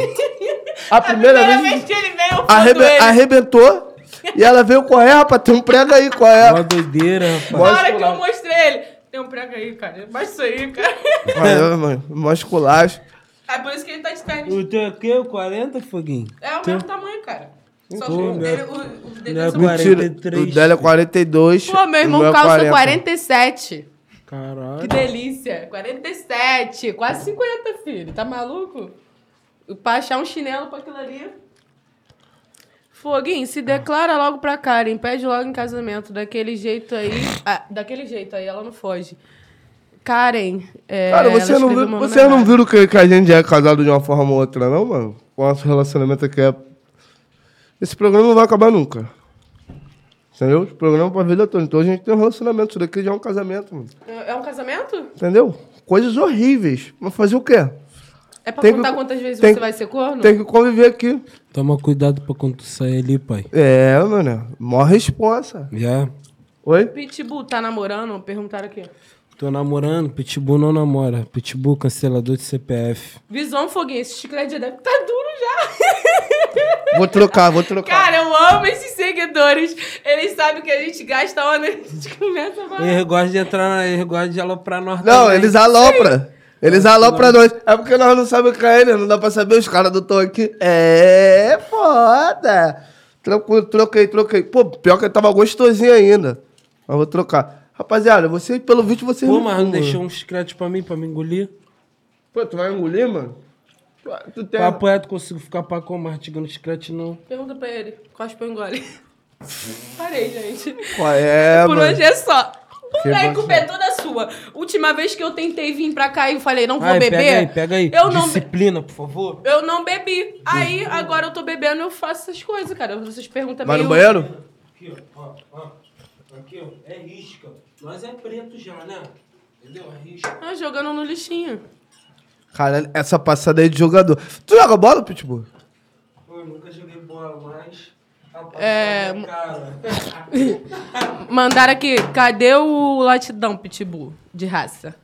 S1: A primeira, vez.
S2: que ele veio, eu
S1: arrebe-
S2: fodo ele.
S1: Arrebentou. E ela veio, qual é, rapaz? Tem um prego aí, qual
S3: Mó
S1: é?
S3: doideira, rapaz.
S2: Na
S1: Mostra
S2: hora que
S1: lá.
S2: eu mostrei ele, tem um prego aí, cara. Baixa isso aí, cara.
S1: Qual é, mano? Mó esculacho.
S2: É por isso que ele tá de tênis.
S3: O teu é o quê? O 40, Foguinho?
S2: É o
S3: Teu-
S2: mesmo tamanho, cara. Só que
S3: Pô,
S2: o
S1: né?
S2: dele,
S3: meu.
S2: o, o dele
S3: Não
S2: é
S3: é
S2: só-
S3: bonito.
S1: Mentira,
S3: 43.
S1: o dela é 42.
S2: Pô, meu irmão
S1: o meu é
S2: calça
S1: 40.
S2: 47. Que
S3: Caralho.
S2: delícia. 47. Quase 50, filho. Tá maluco? Pra achar um chinelo pra aquilo ali. Foguinho, se declara logo pra Karen. Pede logo em casamento. Daquele jeito aí. Ah, daquele jeito aí, ela não foge. Karen. É,
S1: Cara,
S2: ela
S1: você não,
S2: escreveu
S1: viu,
S2: meu nome
S1: você não
S2: errado.
S1: viram que, que a gente é casado de uma forma ou outra, não, mano? O nosso relacionamento aqui é. Esse programa não vai acabar nunca. Entendeu? Esse programa é pra vida toda. Então a gente tem um relacionamento. Isso daqui já é um casamento, mano.
S2: É é um casamento?
S1: Entendeu? Coisas horríveis. Mas fazer o quê?
S2: É pra
S1: Tem que-
S2: contar quantas vezes
S1: tem-
S2: você vai ser corno?
S1: Tem que conviver aqui.
S3: Toma cuidado pra quando tu sair ali, pai.
S1: É, mano. Mó responsa.
S3: Já?
S1: Oi?
S2: Pitbull tá namorando? Perguntaram aqui.
S3: Tô namorando, Pitbull não namora. Pitbull, cancelador de CPF.
S2: Visão foguinho, esse chiclete já deve tá duro já.
S1: Vou trocar, vou trocar.
S2: Cara, eu amo esses seguidores. Eles sabem que a gente gasta hora, a gente começa a falar.
S3: Eles gostam de entrar na... Eles gostam de aloprar nós
S1: Não,
S3: também.
S1: eles alopram. Eles alopram nós. É porque nós não sabemos o que é eles, não dá pra saber os caras do Tom aqui. É foda. Tranquilo, troquei, troquei. Pô, pior que eu tava gostosinho ainda. Mas vou trocar. Rapaziada, vocês, pelo vídeo, vocês.
S3: Pô, mas não deixou um chiclete pra mim, pra me engolir?
S1: Pô, tu vai engolir, mano? Tu- Tu tem.
S3: Papo reto, consigo ficar pra com mastigando chiclete, não.
S2: Pergunta pra ele, cospe ou engole? Parei, gente.
S1: Qual é,
S2: Por
S1: mano?
S2: hoje é só.
S1: Que
S2: Aí, culpa
S1: bacana.
S2: é toda sua. Última vez que eu tentei vir pra cá e falei, não vou
S3: Ai,
S2: beber.
S3: pega aí, pega aí.
S2: Eu não, be-
S3: Disciplina, por favor.
S2: eu não bebi. Aí, agora eu tô bebendo e eu faço essas coisas, cara. Vocês perguntam
S1: Vai no
S2: meio-
S1: banheiro?
S3: Aqui, ó, ó, ó. Aqui, ó. É risca. Nós é preto já, né? Entendeu? É risca.
S2: Ah, jogando no lixinho.
S1: Caralho, essa passada aí de jogador. Tu joga bola, Pitbull?
S3: Pô, eu nunca joguei bola, mas.
S2: É,
S3: Rapaz, cara.
S2: Mandaram aqui, cadê o latidão pitbull de raça?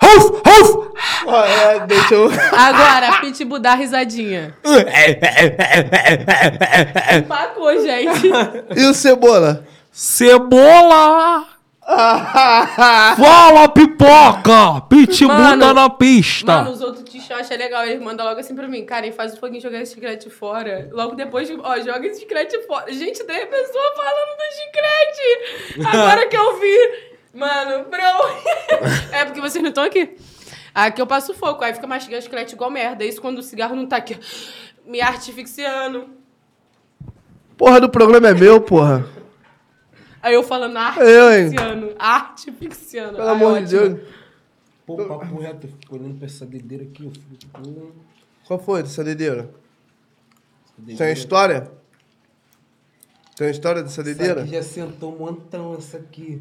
S1: Ruf, ruf! Qual é, deixa eu.
S2: Agora, pitbull dá risadinha. Empacou, gente.
S1: E o Cebola?
S3: Cebola! Fala, pipoca! Pitbull
S2: Mano,
S3: tá na pista!
S2: Mano, os outros te Xoxa é legal, ele manda logo assim pra mim, Karen, faz o foguinho jogar esse chiclete fora. Logo depois, ó, joga esse chiclete fora. Gente, daí a pessoa falando do chiclete. Agora que eu vi. Mano, bro. é porque vocês não estão aqui. Aqui eu passo fogo, aí fica mastigando chiclete igual merda. Isso quando o cigarro não tá aqui. Me artificiando.
S1: Porra do programa é meu, porra.
S2: Aí eu falando arte
S1: Eu, hein?
S2: fixiano. Arte fixiano.
S1: Pelo amor de Deus.
S3: Pô, papo reto, eu fico olhando pra essa dedeira aqui, eu fico. pô,
S1: Qual foi dessa dedeira?
S3: essa
S1: Tem
S3: dedeira.
S1: história? Tem história dessa
S3: Essa
S1: dedeira?
S3: aqui já sentou um montão, essa aqui.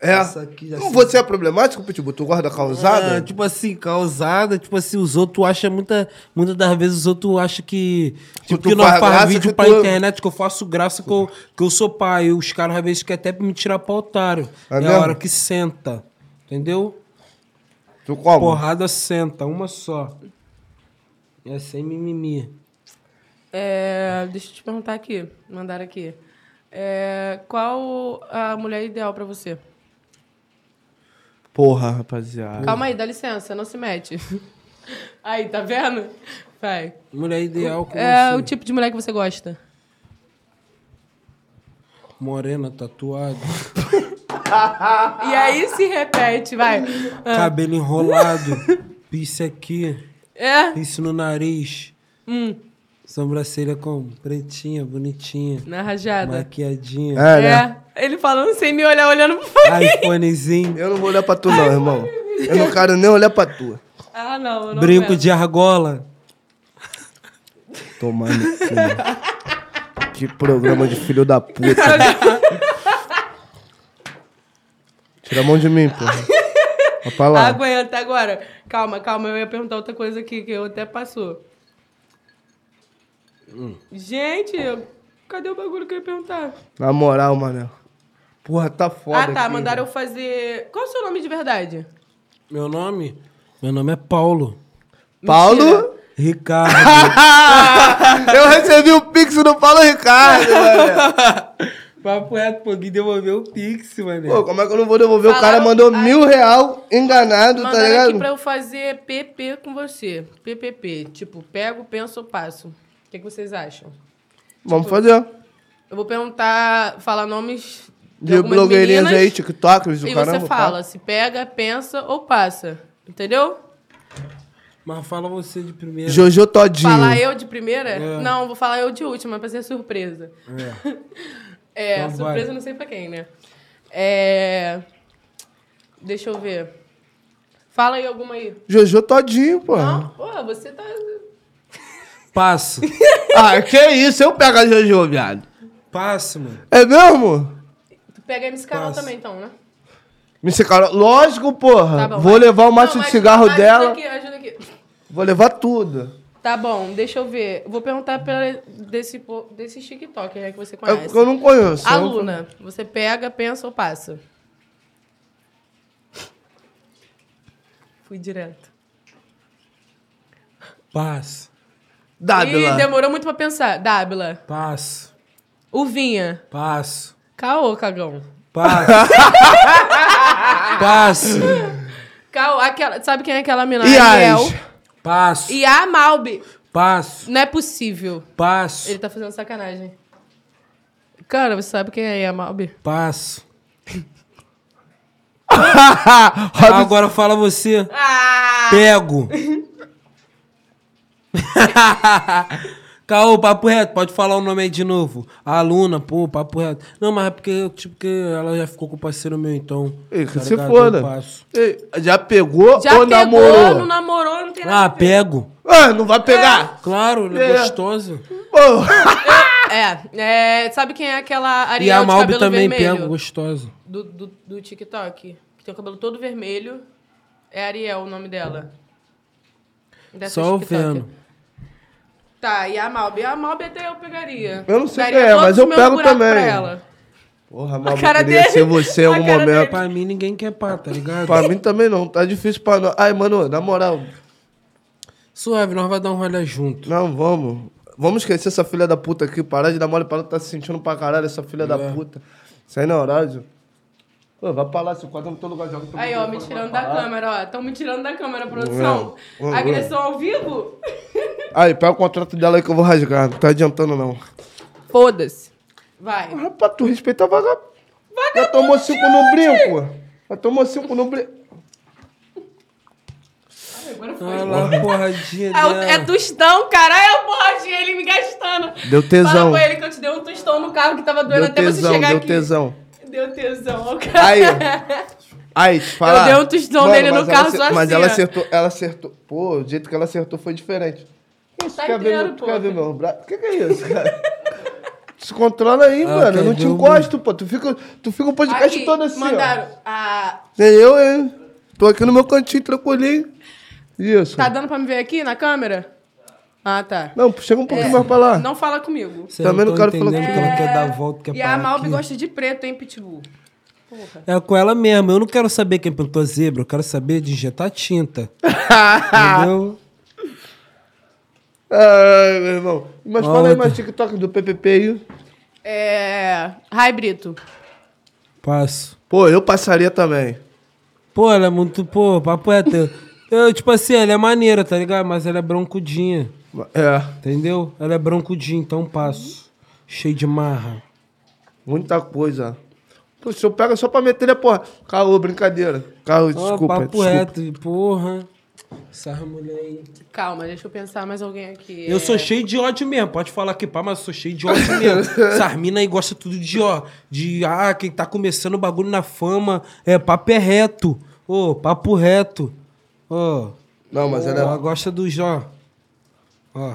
S1: É?
S3: Essa aqui já
S1: Não,
S3: sentou.
S1: você é problemático, Pitbull? Tu guarda causada?
S3: Ah, tipo assim, causada, tipo assim, os outros acham muita. Muitas das vezes os outros acham que. Tipo,
S1: tu
S3: que não
S1: faz
S3: faz,
S1: graça,
S3: vídeo
S1: que
S3: pra
S1: tu-
S3: internet, que eu faço graça, que eu, que eu sou pai. E os caras às vezes querem até me tirar pra otário.
S1: É
S3: É,
S1: mesmo?
S3: a hora que senta. Entendeu?
S1: tu como?
S3: Porrada senta, uma só. É sem mimimi.
S2: É, deixa eu te perguntar aqui, mandaram aqui. É, qual a mulher ideal pra você?
S1: Porra, rapaziada.
S2: Calma aí, dá licença, não se mete. Aí, tá vendo? Vai.
S3: Mulher ideal com
S2: É
S3: você.
S2: o tipo de mulher que você gosta.
S3: Morena, tatuada,
S2: E aí se repete, vai. Ah,
S3: cabelo enrolado, pisse aqui,
S2: É?
S3: pisse no nariz,
S2: Hum,
S3: sobrancelha como? Pretinha, bonitinha,
S2: na rajada.
S3: maquiadinha.
S1: É, né?
S2: É. Ele falando sem me olhar, olhando pro fone.
S3: É. iPhonezinho,
S1: Eu não vou olhar pra tu, não, irmão. Eu não quero nem olhar pra tu.
S2: Ah, não, eu não
S3: brinco
S2: aguento.
S3: de argola.
S1: Tomando. que programa de filho da puta. Tira a mão de mim, porra. Vai pra lá.
S2: Aguenta agora. Calma, calma, eu ia perguntar outra coisa aqui que eu até passou.
S1: Hum.
S2: Gente, eu- cadê o bagulho que eu ia perguntar?
S1: Na moral, mano. Porra, tá foda.
S2: ah, tá,
S1: aqui,
S2: mandaram eu fazer. Qual é o seu nome de verdade?
S3: Meu nome? Meu nome é Paulo.
S1: Paulo?
S3: Ricardo.
S1: Eu recebi o pix do Paulo Ricardo, mano.
S3: Papo reto, pô, que devolveu o Pix, mané.
S1: Pô, como é que eu não vou devolver? o cara
S2: Falaram-
S1: mandou mil real enganado, tá
S2: Mandaram
S1: ligado?
S2: aqui pra eu fazer PP com você. PPP. Tipo, pego, penso, passo. O que, que vocês acham?
S1: Vamos fazer.
S2: Eu vou perguntar, falar nomes de,
S1: De
S2: algumas
S1: blogueirinhas
S2: meninas,
S1: aí, TikTokers, do
S2: E
S1: caramba. tá?
S2: você
S1: pá.
S2: fala se pega, pensa ou passa. Entendeu?
S3: Mas fala você de primeira.
S1: Jojo Todinho.
S2: Falar assim, eu de primeira?
S1: É.
S2: Não, vou falar eu de última pra ser surpresa. É,
S3: Então vai.
S2: surpresa eu não sei pra quem, né? É. Deixa eu ver. Fala aí alguma aí.
S1: Jojo Todinho, pô.
S2: Não? Pô, você tá.
S3: Passo.
S1: Ah, que isso? Eu pego a Jojo, viado.
S3: Passo, mano.
S1: É mesmo?
S2: Tu pega MC Carol
S3: Passa.
S2: também, então, né?
S1: Me secaram. Lógico, porra.
S2: Tá bom.
S1: Vou
S2: vai.
S1: levar o maço
S2: Não,
S1: de
S2: mas
S1: cigarro
S2: ajuda
S1: dela.
S2: Aqui, ajuda aqui.
S1: Vou levar tudo.
S2: Tá bom, deixa eu ver. Vou perguntar pra, desse, po- desse TikTok né, que você
S1: É
S2: conhece.
S1: porque eu não conheço.
S2: A
S1: eu não conheço.
S2: Luna, você pega, pensa ou passa? Fui direto.
S3: Passo.
S2: Ih,
S1: Dábila.
S2: demorou muito pra pensar. Dábila.
S3: Passo.
S2: Uvinha.
S3: Passo.
S2: Caô, cagão.
S3: Passo. Passo.
S2: Caô, aquela, sabe quem é aquela mina?
S1: Iás.
S3: Passo.
S2: E a Malbi.
S3: Passo.
S2: Não é possível.
S3: Passo.
S2: Ele tá fazendo sacanagem. Cara, você sabe quem é a Malbi?
S3: Passo.
S1: Robson-
S3: Agora fala você.
S2: Ah!
S3: Pego. Caô, papo reto, pode falar o nome aí de novo. Aluna, pô, papo reto. Não, mas é porque, tipo, que ela já ficou com o parceiro meu, então.
S1: Ih, que
S3: tá
S1: se
S3: ligado?
S1: foda.
S3: Eu passo.
S1: Ih, Já pegou
S2: Já
S1: ou
S2: pegou,
S1: namorou?
S2: não namorou, não tem nada.
S3: Ah, pego.
S1: Ah, não vai pegar.
S3: Claro, ela é,
S1: É.
S3: gostosa.
S1: Pô.
S2: É, é, sabe quem é aquela
S3: E
S2: Ariel
S3: a
S2: de
S3: Malbi
S2: cabelo
S3: também
S2: vermelho?
S3: pego, gostosa.
S2: do, do, do TikTok, que tem o cabelo todo vermelho. É Ariel o nome dela. Dessa
S3: Só
S2: TikToker.
S3: vendo.
S2: Tá, e a Malbi? A Malbi até eu pegaria.
S1: Eu não sei
S2: Daria
S1: quem é,
S2: todos
S1: mas
S2: os
S1: eu
S2: meus
S1: pego
S2: buracos
S1: também.
S2: pra ela.
S1: Porra, mas eu
S2: cara
S1: queria
S2: dele.
S1: ser você em
S2: A
S1: algum
S2: cara
S1: momento.
S2: dele.
S3: Pra mim, ninguém quer pá, tá ligado?
S1: Pra mim também não, tá difícil pra nós. Ai, mano, na moral,
S3: Suave, nós vai dar um rolê junto.
S1: não, vamos. Vamos esquecer essa filha da puta aqui, parar de dar mole pra ela, tá se sentindo pra caralho, essa filha da puta. Isso aí não é horário. Pô, vai pra lá, se o quadro no teu lugar, joga teu
S2: Aí, ó, me
S1: microfone
S2: tirando
S1: pra
S2: da
S1: lá.
S2: câmera, ó. Estão me tirando da câmera, produção. Agressão ao vivo?
S1: Aí, pega o contrato dela aí que eu vou rasgar. Não tá adiantando, não.
S2: Foda-se. Vai.
S1: Ah, Rapaz, tu respeita a vaga. Já tomou cinco no brinco. Já tomou cinco no brinco.
S2: Agora foi.
S3: Olha Tá lá, porradinha
S2: É, o-
S3: dela.
S2: é tostão, caralho, é o porradinho, ele me gastando.
S1: Deu tesão.
S2: Fala com ele que eu te dei um tostão no carro que tava doendo
S1: Deu
S2: até você
S1: tesão,
S2: chegar
S1: deu
S2: aqui.
S1: tesão.
S2: Deu tesão, ó, cara.
S1: Aí, aí, te falar.
S2: dei um tostão dele no
S1: mas ela
S2: carro
S1: acer-
S2: só
S1: Mas
S2: assim,
S1: ela
S2: ó.
S1: acertou, ela acertou. Pô, o jeito que ela acertou foi diferente. Isso,
S2: Tá
S1: quer ver,
S2: inteiro,
S1: meu- tu
S2: pô.
S1: quer ver meu braço? O que, que é isso, cara? Se controla aí, mano. Eu não
S3: Ah, quer
S1: te
S3: ver o-
S1: encosto, pô. Tu fica, tu fica o podcast
S2: Aqui,
S1: todo assim, ó.
S2: mandaram. Ah,
S1: Eu, hein? Tô aqui no meu cantinho, tranquilinho. Isso.
S2: tá dando pra me ver aqui na câmera? Ah, tá.
S1: Não, chega um pouquinho mais pra lá.
S2: Não fala comigo.
S3: Você
S1: Também não
S3: tô
S1: quero falar
S3: entendendo
S1: com
S3: que ela
S1: ninguém.
S3: quer dar a volta, quer
S2: E a
S3: parar
S2: Malbi
S3: aqui.
S2: gosta de preto, hein, Pitbull? Porra.
S3: É com ela mesma. Eu não quero saber quem pintou a zebra. Eu quero saber de injetar tinta. Entendeu?
S1: Ai, É, meu irmão. Mas
S3: Uma
S1: fala aí
S3: outra.
S1: mais TikTok do PPP aí.
S2: É. Rai Brito.
S3: Passo.
S1: Pô, eu passaria também.
S3: Pô, ela é muito... Pô, papo é teu. Eu, tipo assim, ela é maneira, tá ligado? Mas ela é broncudinha.
S1: É,
S3: Entendeu? Ela é broncudinha, então passo. Cheio de marra.
S1: muita coisa. Pô, se eu pego só pra meter, né, porra? Caô, brincadeira. Caô,
S3: Ó,
S1: desculpa,
S3: papo
S1: desculpa.
S3: reto, porra. Essa mulher aí.
S2: Calma, deixa eu pensar mais alguém aqui. É.
S3: Eu
S1: É.
S3: sou cheio de ódio mesmo. Pode falar que pá, mas eu sou cheio de ódio mesmo. Essas minas aí gostam tudo de, ó, de, ah, quem tá começando o bagulho na fama, é, papo é reto. Ô, papo reto. Ô,
S1: Não, mas ela
S3: ela
S1: é...
S3: gosta dos, ó, ó.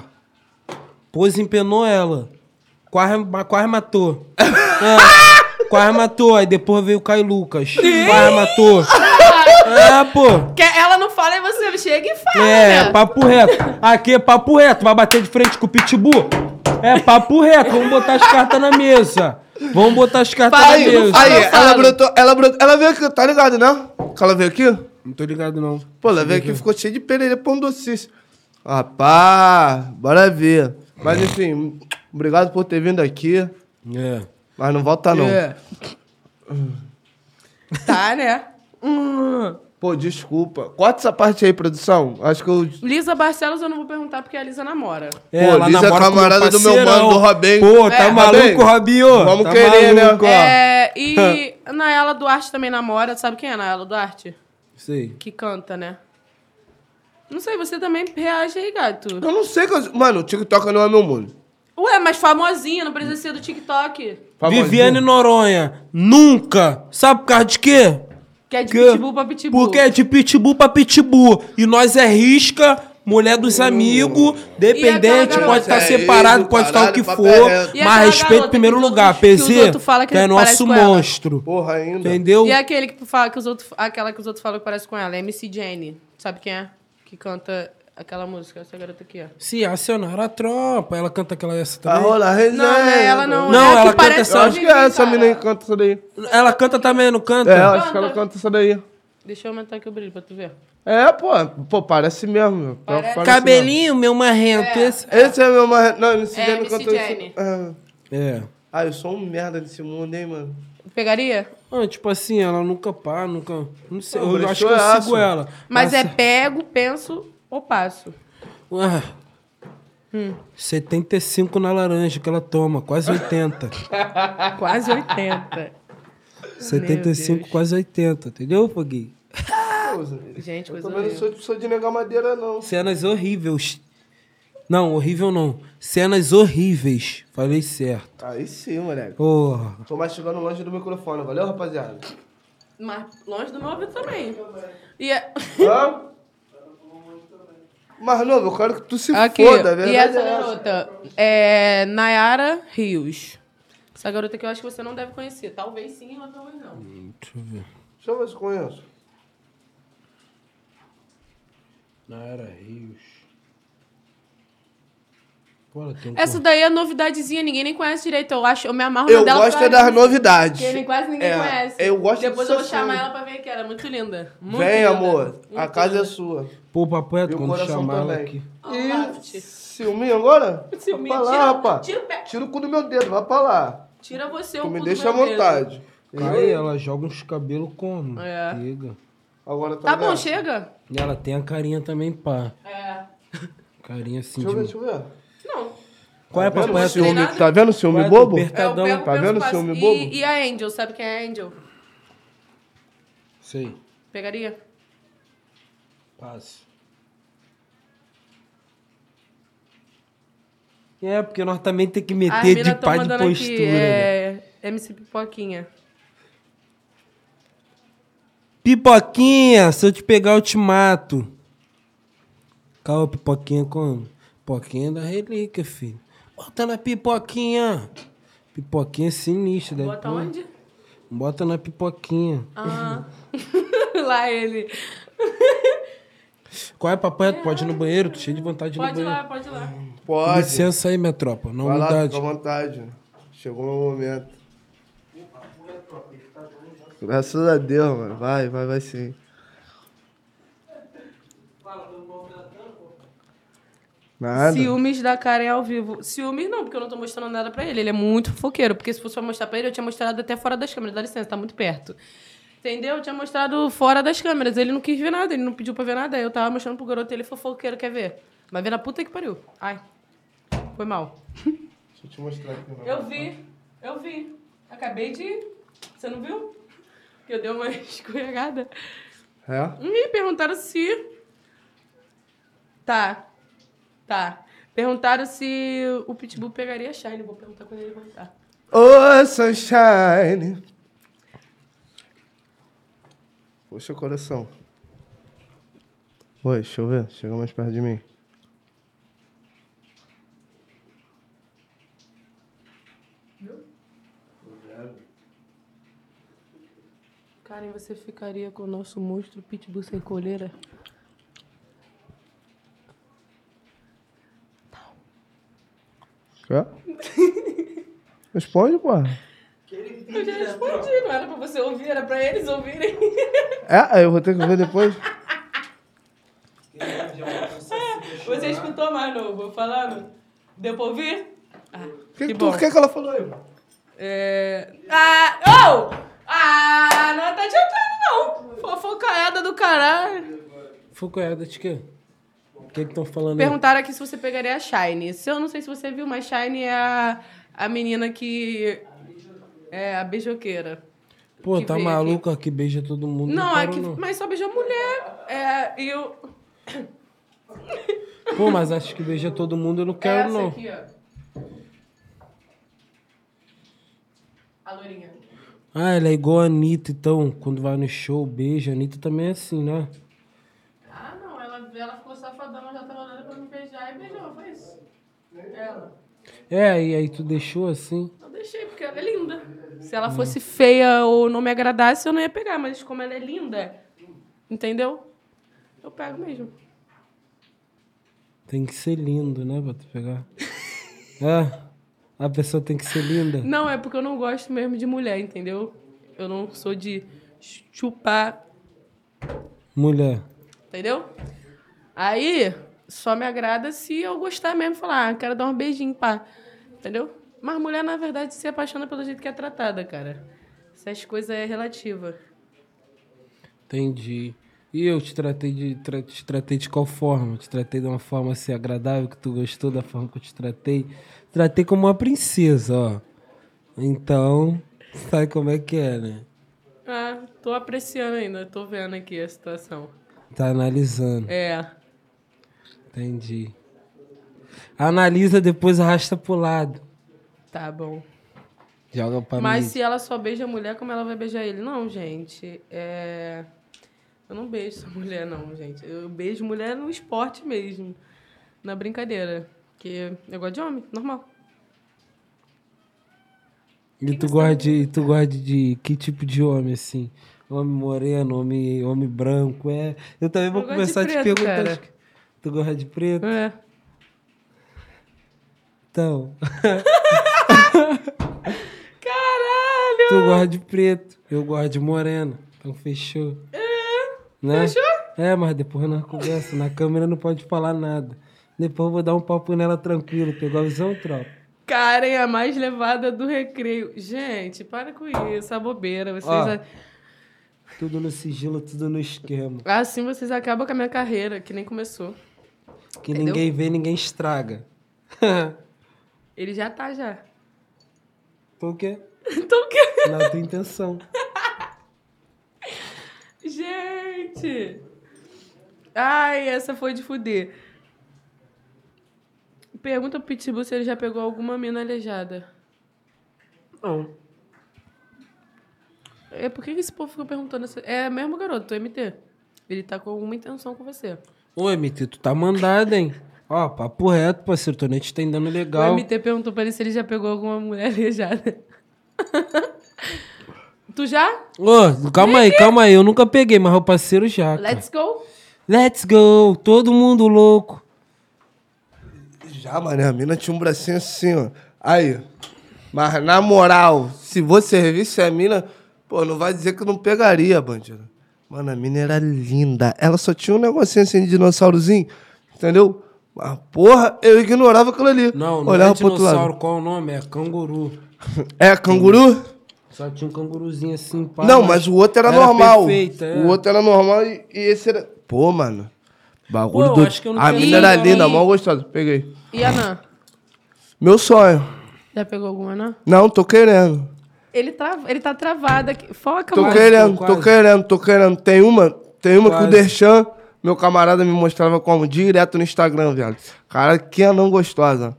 S3: Pose empenou ela. Quase, ma- quase matou. É, quase matou. Aí depois veio o Caio Lucas. Quase matou. É, pô.
S2: Que ela não fala e você chega e fala.
S3: É,
S2: né?
S3: papo reto. Aqui é papo reto. Vai bater de frente com o Pitbull. É, papo reto. Vamos botar as cartas na mesa. Vamos botar as cartas
S2: Fala
S3: na
S1: Aí,
S2: Deus,
S3: mesa.
S1: aí,
S2: fala,
S1: ela
S2: fala.
S1: brotou, ela brotou, ela veio aqui, tá ligado, né? Que ela veio aqui?
S3: Não tô ligado, não.
S1: Pô, ela veio aqui, ficou cheia de pereira pão doce. Rapaz, bora ver. Mas enfim, obrigado por ter vindo aqui.
S3: É.
S1: Mas não volta não.
S2: É. Tá, né? Hum.
S1: Pô, desculpa. Corta essa parte aí, produção. Acho que eu.
S2: Lisa Barcelos eu não vou perguntar porque a Lisa namora.
S3: É,
S1: Pô,
S3: ela
S1: Liz é
S3: namora com
S1: camarada do meu mano, do Robin.
S3: Pô, tá
S2: É,
S3: maluco,
S1: Robin?
S3: Robinho?
S1: Vamos
S3: tá
S1: querer, né?
S3: maluco, ó.
S2: É, e Nayela Duarte também namora. Sabe quem é Nayela Duarte?
S3: Sei.
S2: Que canta, né? Não sei, você também reage aí, gato.
S1: Eu não sei que eu. Mano, o TikTok não é meu mundo.
S2: Ué, mas famosinha, não precisa ser do TikTok.
S1: Famosinho.
S3: Viviane Noronha. Nunca. Sabe por causa de quê?
S2: Que é de
S3: Que-
S2: pitbull pra pitbull.
S3: Porque é de pitbull pra pitbull. E nós é risca, mulher dos amigos, dependente,
S2: aquela
S3: pode
S1: Hum.
S3: estar
S1: garota?
S3: separado,
S1: É
S3: pode
S1: isso,
S3: estar o que
S1: caralho, papo
S3: for.
S1: é reto.
S2: E aquela
S3: Mas respeito
S2: garota
S3: em primeiro
S2: que os
S3: lugar,
S2: outros- que os
S3: PZ,
S2: outros falam que
S3: que é
S2: ele parece
S3: nosso
S2: com ela.
S3: monstro.
S1: Porra, ainda.
S3: Entendeu?
S2: E é aquele que fala que os outros, aquela que os outros falam que parece com ela, é MC Jenny. Sabe quem é? Que canta aquela música, essa garota aqui, ó.
S3: Se acionar a tropa, ela canta aquela essa
S1: Tá
S3: também.
S1: rola resenha.
S2: Não, né? Ela não.
S3: Não,
S2: é a que
S3: ela canta
S2: parece
S1: Eu
S3: essa-
S2: com a
S1: acho que
S2: Vivi,
S1: é essa
S2: cara.
S1: mina aí que canta essa daí.
S3: Ela canta também, não canta?
S1: É, eu acho que
S2: Canta.
S1: ela canta essa daí.
S2: Deixa eu aumentar aqui o brilho pra tu ver.
S1: É, pô. Pô, parece mesmo. meu. Pior que
S2: Parece.
S1: parece
S3: Cabelinho, meu marrento. Esse...
S1: mesmo. Esse é meu mais. Não, MC
S2: É,
S1: Jenny
S2: MC
S1: cantou
S2: Jenny.
S1: isso. Ah.
S3: É.
S1: Ah, eu sou um merda nesse mundo, hein, mano.
S2: Pegaria?
S3: Ah, tipo assim, ela nunca pá, nunca. Não sei,
S1: Não,
S3: eu
S1: mas
S3: acho
S1: isso
S3: que
S1: é
S3: eu
S1: aço.
S3: sigo ela.
S2: Mas é
S3: Essa-
S2: pego, penso ou passo.
S3: Ah.
S2: Hum.
S3: 75 na laranja que ela toma, quase 80.
S2: Quase 80.
S3: 75, quase 80, entendeu, Foguinho?
S2: Gente,
S1: Eu
S2: coisa
S1: também não
S2: horrível.
S1: sou, sou de negar madeira, não.
S3: Cenas horríveis. Não, horrível não. Cenas horríveis. Falei certo.
S1: Aí sim, moleque.
S3: Porra.
S1: Tô mastigando longe do microfone, valeu, rapaziada?
S2: Mas longe do meu ouvido também. E é...
S1: Hã? Mas, novo, eu quero que tu se
S2: Aqui,
S1: foda, a verdade
S2: e essa
S1: é essa.
S2: garota é Nayara Rios. Essa garota que eu acho que você não deve conhecer. Talvez sim, ela talvez não.
S3: Deixa eu ver.
S1: Deixa eu ver se eu conheço.
S3: Nara Rios. Agora tem um
S2: Essa daí é novidadezinha, ninguém nem conhece direito. Eu acho, eu me amarro
S1: Eu
S2: dela.
S1: gosto
S2: por
S1: é
S2: causa
S1: das
S2: disso,
S1: novidades.
S2: porque nem- quase ninguém
S1: É,
S2: conhece.
S1: eu gosto
S2: Depois
S1: disso
S2: eu vou chamar
S1: assim.
S2: ela pra ver que ela é muito linda. Muito
S1: Vem,
S2: linda.
S1: amor.
S2: Muito
S1: A casa é
S2: linda.
S1: sua.
S3: Pô, papai,
S1: E o
S3: quando
S1: coração
S3: chamar ela
S1: também.
S3: aqui.
S2: Ó,
S1: Ih,
S2: Laft.
S1: ciúminho agora?
S2: Ciúminho,
S1: Vai pra lá,
S2: tira-
S1: rapaz.
S2: tira o pé.
S1: Tira o cu do meu dedo, vai pra lá.
S2: Tira você o
S1: Tu me
S2: cu do
S1: deixa à
S2: meu dedo.
S1: vontade.
S3: Cai, ela joga uns cabelos como?
S2: É.
S3: Pega.
S1: Agora tá
S2: Tá bom,
S1: ligado?
S2: chega?
S3: E ela tem a carinha também, pá.
S2: É.
S3: Carinha assim
S1: Deixa eu ver,
S3: de...
S1: deixa eu ver.
S2: Não.
S3: Qual é a
S1: Tá vendo o
S3: papai?
S1: ciúme,
S2: nada.
S1: tá vendo o ciúme
S3: Quatro
S1: bobo?
S3: per-
S2: Eu
S3: Tadão,
S2: pego
S1: tá
S2: pelo
S1: vendo o
S2: passo-
S1: ciúme
S2: e-
S1: bobo?
S2: E, a Angel, sabe quem é a Angel?
S3: Sei.
S2: Pegaria?
S3: Passe. É, porque nós também tem que
S2: a
S3: meter de
S2: Armina
S3: pá de postura. né?
S2: é, MC Pipoquinha.
S3: Pipoquinha, se eu te pegar, eu te mato. Calma, pipoquinha como? Pipoquinha da relíquia, filho. Bota na pipoquinha. Pipoquinha sinistra. deve
S2: Bota
S3: pôr.
S2: onde?
S3: Bota na pipoquinha.
S2: Ah. lá ele.
S3: Qual é, papai? Tu pode ir no banheiro? Tô cheio de vontade de ir no
S2: Pode ir
S3: banheiro.
S2: lá, pode ir lá.
S1: Pode.
S3: Licença aí, minha tropa. Na
S1: Vai lá,
S3: humildade.
S1: fica à vontade. Chegou o meu momento. Graças a Deus, mano. Vai, vai, vai sim. Nada.
S2: Ciúmes da Karen é ao vivo. Ciúmes não, porque eu não tô mostrando nada pra ele. Ele é muito fofoqueiro. Porque se fosse pra mostrar pra ele, eu tinha mostrado até fora das câmeras. Dá licença, tá muito perto. Entendeu? Eu tinha mostrado fora das câmeras. Ele não quis ver nada, ele não pediu pra ver nada. Aí Eu tava mostrando pro garoto, ele fofoqueiro, quer ver? Vai ver na puta que pariu. Ai. Foi mal.
S1: Deixa eu te mostrar aqui. mano.
S2: Eu vi, eu vi. Acabei de. Você não viu? Que eu dei uma escorregada.
S1: É?
S2: Me perguntaram se. Tá. Tá. Perguntaram se o Pitbull pegaria a Shine. Vou perguntar quando ele voltar.
S1: Oh, sunshine. Poxa, coração. Oi, deixa eu ver. Chega mais perto de mim.
S2: Karen, você ficaria com o nosso monstro Pitbull sem coleira?
S1: É? Responde, porra.
S2: Eu já respondi, não era pra você ouvir, era pra eles ouvirem.
S1: É, aí eu vou ter que ver depois.
S2: Você escutou mais novo, falando? Deu pra ouvir? Ah,
S1: Que,
S2: que
S1: por
S2: bom.
S1: que, que ela falou aí?
S2: É... Ah! Oh! Ah! Não tá adiantando, não. Fofocaiada do caralho.
S3: Focoiada de quê? é. O que que estão falando aí?
S2: Perguntaram aqui se você pegaria a Shine. Se eu não sei se você viu, mas Shine é a, a menina que... É, a beijoqueira.
S3: Pô,
S2: que
S3: tá
S2: veio
S3: maluco aqui. beija todo mundo.
S2: Não, é
S3: quero,
S2: que...
S3: não.
S2: Mas só beijou mulher. É, e eu...
S3: Pô, mas acho que beija todo mundo, eu não
S2: é
S3: quero,
S2: essa
S3: não.
S2: aqui, ó. A loirinha.
S3: Ah, ela é igual a Anitta, então, quando vai no show, beija. A Anitta também é assim, né?
S2: Ah, não. Ela, ela ficou safadona, já tava olhando pra me beijar e beijou. Foi isso. Ela.
S3: É, e aí tu deixou assim?
S2: Eu deixei, porque ela é linda. Se ela fosse feia ou não me agradasse, eu não ia pegar, mas como ela é linda, entendeu? Eu pego mesmo.
S3: Tem que ser lindo, né, pra tu pegar. é, a pessoa tem que ser linda.
S2: Não, é porque eu não gosto mesmo de mulher, entendeu? Eu não sou de chupar,
S3: Mulher.
S2: entendeu? Aí, só me agrada se eu gostar mesmo, falar, ah, quero dar um beijinho, pá, entendeu? Mas mulher, na verdade, se apaixona pelo jeito que é tratada, cara. Essas coisas é relativa.
S3: Entendi. E eu te tratei de tra- te tratei de qual forma? Te tratei de uma forma assim agradável que tu gostou da forma que eu te tratei? Tratei como uma princesa, ó. Então, sabe como é que é, né?
S2: Ah, tô apreciando ainda, tô vendo aqui a situação.
S3: Tá analisando.
S2: É.
S3: Entendi. Analisa depois arrasta pro lado.
S2: Tá bom.
S3: Joga pra
S2: Mas
S3: mim.
S2: se ela só beija a mulher, como ela vai beijar ele? Não, gente. É... Eu não beijo essa mulher, não, gente. Eu beijo mulher no esporte mesmo. Na brincadeira. Porque eu gosto de homem, normal.
S3: E tu gosta de, e tu gosta de que tipo de homem assim? Homem moreno, homem, homem branco, é. Eu também vou
S2: Eu gosto de
S3: começar a te
S2: preto,
S3: perguntar.
S2: cara.
S3: as- Tu gosta de preto?
S2: É.
S3: Então.
S2: Caralho!
S3: Tu gosta de preto, eu gosto de moreno. Então fechou. Né?
S2: Fechou?
S3: É, mas depois nós conversa. Na câmera não pode falar nada. Depois eu vou dar um papo nela tranquilo. Pegou a visão, tropa?
S2: Karen, é a mais levada do recreio. Gente, para com isso, a bobeira. Vocês
S3: Ó.
S2: a-
S3: Tudo no sigilo, tudo no esquema.
S2: Assim vocês acabam com a minha carreira, que nem começou.
S3: Que
S2: Entendeu?
S3: ninguém vê, ninguém estraga.
S2: Ele já tá já.
S3: então o quê?
S2: Então o quê?
S3: Na tua intenção.
S2: Gente! Ai, essa foi de fuder. Pergunta pro Pitbull se ele já pegou alguma mina aleijada.
S3: Não.
S2: É, por que que esse povo fica perguntando? Essa... É mesmo garoto, MT. Ele tá com alguma intenção com você.
S3: Ô, MT, tu tá mandado, hein? Ó, papo reto, parceiro. Tô nem te estendendo legal.
S2: O MT perguntou pra ele se ele já pegou alguma mulher aleijada. tu já?
S3: Ô, calma aí, calma aí. Eu nunca peguei, mas o parceiro já. cara.
S2: Let's go.
S3: Let's go, todo mundo louco.
S1: Já, mané, a mina tinha um bracinho assim, ó. Aí. Mas na moral, se você visse a mina, pô, não vai dizer que eu não pegaria, bandido. Mano, a mina era linda. Ela só tinha um negocinho assim de dinossaurozinho, entendeu? Mas, porra, eu ignorava aquilo ali.
S3: Não, não
S1: Olhava
S3: é
S1: pro outro
S3: dinossauro,
S1: lado.
S3: qual o nome? É canguru.
S1: É, canguru?
S3: Só tinha um canguruzinho assim, pá.
S1: não, mas o outro era, normal.
S3: Perfeito, é.
S1: O outro era normal e, e esse era. Pô, mano. Bagulho
S3: Pô,
S1: do.
S3: acho que eu não
S1: a
S3: tinha
S1: mina era
S2: lido,
S1: linda,
S2: hein?
S1: mó gostosa. Peguei.
S2: E a Nan?
S1: Meu sonho.
S2: Já pegou alguma, Nan?
S1: Não, tô querendo.
S2: Ele, trava, ele tá travado aqui. Foca,
S1: Tô
S2: mano.
S1: querendo,
S3: quase.
S1: tô querendo, tô querendo. Tem uma, tem uma que o
S3: Quase.
S1: Derchan, meu camarada, me mostrava como direto no Instagram, viado. Cara, que anão gostosa.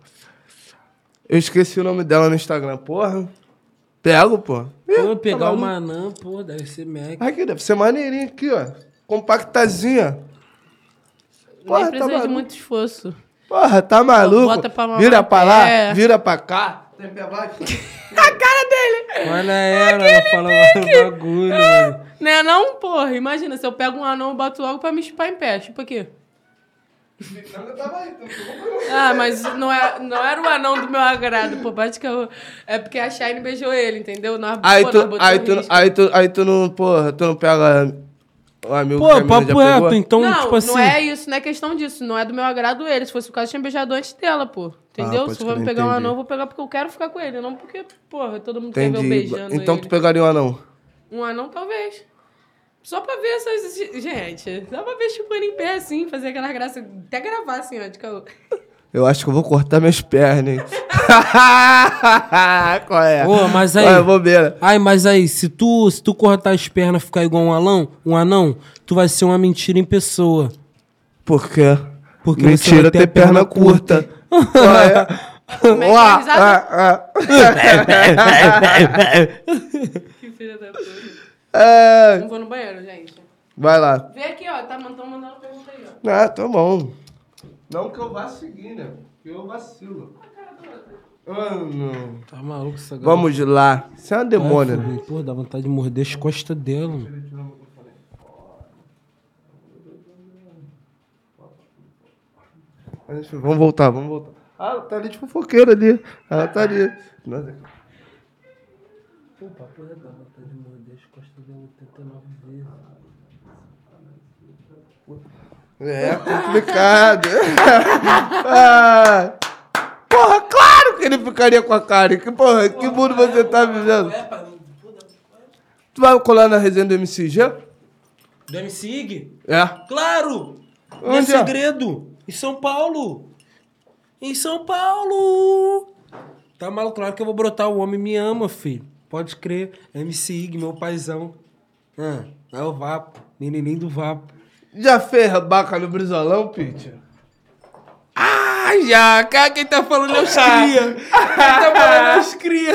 S1: Eu esqueci o nome dela no Instagram, porra. Pego, pô.
S3: Pô,
S1: Ih,
S3: eu pegar
S1: tá
S3: o
S1: maluco.
S3: Manã, pô, deve ser Mac.
S1: Aqui, deve ser maneirinha aqui, ó. Compactazinha.
S2: Nem
S1: Porra, tá
S2: precisa de
S1: maluco.
S2: muito esforço.
S1: Porra, tá maluco?
S2: bota pra mamar
S1: vira
S2: no
S1: pra lá,
S2: pé.
S1: vira pra cá. Tem pé baixo?
S2: A cara dele!
S3: Olha ela, ela fala o bagulho,
S1: Ah.
S3: mano.
S2: Né, não, porra. Imagina, se eu pego um anão, eu boto logo pra me chupar em pé. Chupa aqui. Ah, mas não, é, não era o anão do meu agrado, pô. Bate que eu- É porque a Shine beijou ele, entendeu? Nós,
S1: Aí
S2: pô,
S1: tu,
S2: nós botamos
S1: aí, tu,
S2: um risco.
S1: aí, tu, aí tu não, porra, tu não pega o amigo que a
S3: Pô,
S1: mina já
S3: papo
S1: pegou?
S3: reto, então,
S2: não,
S3: tipo assim.
S2: não é isso, não é questão disso. Não é do meu agrado ele. Se fosse o caso, eu tinha beijado antes dela, pô. Entendeu?
S1: Ah, pode
S2: Se eu vou
S1: crer,
S2: pegar um
S1: entendi.
S2: anão, eu vou pegar porque eu quero ficar com ele. Não porque, porra, todo mundo quer ver eu
S1: Entendi.
S2: beijando
S1: Então
S2: ele.
S1: tu pegaria um anão.
S2: Um anão, talvez. Só pra ver essas. Gente, só pra ver chupando em pé assim, fazer aquela graça. Até gravar assim, ó, de caô.
S1: Eu acho que eu vou cortar minhas pernas. hein? Qual é?
S3: Ô, mas aí-
S1: Qual é, bobeira?
S3: Ai, mas aí, se tu, se tu cortar as pernas e ficar igual um alão, um anão, tu vai ser uma mentira em pessoa.
S1: Por quê?
S3: Porque você
S1: Mentira
S3: vai ter
S1: ter
S3: a
S1: perna
S3: perna
S1: curta. Qual é?
S2: Como é que é a
S1: Uá,
S2: risada?
S1: ah,
S2: Que filha da puta.
S1: ah. É,
S2: Não vou no banheiro, gente.
S1: Vai lá.
S2: Vê aqui, ó. Tá mandando, mandando pergunta aí, ó.
S1: Ah, tá bom. Não que eu vá seguir, né? Que eu vacilo. Ah, não.
S3: Tá maluco essa garota?
S1: Vamos lá. Você é uma demônia, né?
S3: Pô, dá vontade de morder as costas dela, mano.
S1: Mas enfim, Vamos voltar, vamos voltar. Ah, ela tá ali de fofoqueira ali. Ela tá ali. Nossa,
S3: Pô, papo reto, dá vontade de morder as costas dela 89 vezes.
S1: É complicado. Ah, porra, claro que ele ficaria com a cara. Que porra, que mundo você tá vivendo?
S3: É,
S1: Tu vai colar na resenha do MCG?
S3: Do MC Ig?
S1: É.
S3: Claro! Não é
S1: Onde é?
S3: segredo! Em São Paulo! Em São Paulo! Tá maluco? Claro que eu vou brotar. O homem me ama, filho. Pode crer. MC Ig, meu paizão. Ah, é o Vapo. Menininho do Vapo.
S1: Já fez baca no brisolão, Pete?
S3: Ah, já! Cara, quem tá falando é os cria. Quem tá falando é os cria.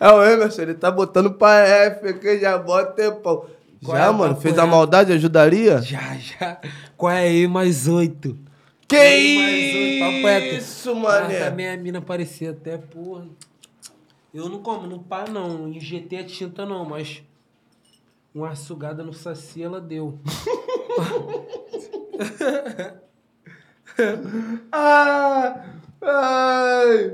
S1: É o Emerson, ele tá botando pra F, que já bota tempão.
S3: Qual
S1: Já,
S3: é,
S1: mano,
S3: papo
S1: fez a
S3: reto?
S1: maldade, ajudaria?
S3: Já, já. Qual é aí? Mais oito.
S1: Que um isso,
S3: Ah,
S1: mané?
S3: também a mina parecia até, porra. Eu não como, não pá não. Injetei a tinta não, mas. Uma sugada no saci ela deu.
S1: Ah, ai.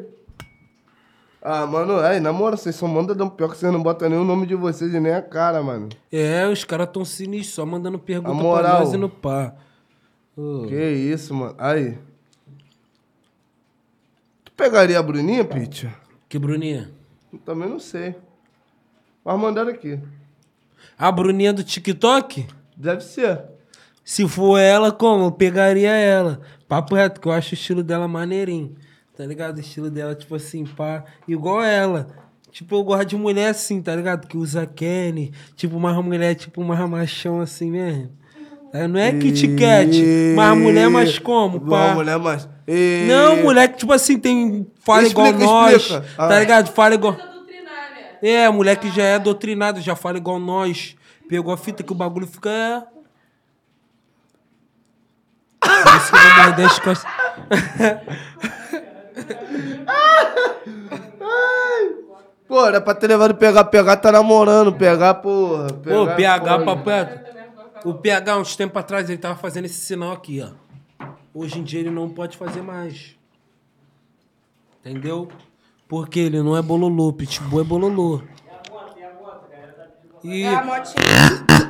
S1: Ah, mano, aí, na moral, vocês só mandam dar um pior que vocês não botam nem o nome de vocês e nem a cara, mano.
S3: É, os caras tão sinistros, só mandando pergunta
S1: A moral.
S3: pra nós e no pá. Ô,
S1: Que isso, mano. Aí. Tu Pegaria a Bruninha, Pitty?
S3: Que Bruninha?
S1: Eu Também não sei. Mas mandaram aqui.
S3: A Bruninha do TikTok?
S1: Deve ser.
S3: Se for ela, como? Eu pegaria ela. Papo reto, que eu acho o estilo dela maneirinho. Tá ligado? O estilo dela, tipo assim, pá. Igual ela. Tipo, eu gosto de mulher assim, tá ligado? Que usa Kenny. Tipo, uma mulher, tipo, uma machão assim mesmo. Tá? Não é Kit Kat, mas
S1: é
S3: mulher mais como, pá.
S1: Uma mulher mais. E...
S3: Não, mulher que, tipo assim, tem. Fala igual
S1: Explica,
S3: nós.
S1: explica. Ah.
S3: Tá ligado? Fala igual.
S2: Doutrinar, né?
S3: É, mulher que já é doutrinada, já fala igual nós. Pegou a fita que o bagulho fica. É. Por isso que eu vou morder as costas.
S1: Pô, era pra ter levado pegar, pegar tá namorando, pegar, porra.
S3: Pô,
S1: pegar,
S3: PH,
S1: porra.
S3: papeto. O PH, uns tempos atrás, ele tava fazendo esse sinal aqui, ó. Hoje em dia ele não pode fazer mais. Entendeu? Porque ele não é bololô, pitbull é bololô. E
S2: É a motinha.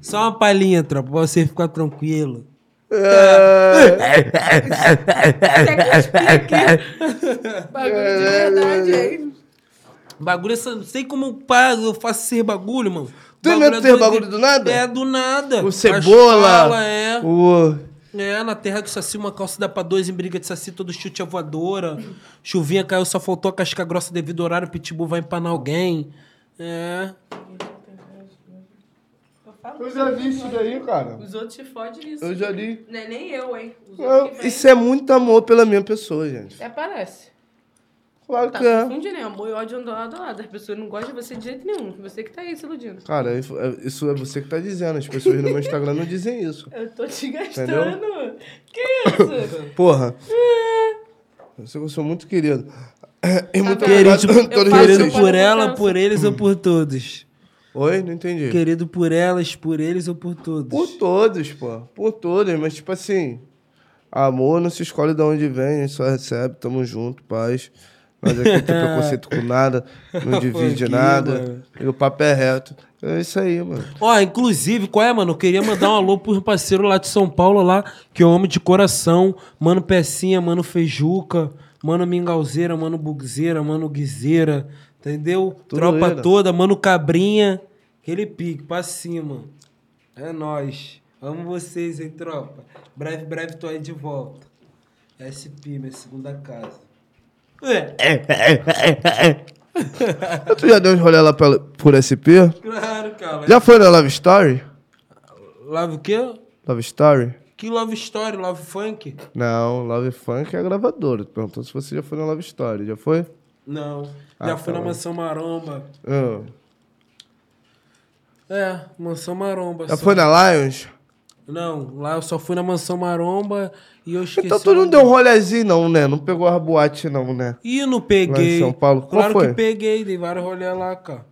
S3: só uma palhinha, tropa, pra você ficar tranquilo.
S1: É.
S2: Até que eu explique. Bagulho de verdade, hein?
S3: Bagulho, essa- não sei como eu pago, eu faço esse bagulho, mano.
S1: Tu inventa
S3: Bagulho é
S1: esse
S3: doido.
S1: bagulho do nada?
S3: É, do nada.
S1: O
S3: As
S1: cebola.
S3: fala, é.
S1: O.
S3: É, na terra do Saci, uma calça dá pra dois em briga de Saci, todo chute é voadora. Chuvinha caiu, só faltou a casca grossa devido ao horário, pitbull vai empanar alguém. É.
S1: Eu já li isso daí, cara.
S2: Os outros te fodem nisso.
S1: Eu já li.
S2: Não é nem eu, hein? Os
S1: Eu-
S2: outros que vêm.
S1: Isso é muito amor pela minha pessoa, gente.
S2: Até parece.
S1: Claro
S2: Tá
S1: que é.
S2: confundindo, né? Amor e ódio andam lado a lado. As pessoas não gostam de você de jeito nenhum. Você que tá aí se iludindo.
S1: Cara, isso é- isso é você que tá dizendo. As pessoas no meu Instagram não dizem isso.
S2: Eu tô te
S1: gastando.
S2: gastando. Que isso? É.
S1: Porra. Eu sei que eu sou muito querido. E muito
S2: vendo?
S1: obrigado
S3: Querido,
S1: a
S2: Eu
S1: todos
S2: faço
S3: querido
S1: vocês.
S2: um-
S3: por ela, por eles ou por todos?
S1: Oi? Não entendi.
S3: Querido por elas, por eles ou por todos?
S1: Por todos, pô. Por todos, mas tipo assim, amor não se escolhe de onde vem, a gente só recebe, tamo junto, paz. Nós aqui não tem preconceito com nada, não divide
S3: Aqui,
S1: nada.
S3: mano.
S1: E o papo é reto. É isso aí, mano.
S3: Ó, inclusive, qual é, mano? Eu queria mandar um alô pro parceiro lá de São Paulo, lá, que eu amo de coração. Mano Pecinha, mano Feijuca, mano Mingauzeira, mano Bugzeira, mano Guizeira, entendeu?
S1: Tudo
S3: Tropa
S1: ele.
S3: toda, mano Cabrinha. Aquele pique, pra cima. É nóis. Amo vocês, hein, tropa. Breve, breve, tô aí de volta. SP, minha segunda casa. É,
S1: Tu já deu uns rolê lá pela- por SP?
S3: claro, cara.
S1: Já foi na Love Story?
S3: Love o quê?
S1: Love Story?
S3: Que love story, love funk?
S1: Não, Love Funk é a gravadora. Tu Perguntou se você já foi na Love Story. Já foi?
S3: Não.
S1: Ah,
S3: Já fui
S1: tá
S3: na
S1: bom.
S3: Mansão Maromba.
S1: Ah.
S3: É, Mansão Maromba.
S1: Já
S3: só.
S1: foi na Lions?
S3: Não, lá eu só fui na Mansão Maromba e eu esqueci.
S1: Então tu não
S3: o-
S1: deu um rolezinho, não, né? Não pegou as boate, não, né?
S3: Ih, não peguei.
S1: Lá em São Paulo, qual
S3: Claro
S1: foi?
S3: que peguei, dei vários rolê lá, cara.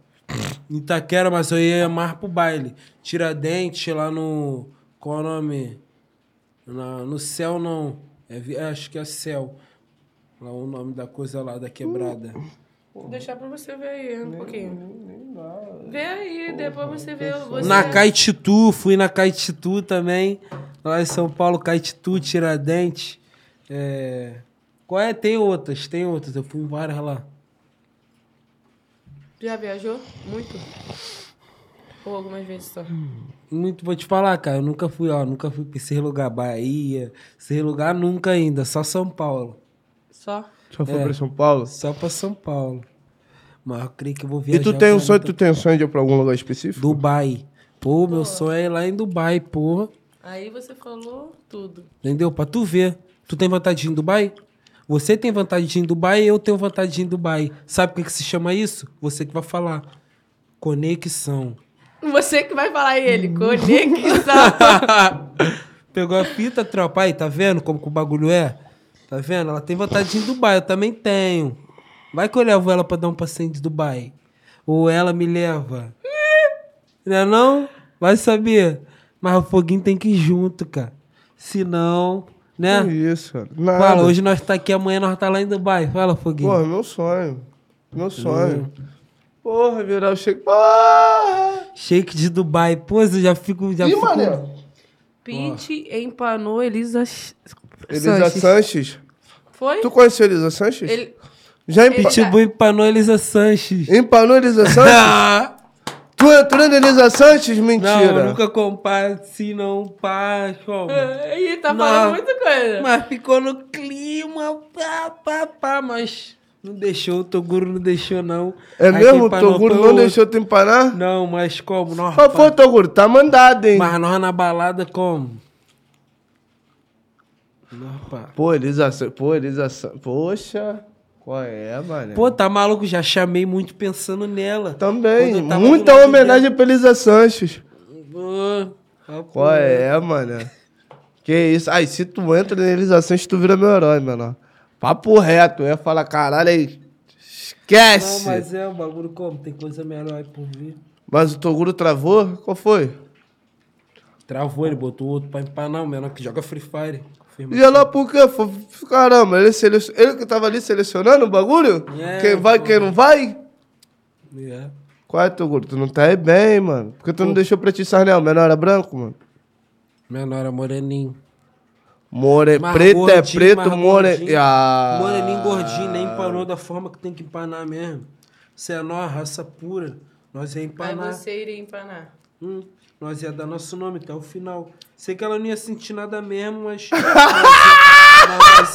S3: Em Itaquera, mas eu ia mais pro baile. Tiradentes lá no. Qual é o nome? Na- no céu não. É vi- é, acho que é céu. Lá o nome da coisa lá da quebrada.
S2: Vou deixar pra você ver aí um pouquinho. Vê aí, depois você vê. Você...
S3: Na Caetitu, fui na Caetitu também. Lá em São Paulo, Caetitu, Tiradentes. É... Qual é? Tem outras, tem outras. Eu fui em várias lá.
S2: Já viajou? Muito? Ou algumas vezes só?
S3: Muito, vou te falar, cara. Eu nunca fui, ó. Nunca fui pra esse lugar, Bahia. Esse lugar nunca ainda. Só São Paulo.
S2: Só?
S1: Já
S3: É.
S1: foi pra São Paulo?
S3: Só pra São Paulo. Mas eu creio que eu vou
S1: E
S3: viajar.
S1: tu tem, um
S3: pra
S1: sonho, tu tem um sonho de ir pra algum lugar específico?
S3: Dubai. Pô, meu sonho é ir lá em Dubai, porra.
S2: Aí você falou tudo.
S3: Entendeu? Pra tu ver. Tu tem vontade de ir em Dubai? Você tem vontade de ir em Dubai, eu tenho vontade de ir em Dubai. Sabe o que, que se chama isso? Você que vai falar. Conexão.
S2: Você que vai falar aí, ele. Conexão.
S3: Pegou a fita, tropa. Aí, tá vendo como que o bagulho é? Tá vendo? Ela tem vontade de ir em Dubai, eu também tenho. Vai que eu levo ela pra dar um passeio de Dubai. Ou ela me leva. Não é não? Vai saber. Mas o foguinho tem que ir junto, cara. Se não, né?
S1: Que isso, cara. Nada.
S3: Fala, hoje nós tá aqui, amanhã nós tá lá em Dubai. Fala, Foguinho.
S1: Porra, meu sonho. Meu sonho. Porra, virar o cheque. Porra!
S3: Shake de Dubai. Pô, eu já fico. Já
S1: Ih,
S3: fico...
S1: mané.
S2: Pete empanou Elisa... Ch-
S1: Elisa
S2: Sanches.
S1: Sanches.
S2: Foi?
S1: Tu conheceu Elisa Sanches?
S2: Ele...
S1: Já empa...
S3: Pitbull empanou Elisa Sanches.
S1: empanou Elisa Sanches?
S3: Ah!
S1: tu entrou na Elisa Sanches?
S3: Não,
S1: Mentira.
S3: eu nunca comparo, se não, pá, como?
S2: Ih, tá
S3: Não.
S2: falando muita coisa.
S3: Mas ficou no clima, pá, pá, pá, mas não deixou, o Toguro não deixou, não.
S1: É
S3: Aí quem
S1: mesmo? O
S3: parou
S1: Toguro
S3: foi
S1: não
S3: o-
S1: deixou tu empanar?
S3: Não, mas como? Nós,
S1: Qual foi, Toguro? Tá mandado, hein?
S3: Mas nós na balada como? Nós, pá.
S1: Pô, Elisa Sanches. Pô, Elisa Sanches. Poxa. Qual é, mano?
S3: Pô, tá maluco? Já chamei muito pensando nela. Quando
S1: Também.
S3: eu tava
S1: Muita
S3: do lado
S1: homenagem pra Elisa Sanches.
S3: dela. Pô, tá, pô.
S1: Qual é, mano? Que isso? Aí, se tu entra na Elisa Sanches, tu vira meu herói, mano. Papo reto. Eu ia falar, caralho, aí.
S3: Não,
S1: Esquece! mas...
S3: mas é um bagulho como? Tem coisa melhor aí por vir.
S1: o Toguro travou? Qual foi?
S3: Travou, ele botou o outro pra empanar, o menor que joga Free Fire. Firma.
S1: E lá por quê? Foi- Caramba, ele, sele... ele que tava ali selecionando o bagulho?
S3: É,
S1: quem vai,
S3: pô.
S1: quem não vai?
S3: É.
S1: Qual é, Toguro? Tu não tá aí bem, mano. Por que tu não deixou pra ti sarnel? O menor era branco, mano.
S3: Menor é moreninho.
S1: More...
S3: Mas
S1: Preto é
S3: gordinho,
S1: preto,
S3: mas
S1: more...
S3: gordinho.
S1: Ah.
S3: Moreninho gordinho, nem empanou da forma que tem que empanar mesmo. Você é nós, raça pura. Nós ia
S2: Aí
S3: empanar.
S2: você iria empanar.
S3: Hum, nós ia dar nosso nome até o final. Sei que ela não ia sentir nada mesmo, mas. mas, mas,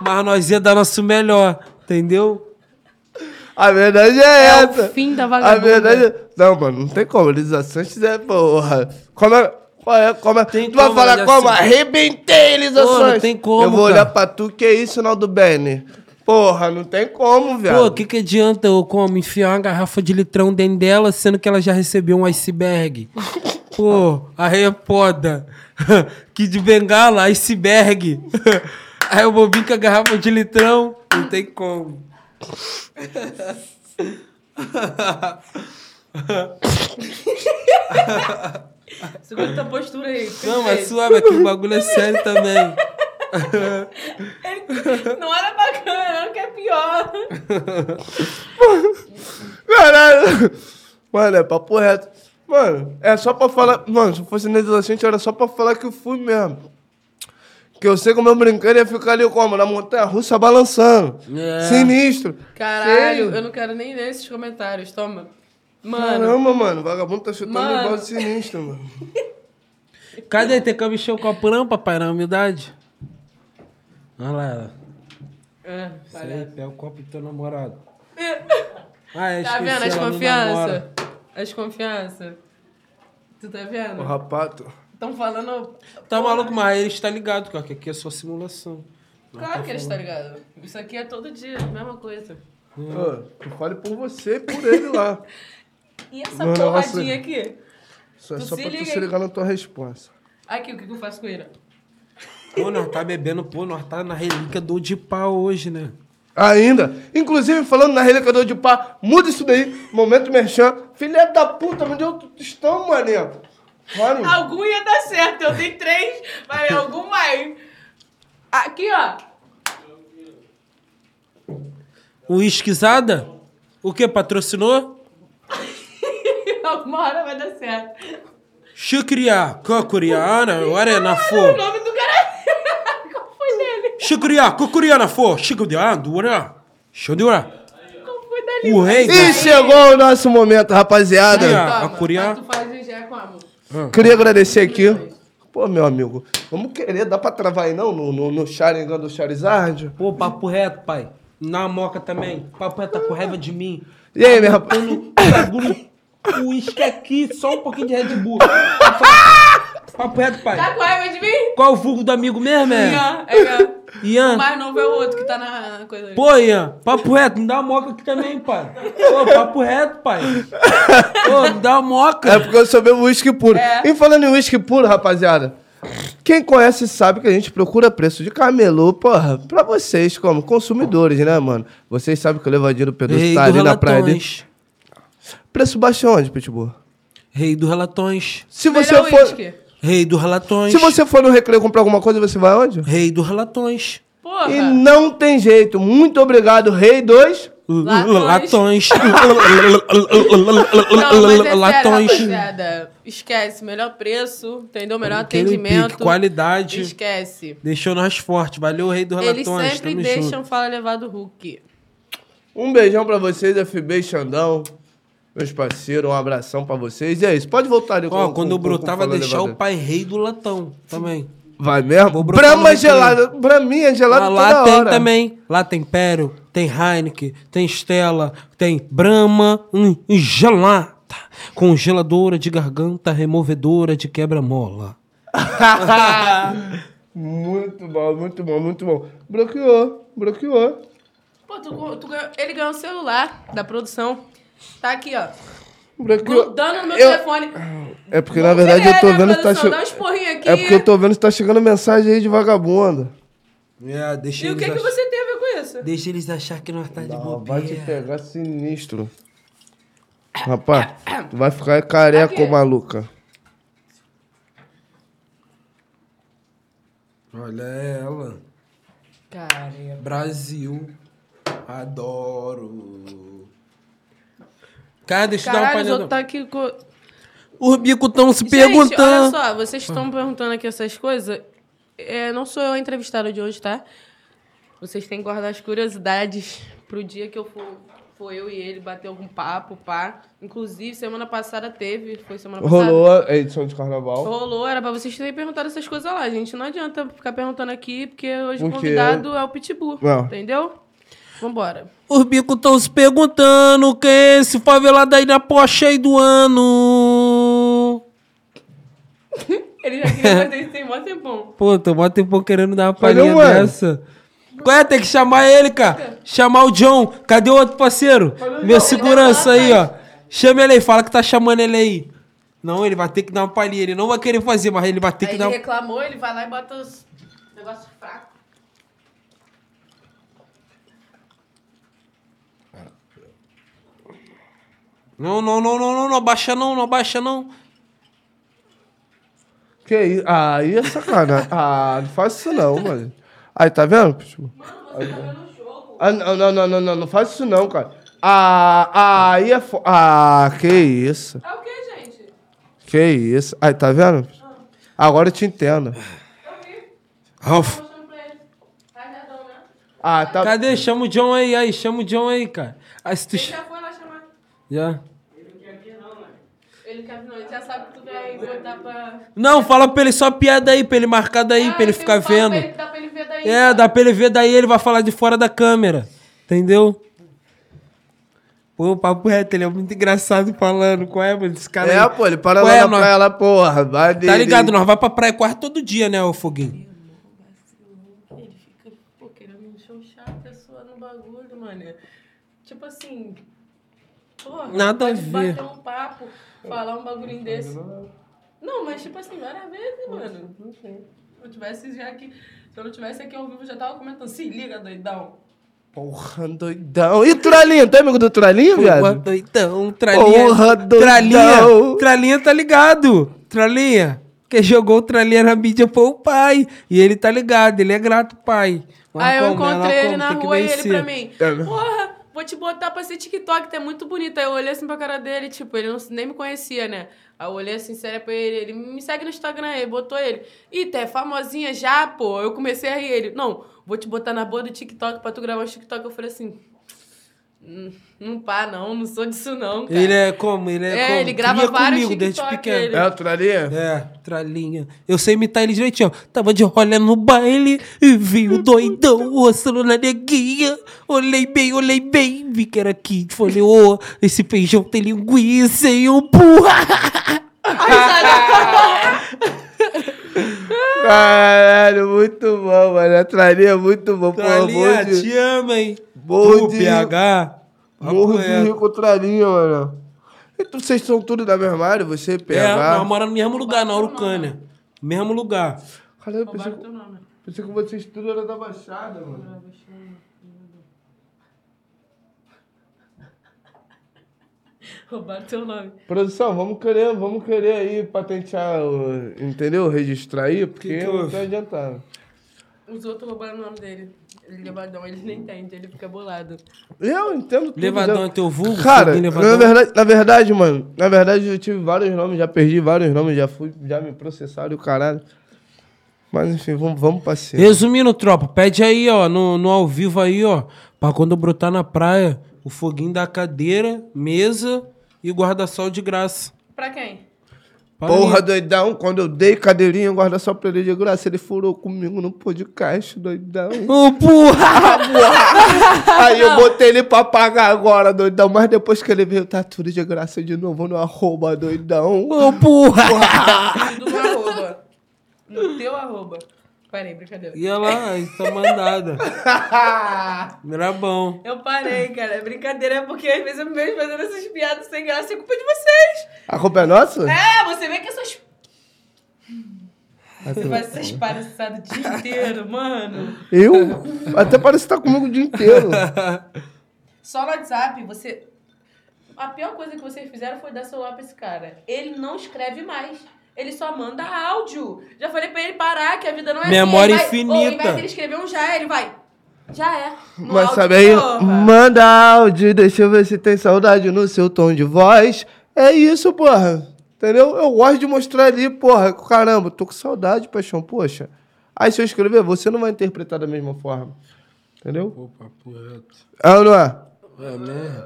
S3: mas nós ia dar nosso melhor, entendeu?
S1: A verdade é,
S2: É o
S1: essa.
S2: fim da
S1: A
S2: vagabunda.
S1: verdade é... Não, mano, não tem como. Elisa Sanches é porra. Como é... Qual é? Como é?
S3: Tem
S1: tu vai
S3: como,
S1: falar
S3: Elisa
S1: como?
S3: Sanches.
S1: Arrebentei, Elisa
S3: Pô, não
S1: Sanches.
S3: tem como,
S1: Eu vou olhar
S3: cara.
S1: pra tu, que é isso, Naldo Bene? Porra, não tem como, viado.
S3: Pô, o que, que adianta eu como enfiar uma garrafa de litrão dentro dela, sendo que ela já recebeu um iceberg? Pô, aí é foda. Kid de bengala, iceberg. Aí eu vou vir com a garrafa de litrão, não tem como.
S2: Segura tua postura aí.
S3: Não,
S2: perfeito.
S3: mas suave, é que o bagulho é sério também.
S2: Não era bacana, não, que é pior.
S1: Caralho. Mano, é papo reto. Mano, é só pra falar. Mano, se eu fosse na adolescente, era só pra falar que eu fui mesmo. Que eu sei como eu brincando ia ficar ali como? Na montanha russa balançando.
S3: É.
S1: Sinistro.
S2: Caralho,
S1: Sei.
S2: eu não quero nem ler esses comentários, toma. Mano,
S1: Caramba, mano. Vagabundo tá chutando
S2: Mano.
S1: um balde sinistro, mano.
S3: Cadê intercâmbio encheu o copo não, papai, na humildade? Olha lá ela.
S2: é,
S3: Isso aí, pega o copo do teu namorado.
S2: tá
S3: Ah,
S2: vendo as
S3: confianças?
S2: confiança? As confiança. Tu tá
S1: O
S2: vendo?
S1: rapato.
S2: Estão falando.
S3: Tá maluco, mas ele está ligado, cara, que aqui é só simulação.
S2: Claro que eles estão ligados. Isso aqui é todo dia, mesma coisa.
S1: Ô, tu fale por você e por ele lá.
S2: E essa
S1: Mano,
S2: porradinha
S1: você-
S2: aqui?
S1: Só,
S2: Tu
S1: só
S2: se
S1: pra tu
S2: liga
S1: se
S2: aí.
S1: ligar na tua resposta.
S2: Aqui, o que que eu faço com ele?
S3: Pô, nós tá bebendo, pô, nós tá na relíquia do de pau hoje, né?
S1: Ainda. Inclusive, falando na relicador de pá, muda isso daí. Momento merchan. Filha da puta, onde eu estou, mané? Claro.
S2: Algum ia dar certo, eu dei três, mas algum mais. Aqui, ó.
S3: O Esquisada? O que, patrocinou?
S2: Alguma hora vai dar certo.
S3: Xicria, Cocuriana, Arena
S2: O
S3: for.
S2: nome do cara. Qual foi dele?
S3: Xicria, Cocuriana for. Xicria, Dura. Xodura.
S2: Qual foi dele?
S3: O rei
S1: E
S3: da...
S1: chegou o nosso momento, rapaziada.
S3: Aí, a curiá.
S2: mas Tu faz em já com a mão.
S1: Queria agradecer aqui. Pô, meu amigo, vamos querer, dá pra travar aí não? No, no, no Sharingan do Charizard?
S3: Pô, papo reto, pai. Na moca também. Papo reto tá com raiva de mim.
S1: E aí, minha rapaz?
S3: Quando o bagulho... O uísque aqui, só um pouquinho de Red Bull. Papo- Papo reto, pai.
S2: Tá com raiva de mim?
S3: Qual o vulgo do amigo mesmo, é?
S2: Ian, é Ian. O
S3: Ian.
S2: mais novo é o outro que tá na na coisa ali.
S3: Pô, Ian, papo reto, me dá uma moca aqui também, pai. Pô, papo reto, pai. Pô, me dá
S1: É
S3: uma moca.
S1: porque eu sou bebo uísque puro.
S2: É.
S1: E falando em uísque puro, rapaziada, quem conhece sabe que a gente procura preço de camelô, porra, pra vocês como consumidores, né, mano? Vocês sabem que o Levadinho Pedroso
S3: Rei
S1: tá
S3: do
S1: ali na praia dele.
S3: Relatões.
S1: Preço baixo é onde, Pitbull?
S3: Rei do Relatões.
S1: Se
S2: Melhor
S1: você for...
S2: uísque.
S3: Rei do Relatões.
S1: Se você for no recreio comprar alguma coisa, você vai aonde?
S3: Rei do Relatões.
S2: Porra.
S1: E não tem jeito. Muito obrigado, Rei 2.
S3: Latões.
S2: Não, mas é sério,
S3: Latões.
S2: rapaziada. Esquece. Melhor preço, entendeu? Melhor
S3: Aquele
S2: atendimento.
S3: pique, qualidade.
S2: Esquece.
S3: Deixou nós fortes. Valeu, rei dos
S2: Eles
S3: latões.
S2: sempre
S3: Tamo
S2: deixam
S3: junto.
S2: fala levar do Hulk.
S1: Um beijão pra vocês, FB e Xandão. Meus parceiros, um abração pra vocês. E é isso, pode voltar ali
S3: Ó, quando eu brotava,
S1: falando
S3: deixar
S1: elevador.
S3: o pai rei do latão também.
S1: Vai mesmo?
S3: Vou brotar
S1: Brahma
S3: no
S1: gelada. Braminha gelada
S3: Lá,
S1: toda
S3: lá tem
S1: hora.
S3: também. Lá tem Pério, tem Heineken, tem Stella, tem Brahma hum, e gelata. Congeladora de garganta, removedora de quebra-mola.
S1: Muito bom, muito bom, muito bom. Bloqueou, bloqueou.
S2: Pô, tu- tu ganhou- ele ganhou um celular da produção. Tá aqui, ó.
S1: Bloqueou.
S2: Grudando no meu
S1: Eu-
S2: telefone.
S1: É porque, na verdade, eu
S2: Vamos
S1: tô
S2: ver, né,
S1: vendo que tá chegando.
S2: produção? Dá um esporrinho aqui.
S1: É porque eu tô vendo que tá chegando mensagem aí de vagabunda.
S3: É, deixa
S2: E o que, que você tem a ver com isso?
S3: Deixa eles achar que nós tá de
S1: Ó, vai te pegar sinistro. Rapaz, tu vai ficar careca,
S2: Aqui.
S1: ô maluca.
S3: Olha ela.
S2: Cara,
S3: Brasil. Adoro. Cara, deixa eu dar um
S2: caralho, os
S3: palhadão.
S2: outros tá aqui... Co...
S3: Os bicos estão se
S2: Gente, olha
S3: perguntando.
S2: só, vocês
S1: Ah.
S2: estão perguntando aqui essas coisas. É, não sou eu a entrevistada de hoje, tá? Vocês têm que guardar as curiosidades pro dia que eu for, for eu e ele bater algum papo, pá. Inclusive, semana passada teve, foi semana passada.
S1: Rolou a edição de carnaval.
S2: Rolou, era pra vocês terem perguntado essas coisas lá, gente. Não adianta ficar perguntando aqui, porque hoje o
S1: Por quê?
S2: convidado é o Pitbull,
S1: Não.
S2: entendeu? Vambora.
S3: Os bicos estão se perguntando quem é esse favelado aí da Porsche aí do ano.
S2: Ele já queria fazer isso tem mó tempão.
S3: Pô, tô mó tempão querendo dar uma
S1: Cadê
S3: palhinha
S1: o mano?
S3: dessa. Qual é? Tem que chamar ele, cara. Chamar o John. Cadê o outro parceiro? Meu segurança aí, ó. Chama ele aí, fala que tá chamando ele aí. Não, ele vai ter que dar uma palhinha. Ele não vai querer fazer, mas ele vai ter
S2: Aí
S3: que
S2: ele
S3: dar um uma...
S2: reclamou, ele vai lá e bota os negócios fracos.
S3: um- Não, não, não, não, não, não abaixa não, não abaixa não.
S1: Que isso? Ah, aí é sacanagem. Ah, não faz isso não, mano. Aí, tá vendo, Pitbull? Ah, não, não, não, não, não, não faz isso não, cara. Ah, ah, aí é fo... Ah, que isso.
S2: É o que, gente?
S1: Que isso. Aí, tá vendo? Pitbull? Agora eu te entendo.
S3: Ralph.
S2: Mostrando pra ele. Rajadão, né?
S1: Ah, tá...
S3: Cadê? Chama o John aí, aí, chama o John aí, cara. Aí se tu...
S2: Ele já foi lá chamar.
S3: Já.
S2: Ele quer não, ele já sabe que tu vai botar pra.
S3: Não, fala pra ele só piada aí, pra ele marcar daí,
S2: Ah,
S3: pra ele
S2: eu
S3: ficar
S2: falo pra
S3: vendo.
S2: ele, dá pra ele ver daí.
S3: É, dá pra ele ver daí, ele vai falar de fora da câmera. Entendeu? Pô, papo reto, ele é muito engraçado falando. Qual é, mano? Esse cara
S1: É,
S3: aí-
S1: pô, ele para
S3: Qual
S1: lá
S3: é,
S1: na
S3: nós-
S1: praia lá, porra. Vai
S3: Tá ligado? Nós vai pra praia quase todo dia, né, ô Foguinho? Tá.
S2: Ele fica, pô, querendo chonchar a pessoa no bagulho, mano. Tipo assim. Porra,
S3: Nada a
S2: pode
S3: ver.
S2: Bater um papo, falar um bagulhinho desse. Não, mas tipo assim, várias vezes, mano. Não sei. Se eu tivesse já aqui. Se eu não tivesse aqui ao vivo, eu já tava comentando. Se liga, doidão.
S1: Porra, doidão. E Tralinho? Tá amigo do Tralinho,
S3: Porra,
S1: viado?
S3: doidão, tralinha.
S1: Porra, doidão.
S3: Tralinha, tralinha tá ligado. Tralinha. Quem jogou o tralinha na mídia foi o pai. E ele tá ligado, ele é grato, pai. Mas
S2: Aí eu
S3: como, né? Lá
S2: encontrei ele
S3: como,
S2: na
S3: tem que
S2: rua e ele
S3: vencer.
S2: pra mim.
S1: É, né?
S2: Porra, vou te botar pra ser TikTok, tu é muito bonita. Aí eu olhei assim pra cara dele, tipo, ele não, nem me conhecia, né? Aí eu olhei assim, sério pra ele, ele me segue no Instagram aí, botou ele. Ih, tu é famosinha já, pô. Eu comecei a rir ele. Não, vou te botar na boa do TikTok pra tu gravar um TikTok. Eu falei assim. "Hum, Não pá, não, não sou disso, não. Cara.
S3: Ele é como? Ele é,
S2: É,
S3: como?
S2: ele grava
S3: Cria
S2: vários
S3: comigo desde
S2: TikTok,
S3: pequeno.
S2: ele-
S1: É o Tralinho?
S3: É, tralinha. Eu sei imitar ele direitinho. ó. Tava de rolê no baile e vi o doidão roçando na neguinha. Olhei bem, olhei bem, vi que era kid. Falei, ô, esse feijão tem linguiça e um burra.
S1: Caralho, muito bom, mano. A Tralinha é muito bom. Porra, bom de...
S3: ama, hein?
S1: Bom
S3: Tu,
S1: de-
S3: PH. papo
S1: Morro de
S3: reto.
S1: rir com o Tralinha, mano. Então, vocês são tudo da mesma área? Você,
S3: É, nós
S1: PH?
S3: moramos no mesmo lugar, na Urucânia. Mesmo lugar.
S1: Caralho, eu pensei,
S2: Roubaram teu nome.
S1: pensei que vocês tudo era da Baixada, mano.
S2: Roubaram teu nome.
S1: Produção, vamos querer, vamos querer aí patentear, o- entendeu? Registrar aí, porque
S3: que
S1: não
S3: houve?
S1: tá adiantando.
S2: Os outros roubaram o nome dele. Levadão, ele não entende, ele fica bolado.
S1: Eu entendo tudo.
S3: Levadão
S1: já.
S3: é teu vulgo?
S1: Cara,
S3: Foguinho Levadão?
S1: na verdade, na verdade, mano, na verdade eu tive vários nomes, já perdi vários nomes, já fui, já me processaram e o caralho. Mas enfim, vamos, vamos pra cima.
S3: Resumindo, tropa, pede aí, ó, no, no ao vivo aí, ó, pra quando eu brotar na praia, o foguinho da cadeira, mesa e guarda-sol de graça.
S2: Pra quem?
S3: Pra
S1: Porra,
S3: mim.
S1: doidão, quando eu dei cadeirinha, guarda só pra ele de graça, ele furou comigo no podcast, doidão.
S3: Ô, porra!
S1: Aí eu botei ele pra pagar agora, doidão. Mas depois que ele veio, tá tudo de graça de novo no arroba, doidão.
S3: Ô, porra!
S2: Do meu arroba. No teu arroba. Parei, brincadeira.
S3: E olha lá, isso tá mandada. Mirabão.
S2: Eu parei, cara. É brincadeira, é porque às vezes eu me vejo fazendo essas piadas sem graça. É culpa de vocês.
S1: A culpa é nossa?
S2: É, você vê que essas... Você faz essas palhaçadas o dia inteiro, mano.
S1: Eu? Até parece que tá comigo o dia inteiro.
S2: Só no WhatsApp, você... A pior coisa que vocês fizeram foi dar celular pra esse cara. Ele não escreve mais. Ele só manda áudio. Já falei pra ele parar, que a vida não é
S3: Memória
S2: assim. Ele vai- Ou Ele
S3: infinita.
S2: vai, se ele escrever um já, ele vai... Já é. No
S1: Mas
S2: áudio, é.
S1: sabe aí,
S2: porra.
S1: manda áudio, deixa eu ver se tem saudade no seu tom de voz. É isso, porra. Entendeu? Eu gosto de mostrar ali, porra. Caramba, tô com saudade, paixão, poxa. Aí se eu escrever, você não vai interpretar da mesma forma. Entendeu?
S3: Pô, papo reto.
S1: Ah, não é?
S3: É mesmo?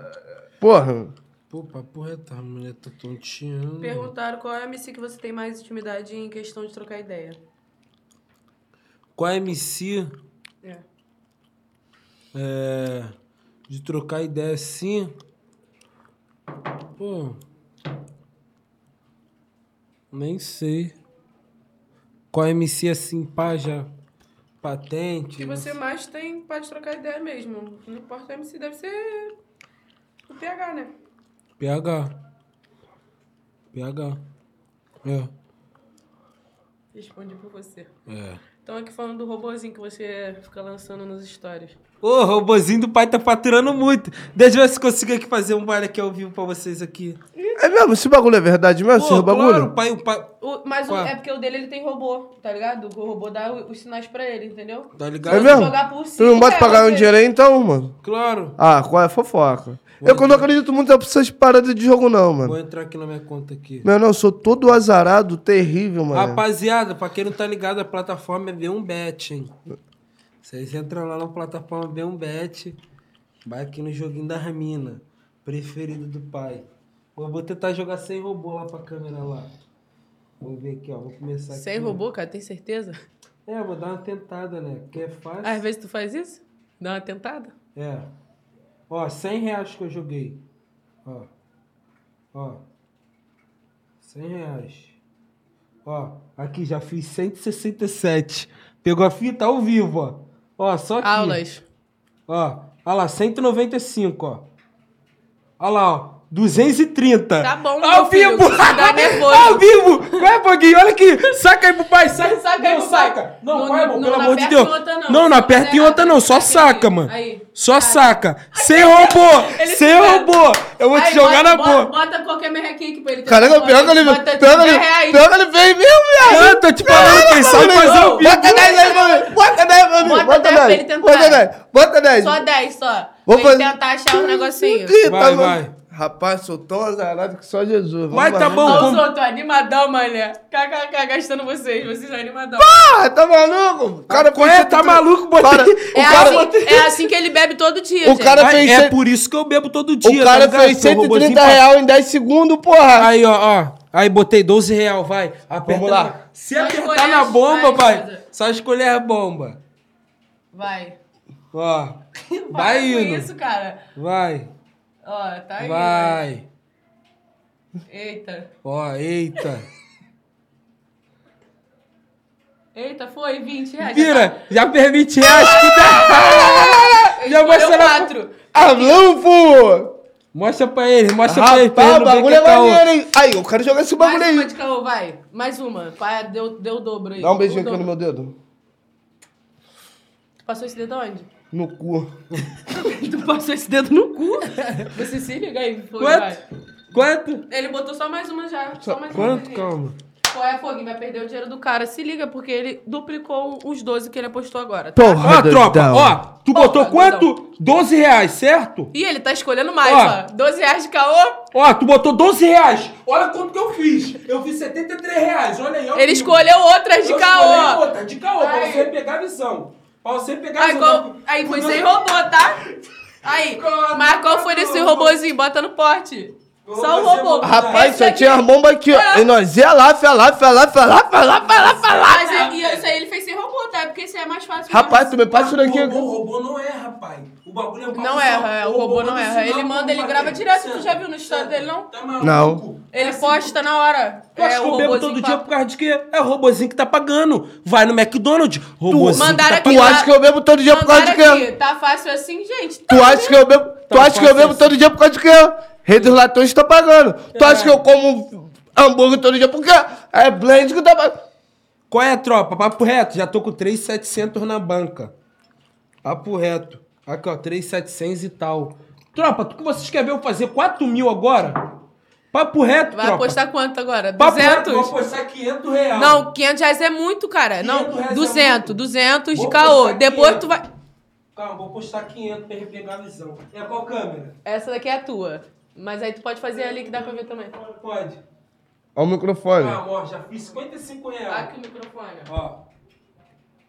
S1: Porra.
S3: Pô, papo reto, a mulher tá tontinha.
S2: Perguntaram qual é a MC que você tem mais intimidade em questão de trocar ideia.
S3: Com a MC,
S2: É.
S3: é, de trocar ideia assim. Pô. Nem sei. Qual MC assim, pá, já patente?
S2: Que você mais tem pode trocar ideia mesmo. Não importa o MC, deve ser o PH, né?
S3: PH. PH. É.
S2: Respondi por você.
S3: É.
S2: Então aqui falando do robozinho que você fica lançando nos stories.
S3: Ô, o robozinho do pai tá faturando muito. Deixa eu ver se consigo aqui fazer um baile aqui ao vivo pra vocês aqui.
S1: É mesmo? Esse bagulho é verdade mesmo?
S3: Pô,
S1: Esse bagulho?
S3: claro, o pai, o pai.
S2: O- mas o-
S3: Qual?
S2: é porque o dele ele tem robô, tá ligado? O robô dá o- os sinais pra ele, entendeu?
S3: Tá ligado?
S1: É
S2: Se
S1: mesmo?
S2: jogar por
S1: tu não
S2: cima,
S1: bota
S2: é,
S1: pra ganhar um
S2: você-
S1: dinheiro aí então, mano?
S3: Claro.
S1: Ah, qual é a fofoca? Eu que não acredito muito nessas paradas de jogo, não, mano.
S3: Vou entrar aqui na minha conta aqui.
S1: Meu, não, eu sou todo azarado, terrível, mano.
S3: Rapaziada, pra quem não tá ligado, a plataforma é V1Bet, hein? Vocês entram lá na plataforma V1Bet, vai aqui no joguinho da Ramina, preferido do pai. Eu vou tentar jogar sem robô lá pra câmera lá. Vou ver aqui, ó, vou começar aqui.
S2: Sem robô, cara, tem certeza?
S3: É, vou dar uma tentada, né? Porque é fácil.
S2: Às vezes tu faz isso? Dá uma tentada?
S3: É. Ó, 100 reais que eu joguei. Ó. Ó. 100 reais. Ó, aqui já fiz 167. Pegou a fita ao vivo, ó. Ó, só aqui.
S2: Aulas.
S3: Ó, ó lá, 195, ó. Ó lá, ó. 230.
S2: Tá bom,
S3: Ao
S2: meu filho,
S3: vivo!
S2: isso dá nervoso.
S3: Ao vivo! Vai, Poguinho, olha aqui. Saca aí pro pai, saca.
S2: Saca aí
S3: não,
S2: pro pai.
S3: saca. Não,
S2: Não,
S3: pai,
S2: não,
S3: pelo
S2: não
S3: amor de
S2: aperta
S3: Deus.
S2: em outra, não.
S3: não, não
S2: Se
S3: aperta em
S2: der
S3: outra, não. Só
S2: errado,
S3: saca,
S2: aí,
S3: mano.
S2: aí.
S3: Só saca. Sem robô.
S2: Ele
S3: Sem
S2: se perde.
S3: robô. Eu vou te
S2: Aí,
S3: jogar
S2: bota-
S3: na
S2: bota-
S3: boca.
S2: Bota qualquer merrequinha que pra ele.
S1: Caraca, pior que ele veio.
S2: Bota
S1: Pior que ele,
S2: 10 reais.
S1: pior que ele veio mesmo, viado.
S3: Eu tô te falando, quem sabe fazer ao vivo.
S1: Bota 10 aí pra mim. Bota 10 pra mim.
S2: Bota 10 pra ele tentar.
S1: Bota 10. Bota 10.
S2: Só 10, só.
S1: Vou
S2: pra ele
S1: fazer-
S2: tentar achar um negocinho.
S1: Ih,
S3: Vai,
S1: tava-
S3: vai.
S1: Rapaz, sou tão azarado que só Jesus. Vamos
S3: Vai, tá
S1: lá.
S3: bom.
S2: Olha os
S3: como-
S2: outros, animadão, mané. KKK, gastando vocês. Vocês são animadão.
S1: Ah, tá maluco? O cara
S3: Qual é?
S1: fez-
S3: Tá maluco, botei-
S1: Cara,
S2: É,
S1: o cara,
S2: assim, é assim que ele bebe todo dia,
S1: O
S2: gente.
S1: cara-
S3: Ai,
S1: fez
S3: é
S1: cem-
S3: por isso que eu bebo todo
S1: o
S3: dia. tá
S1: cara
S3: ligado?
S1: fez
S3: Porque o robozinho
S1: 130
S3: passa-
S1: reais em 10 segundos, porra.
S3: Aí, ó, ó. Aí botei 12 real, vai. Aperta
S1: Vamos lá.
S3: na- Se
S2: Só
S3: apertar
S2: escolher
S3: na
S2: as-
S3: bomba,
S2: as
S3: pai.
S2: coisas.
S3: Só escolher a bomba.
S2: Vai.
S3: Ó.
S2: Para
S3: Vai
S2: com
S3: indo.
S2: isso, cara.
S3: Vai.
S2: Ó, tá aí.
S3: Vai.
S2: né? Eita.
S3: Ó, eita.
S2: Eita, foi 20 reais.
S3: Vira, já permite reais. que tá. dá. já
S2: Já
S3: vai
S2: vai
S3: ser na-
S2: tá- quatro.
S1: Ah, Alufo!
S3: Mostra pra ele, mostra pra ele. pra ele
S1: Rapaz, o
S3: não
S1: bagulho
S3: ver que tá
S1: é
S3: caô.
S1: maneiro, hein? Aí, eu quero jogar esse bagulho
S2: Mais uma
S1: aí.
S2: de caô, vai. Mais uma. Pai, deu, deu o dobro aí.
S1: Dá um beijinho
S2: O
S1: aqui no
S2: dobro.
S1: meu dedo.
S2: Tu passou esse dedo onde?
S1: No cu.
S2: Tu passou esse dedo no cu. Você se liga aí, Fogo, vai.
S3: Quanto? Quanto?
S2: Ele botou só mais uma já. Só, mais uma.
S3: Quanto?
S2: gente.
S3: Calma.
S2: Qual é, Foguinho? Vai perder o dinheiro do cara. Se liga, porque ele duplicou os 12 que ele apostou agora.
S3: Ó, tropa, ó. Tu botou quanto? 12 reais, certo?
S2: Ih, ele tá escolhendo mais,
S3: Ó.
S2: ó. 12 reais de caô.
S3: Ó, tu botou 12 reais. Olha quanto que eu fiz. Eu fiz 73 reais, olha aí. eu
S2: Ele
S3: fiz.
S2: escolheu outras Tá de
S3: Então, Eu escolhi
S2: caô.
S3: outra, de caô, pra
S2: Aí.
S3: você pegar a visão. Pra você pegar a
S2: Aí,
S3: visão.
S2: qual... aí você roubou, tá? Aí,
S3: né? Qual-
S2: mas qual foi desse robôzinho? Bota no pote.
S3: Qual
S2: Só o
S3: vai ser
S2: robô.
S3: bom?
S1: Rapaz,
S2: Esse
S1: só
S2: aqui-
S1: tinha
S3: é
S1: as bombas aqui, ó. E nós ia lá, fia lá, fia lá, fia lá, fia lá, fia lá, fia lá.
S2: Mas é- e isso aí ele fez sem robô, tá? Porque isso aí é mais fácil.
S1: Rapaz, tu me
S3: Mas
S1: passa isso daqui.
S3: O é robô, o robô não erra, pai. O bagulho é um papo
S2: Não erra,
S3: só.
S2: é, o robô não
S3: manda
S2: erra.
S3: sinal,
S2: Ele manda, ele
S3: papai.
S2: grava direto, tu
S3: Senta,
S2: já viu no story
S3: senta.
S2: dele, não?
S3: Tá maluco?
S1: Não.
S2: Ele é posta na hora.
S3: Tu acha que eu bebo todo dia por causa de quê? É o robozinho que tá pagando. Vai no McDonald's, robozinho
S2: Mandaram
S3: que tá
S2: aqui,
S1: Tu
S2: lá-
S1: acha que eu bebo todo dia por causa de quê?
S2: Tá fácil assim, gente? Tá
S1: Tu acha que eu bebo, tu
S3: Tá,
S1: acha que eu bebo
S3: faça
S1: todo dia por causa de quê? Rei dos Latões tá pagando.
S3: É.
S1: Tu acha que eu como hambúrguer todo dia por quê? É blend que tá pagando.
S3: Qual é, tropa? Papo reto. Já tô com 3,700 na banca. Papo reto. Aqui, ó, 3,700 e tal. Tropa, tu que vocês querem ver eu fazer 4 mil agora? Papo reto,
S2: Vai
S3: tropa.
S2: apostar quanto agora?
S3: Papo reto, vou
S2: 200?
S3: apostar 500 reais.
S2: Não, 500 reais é muito, cara.
S3: 500 reais é
S2: Não,
S3: muito.
S2: 200, 200 de
S3: Vou
S2: caô.
S3: apostar
S2: Depois
S3: 500.
S2: tu vai...
S3: Calma, vou postar 500 pra ele pegar a visão. É qual câmera?
S2: Essa daqui é a tua. Mas aí tu pode fazer ali que dá pra ver também.
S3: Pode.
S1: Olha o microfone.
S3: Ah, ó, já fiz 55 reais.
S2: Aqui o microfone, ó.
S3: Ó.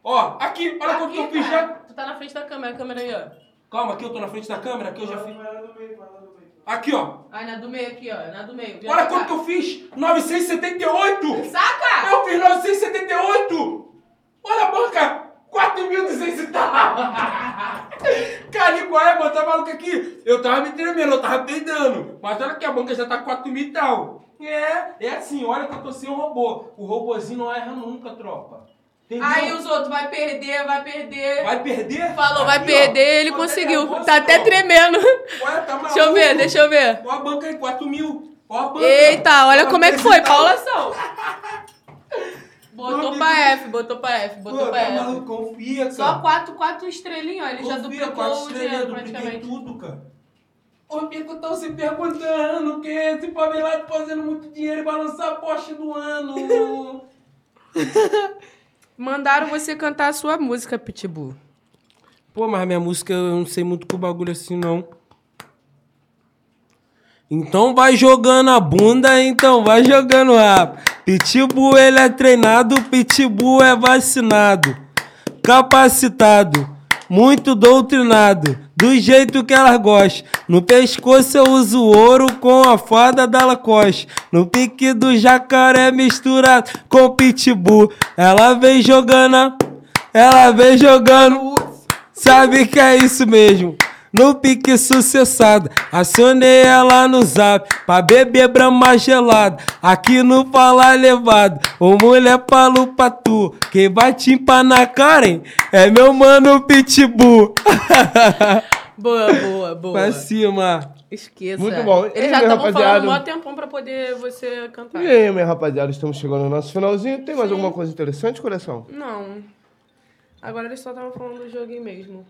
S3: Ó, aqui, olha quanto que eu
S2: Aqui,
S3: fiz
S2: cara.
S3: já.
S2: Tu tá na frente da câmera, a câmera aí, ó.
S3: Calma, aqui eu tô na frente da câmera, aqui eu já fiz. Aqui, ó.
S2: Aí na do meio aqui, ó. Na do meio.
S3: Olha quanto que eu fiz! 978!
S2: Saca!
S3: Eu fiz 978! Olha a banca! 4.200 e tal! Cara, e qual é, mano? Tá maluco aqui? Eu tava me tremendo, eu tava peidando. Mas olha que a banca já tá 4 mil e tal. É, é assim, olha que eu tô sem o robô. O robôzinho não erra nunca, tropa. Entendeu?
S2: Aí os outros, vai perder, vai perder.
S3: Vai perder?
S2: Falou, vai
S3: Aqui, ó.
S2: perder, ele
S3: Olha
S2: conseguiu.
S3: que avanço,
S2: Tá até
S3: tropa.
S2: tremendo.
S3: Ué, tá maluco?
S2: Deixa eu ver, deixa eu ver.
S3: Ó a banca aí, 4 mil. Ó a banca. Tá
S2: Eita, olha
S3: Ó,
S2: como é que foi,
S3: 3 e tal.
S2: paulação. Botou
S3: Mano,
S2: pra
S3: que-
S2: F, botou pra F,
S3: Pô,
S2: botou pra
S3: tá
S2: F.
S3: maluco, confia, cara.
S2: Só quatro, quatro estrelinhas, ó, ele já
S3: Confia,
S2: duplicou
S3: quatro
S2: o
S3: estrelas,
S2: dinheiro
S3: dupliquei
S2: praticamente.
S3: tudo, cara. Ô, Pico, estão se perguntando que esse favelado fazendo muito dinheiro e balançar a Porsche do ano.
S2: Mandaram você cantar a sua música, Pitbull.
S3: Pô, mas minha música eu não sei muito com bagulho assim, não. Então vai jogando a bunda, então vai jogando rabo. Pitbull ele é treinado, Pitbull é vacinado, capacitado, muito doutrinado, do jeito que elas gostam. No pescoço eu uso ouro com a fada da Lacoste. No pique do jacaré misturado com Pitbull. Ela vem jogando, a- ela vem jogando. Sabe que é isso mesmo. No pique sucessada, acionei ela no zap pra beber brama gelada. Aqui no falar levado, ô mulher falo pra tu. Quem vai te empar na Karen é meu mano Pitbull.
S2: Boa, boa, boa.
S3: pra cima.
S2: Esqueça.
S1: Muito bom. E aí,
S3: É
S2: Eles já
S1: meu
S2: estavam
S1: rapaziada?
S2: falando mó tempão pra poder você cantar.
S1: E aí, minha rapaziada, estamos chegando no nosso finalzinho. Tem mais alguma coisa interessante, coração?
S2: Não. Agora eles só estavam falando do joguinho mesmo.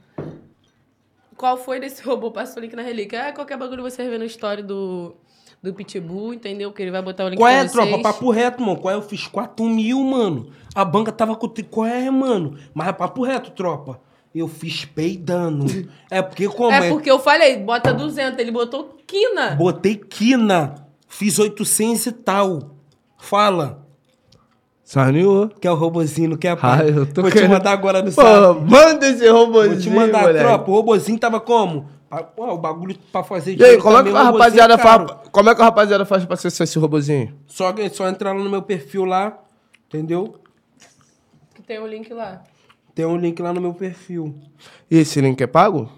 S2: Qual foi desse robô? Passa o link na relíquia. Ah, qualquer bagulho você vê no story do, do Pitbull, entendeu? Que ele vai botar o link
S3: Qual
S2: pra
S3: é,
S2: vocês.
S3: tropa? Papo reto, mano. Qual é? Eu fiz 4 mil, mano. A banca tava com. tri- Qual é, mano? Mas é papo reto, tropa. Eu fiz peidando. É porque como
S2: É porque eu falei, bota 200, ele botou quina.
S3: Botei quina. Fiz 800 e tal. Fala.
S1: Sarniou.
S3: Quer o robozinho, não quer?
S1: Ah,
S3: pai?
S1: eu tô
S3: Vou te
S1: querendo-
S3: mandar agora no
S1: Pô,
S3: sábado.
S1: manda esse
S3: Vou
S1: robôzinho,
S3: te mandar,
S1: moleque.
S3: tropa. O robozinho tava como? Ah, pô, o bagulho pra fazer
S1: E aí,
S3: dinheiro
S1: como é, que
S3: também,
S1: a
S3: o robozinho
S1: rapaziada
S3: é caro.
S1: faz, como é que a rapaziada faz pra acessar esse robôzinho?
S3: Só, que- só entrar lá no meu perfil lá, entendeu?
S2: Que tem o link lá.
S3: Tem um link lá no meu perfil.
S1: E esse link é pago?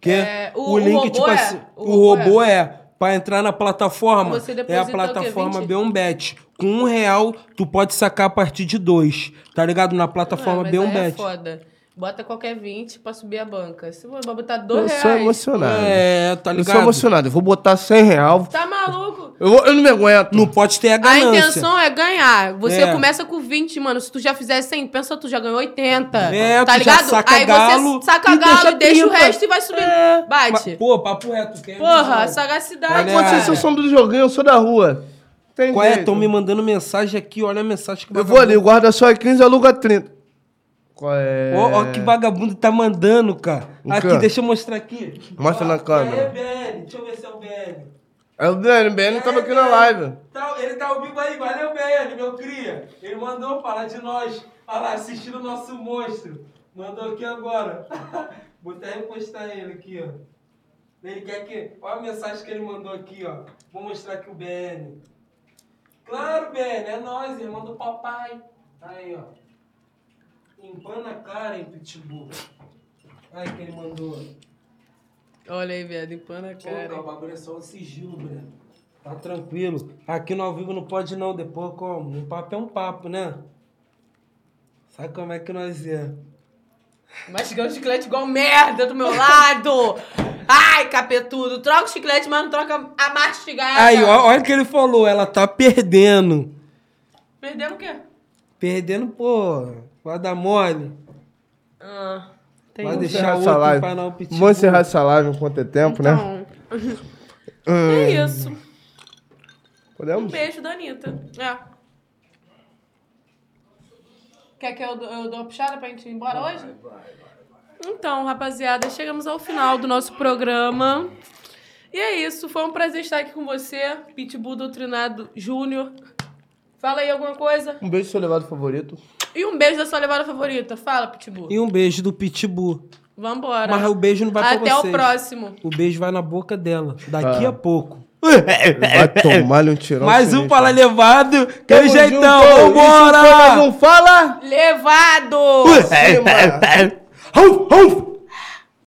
S3: Que
S2: É, o- o robô é?
S3: tipo assim, O, robô é. Pra entrar na plataforma,
S2: Você
S3: é
S2: deposita
S3: a
S2: o quê,
S3: plataforma
S2: 20?
S3: Beombet. Com um real, tu pode sacar a partir de dois. Tá ligado? Na plataforma
S2: mas aí é
S3: Beombet.
S2: foda. Bota qualquer 20 pra subir a banca. Se você botar
S1: Eu
S2: 2
S1: sou
S2: reais...
S1: emocionado.
S3: É, tá
S1: eu
S3: ligado?
S1: sou emocionado. Eu vou botar 100 real.
S2: Tá maluco?
S1: Eu, vou- eu não me aguento.
S3: Não pode ter a
S2: A
S3: ganância.
S2: intenção é ganhar. Você
S3: É.
S2: começa com 20, mano. Se tu já fizer 100, pensa tu já ganhou 80.
S3: É,
S2: tá
S3: tu já
S2: ligado?
S3: saca
S2: Aí
S3: galo
S2: você saca
S3: e
S2: galo
S3: deixa
S2: e deixa o
S3: 30.
S2: resto e vai subindo.
S3: É.
S2: Bate.
S3: Ma- Pô, papo reto. Tem
S2: Porra,
S3: visão.
S2: sagacidade.
S3: Olha,
S2: cara.
S1: É Vocês são do joguinho, eu sou da rua. Tem
S3: né? Qual é?
S1: jeito.
S3: Estão me mandando mensagem aqui, olha a mensagem que
S1: Eu vou ali, o guarda só é 15, aluga 30. Qual é?
S3: Ó, ó que vagabundo tá mandando, cara.
S1: O
S3: aqui,
S1: quê?
S3: deixa eu mostrar aqui.
S1: Mostra
S3: Ó,
S1: na câmera.
S3: É BL, deixa eu ver se é o BL.
S1: É o BN, o BN tava aqui na
S3: É,
S1: live.
S3: Tá, ele tá ao vivo aí, valeu BL, meu cria. Ele mandou falar de nós. Olha lá, assistindo o nosso monstro. Mandou aqui agora. Vou até repostar ele aqui, ó. Ele quer que. Olha a mensagem que ele mandou aqui, ó. Vou mostrar aqui o BN. Claro, BN, é nós, irmão do papai. Tá Aí, ó. Empana a cara, hein, Pitbull. Aí que ele mandou.
S2: Olha aí, viado, empana a
S3: Pô,
S2: cara.
S3: cara, o bagulho é só o sigilo, Breno. Tá tranquilo. Aqui no ao vivo não pode não, depois como? Um papo é um papo, né? Sabe como é que nós é?
S2: Mastigando chiclete igual merda do meu lado. Ai, capetudo. Troca o chiclete, mas não troca a mastigada.
S1: Ah,
S3: Aí, ó- olha o que ele falou, ela tá perdendo.
S2: Perdemos o quê?
S3: Perdendo, pô, vai dar mole.
S2: Ah, tem
S3: Vai
S1: Vamos
S3: deixar
S1: encerrar
S3: outro
S1: essa live.
S3: empanar o pitbull.
S1: Vamos encerrar essa live enquanto é tempo, né?
S2: Então, é isso. Um
S1: Podemos?
S2: beijo da Anitta. É. Quer que eu, dou- eu dou uma puxada pra gente ir embora hoje? Então, rapaziada, chegamos ao final do nosso programa. E é isso, foi um prazer estar aqui com você, Pitbull Doutrinado Júnior. Fala aí alguma coisa.
S1: Um beijo seu levado favorito.
S2: E um beijo da sua levada favorita. Fala, Pitbull.
S3: E um beijo do Pitbull.
S2: Vambora.
S3: Mas o beijo não vai pra
S2: Até o
S3: vocês.
S2: próximo.
S3: O beijo vai na boca dela, daqui
S1: Ah.
S3: a pouco.
S1: Vai tomar um tirão.
S3: É, Mais um
S1: sinistro.
S3: para levado, que é
S1: Tamo
S3: jeitão,
S1: junto.
S3: vambora! É,
S1: Isso foi mais um Fala!
S2: Levado!
S1: Sim, mano.
S3: Ruf, ruf.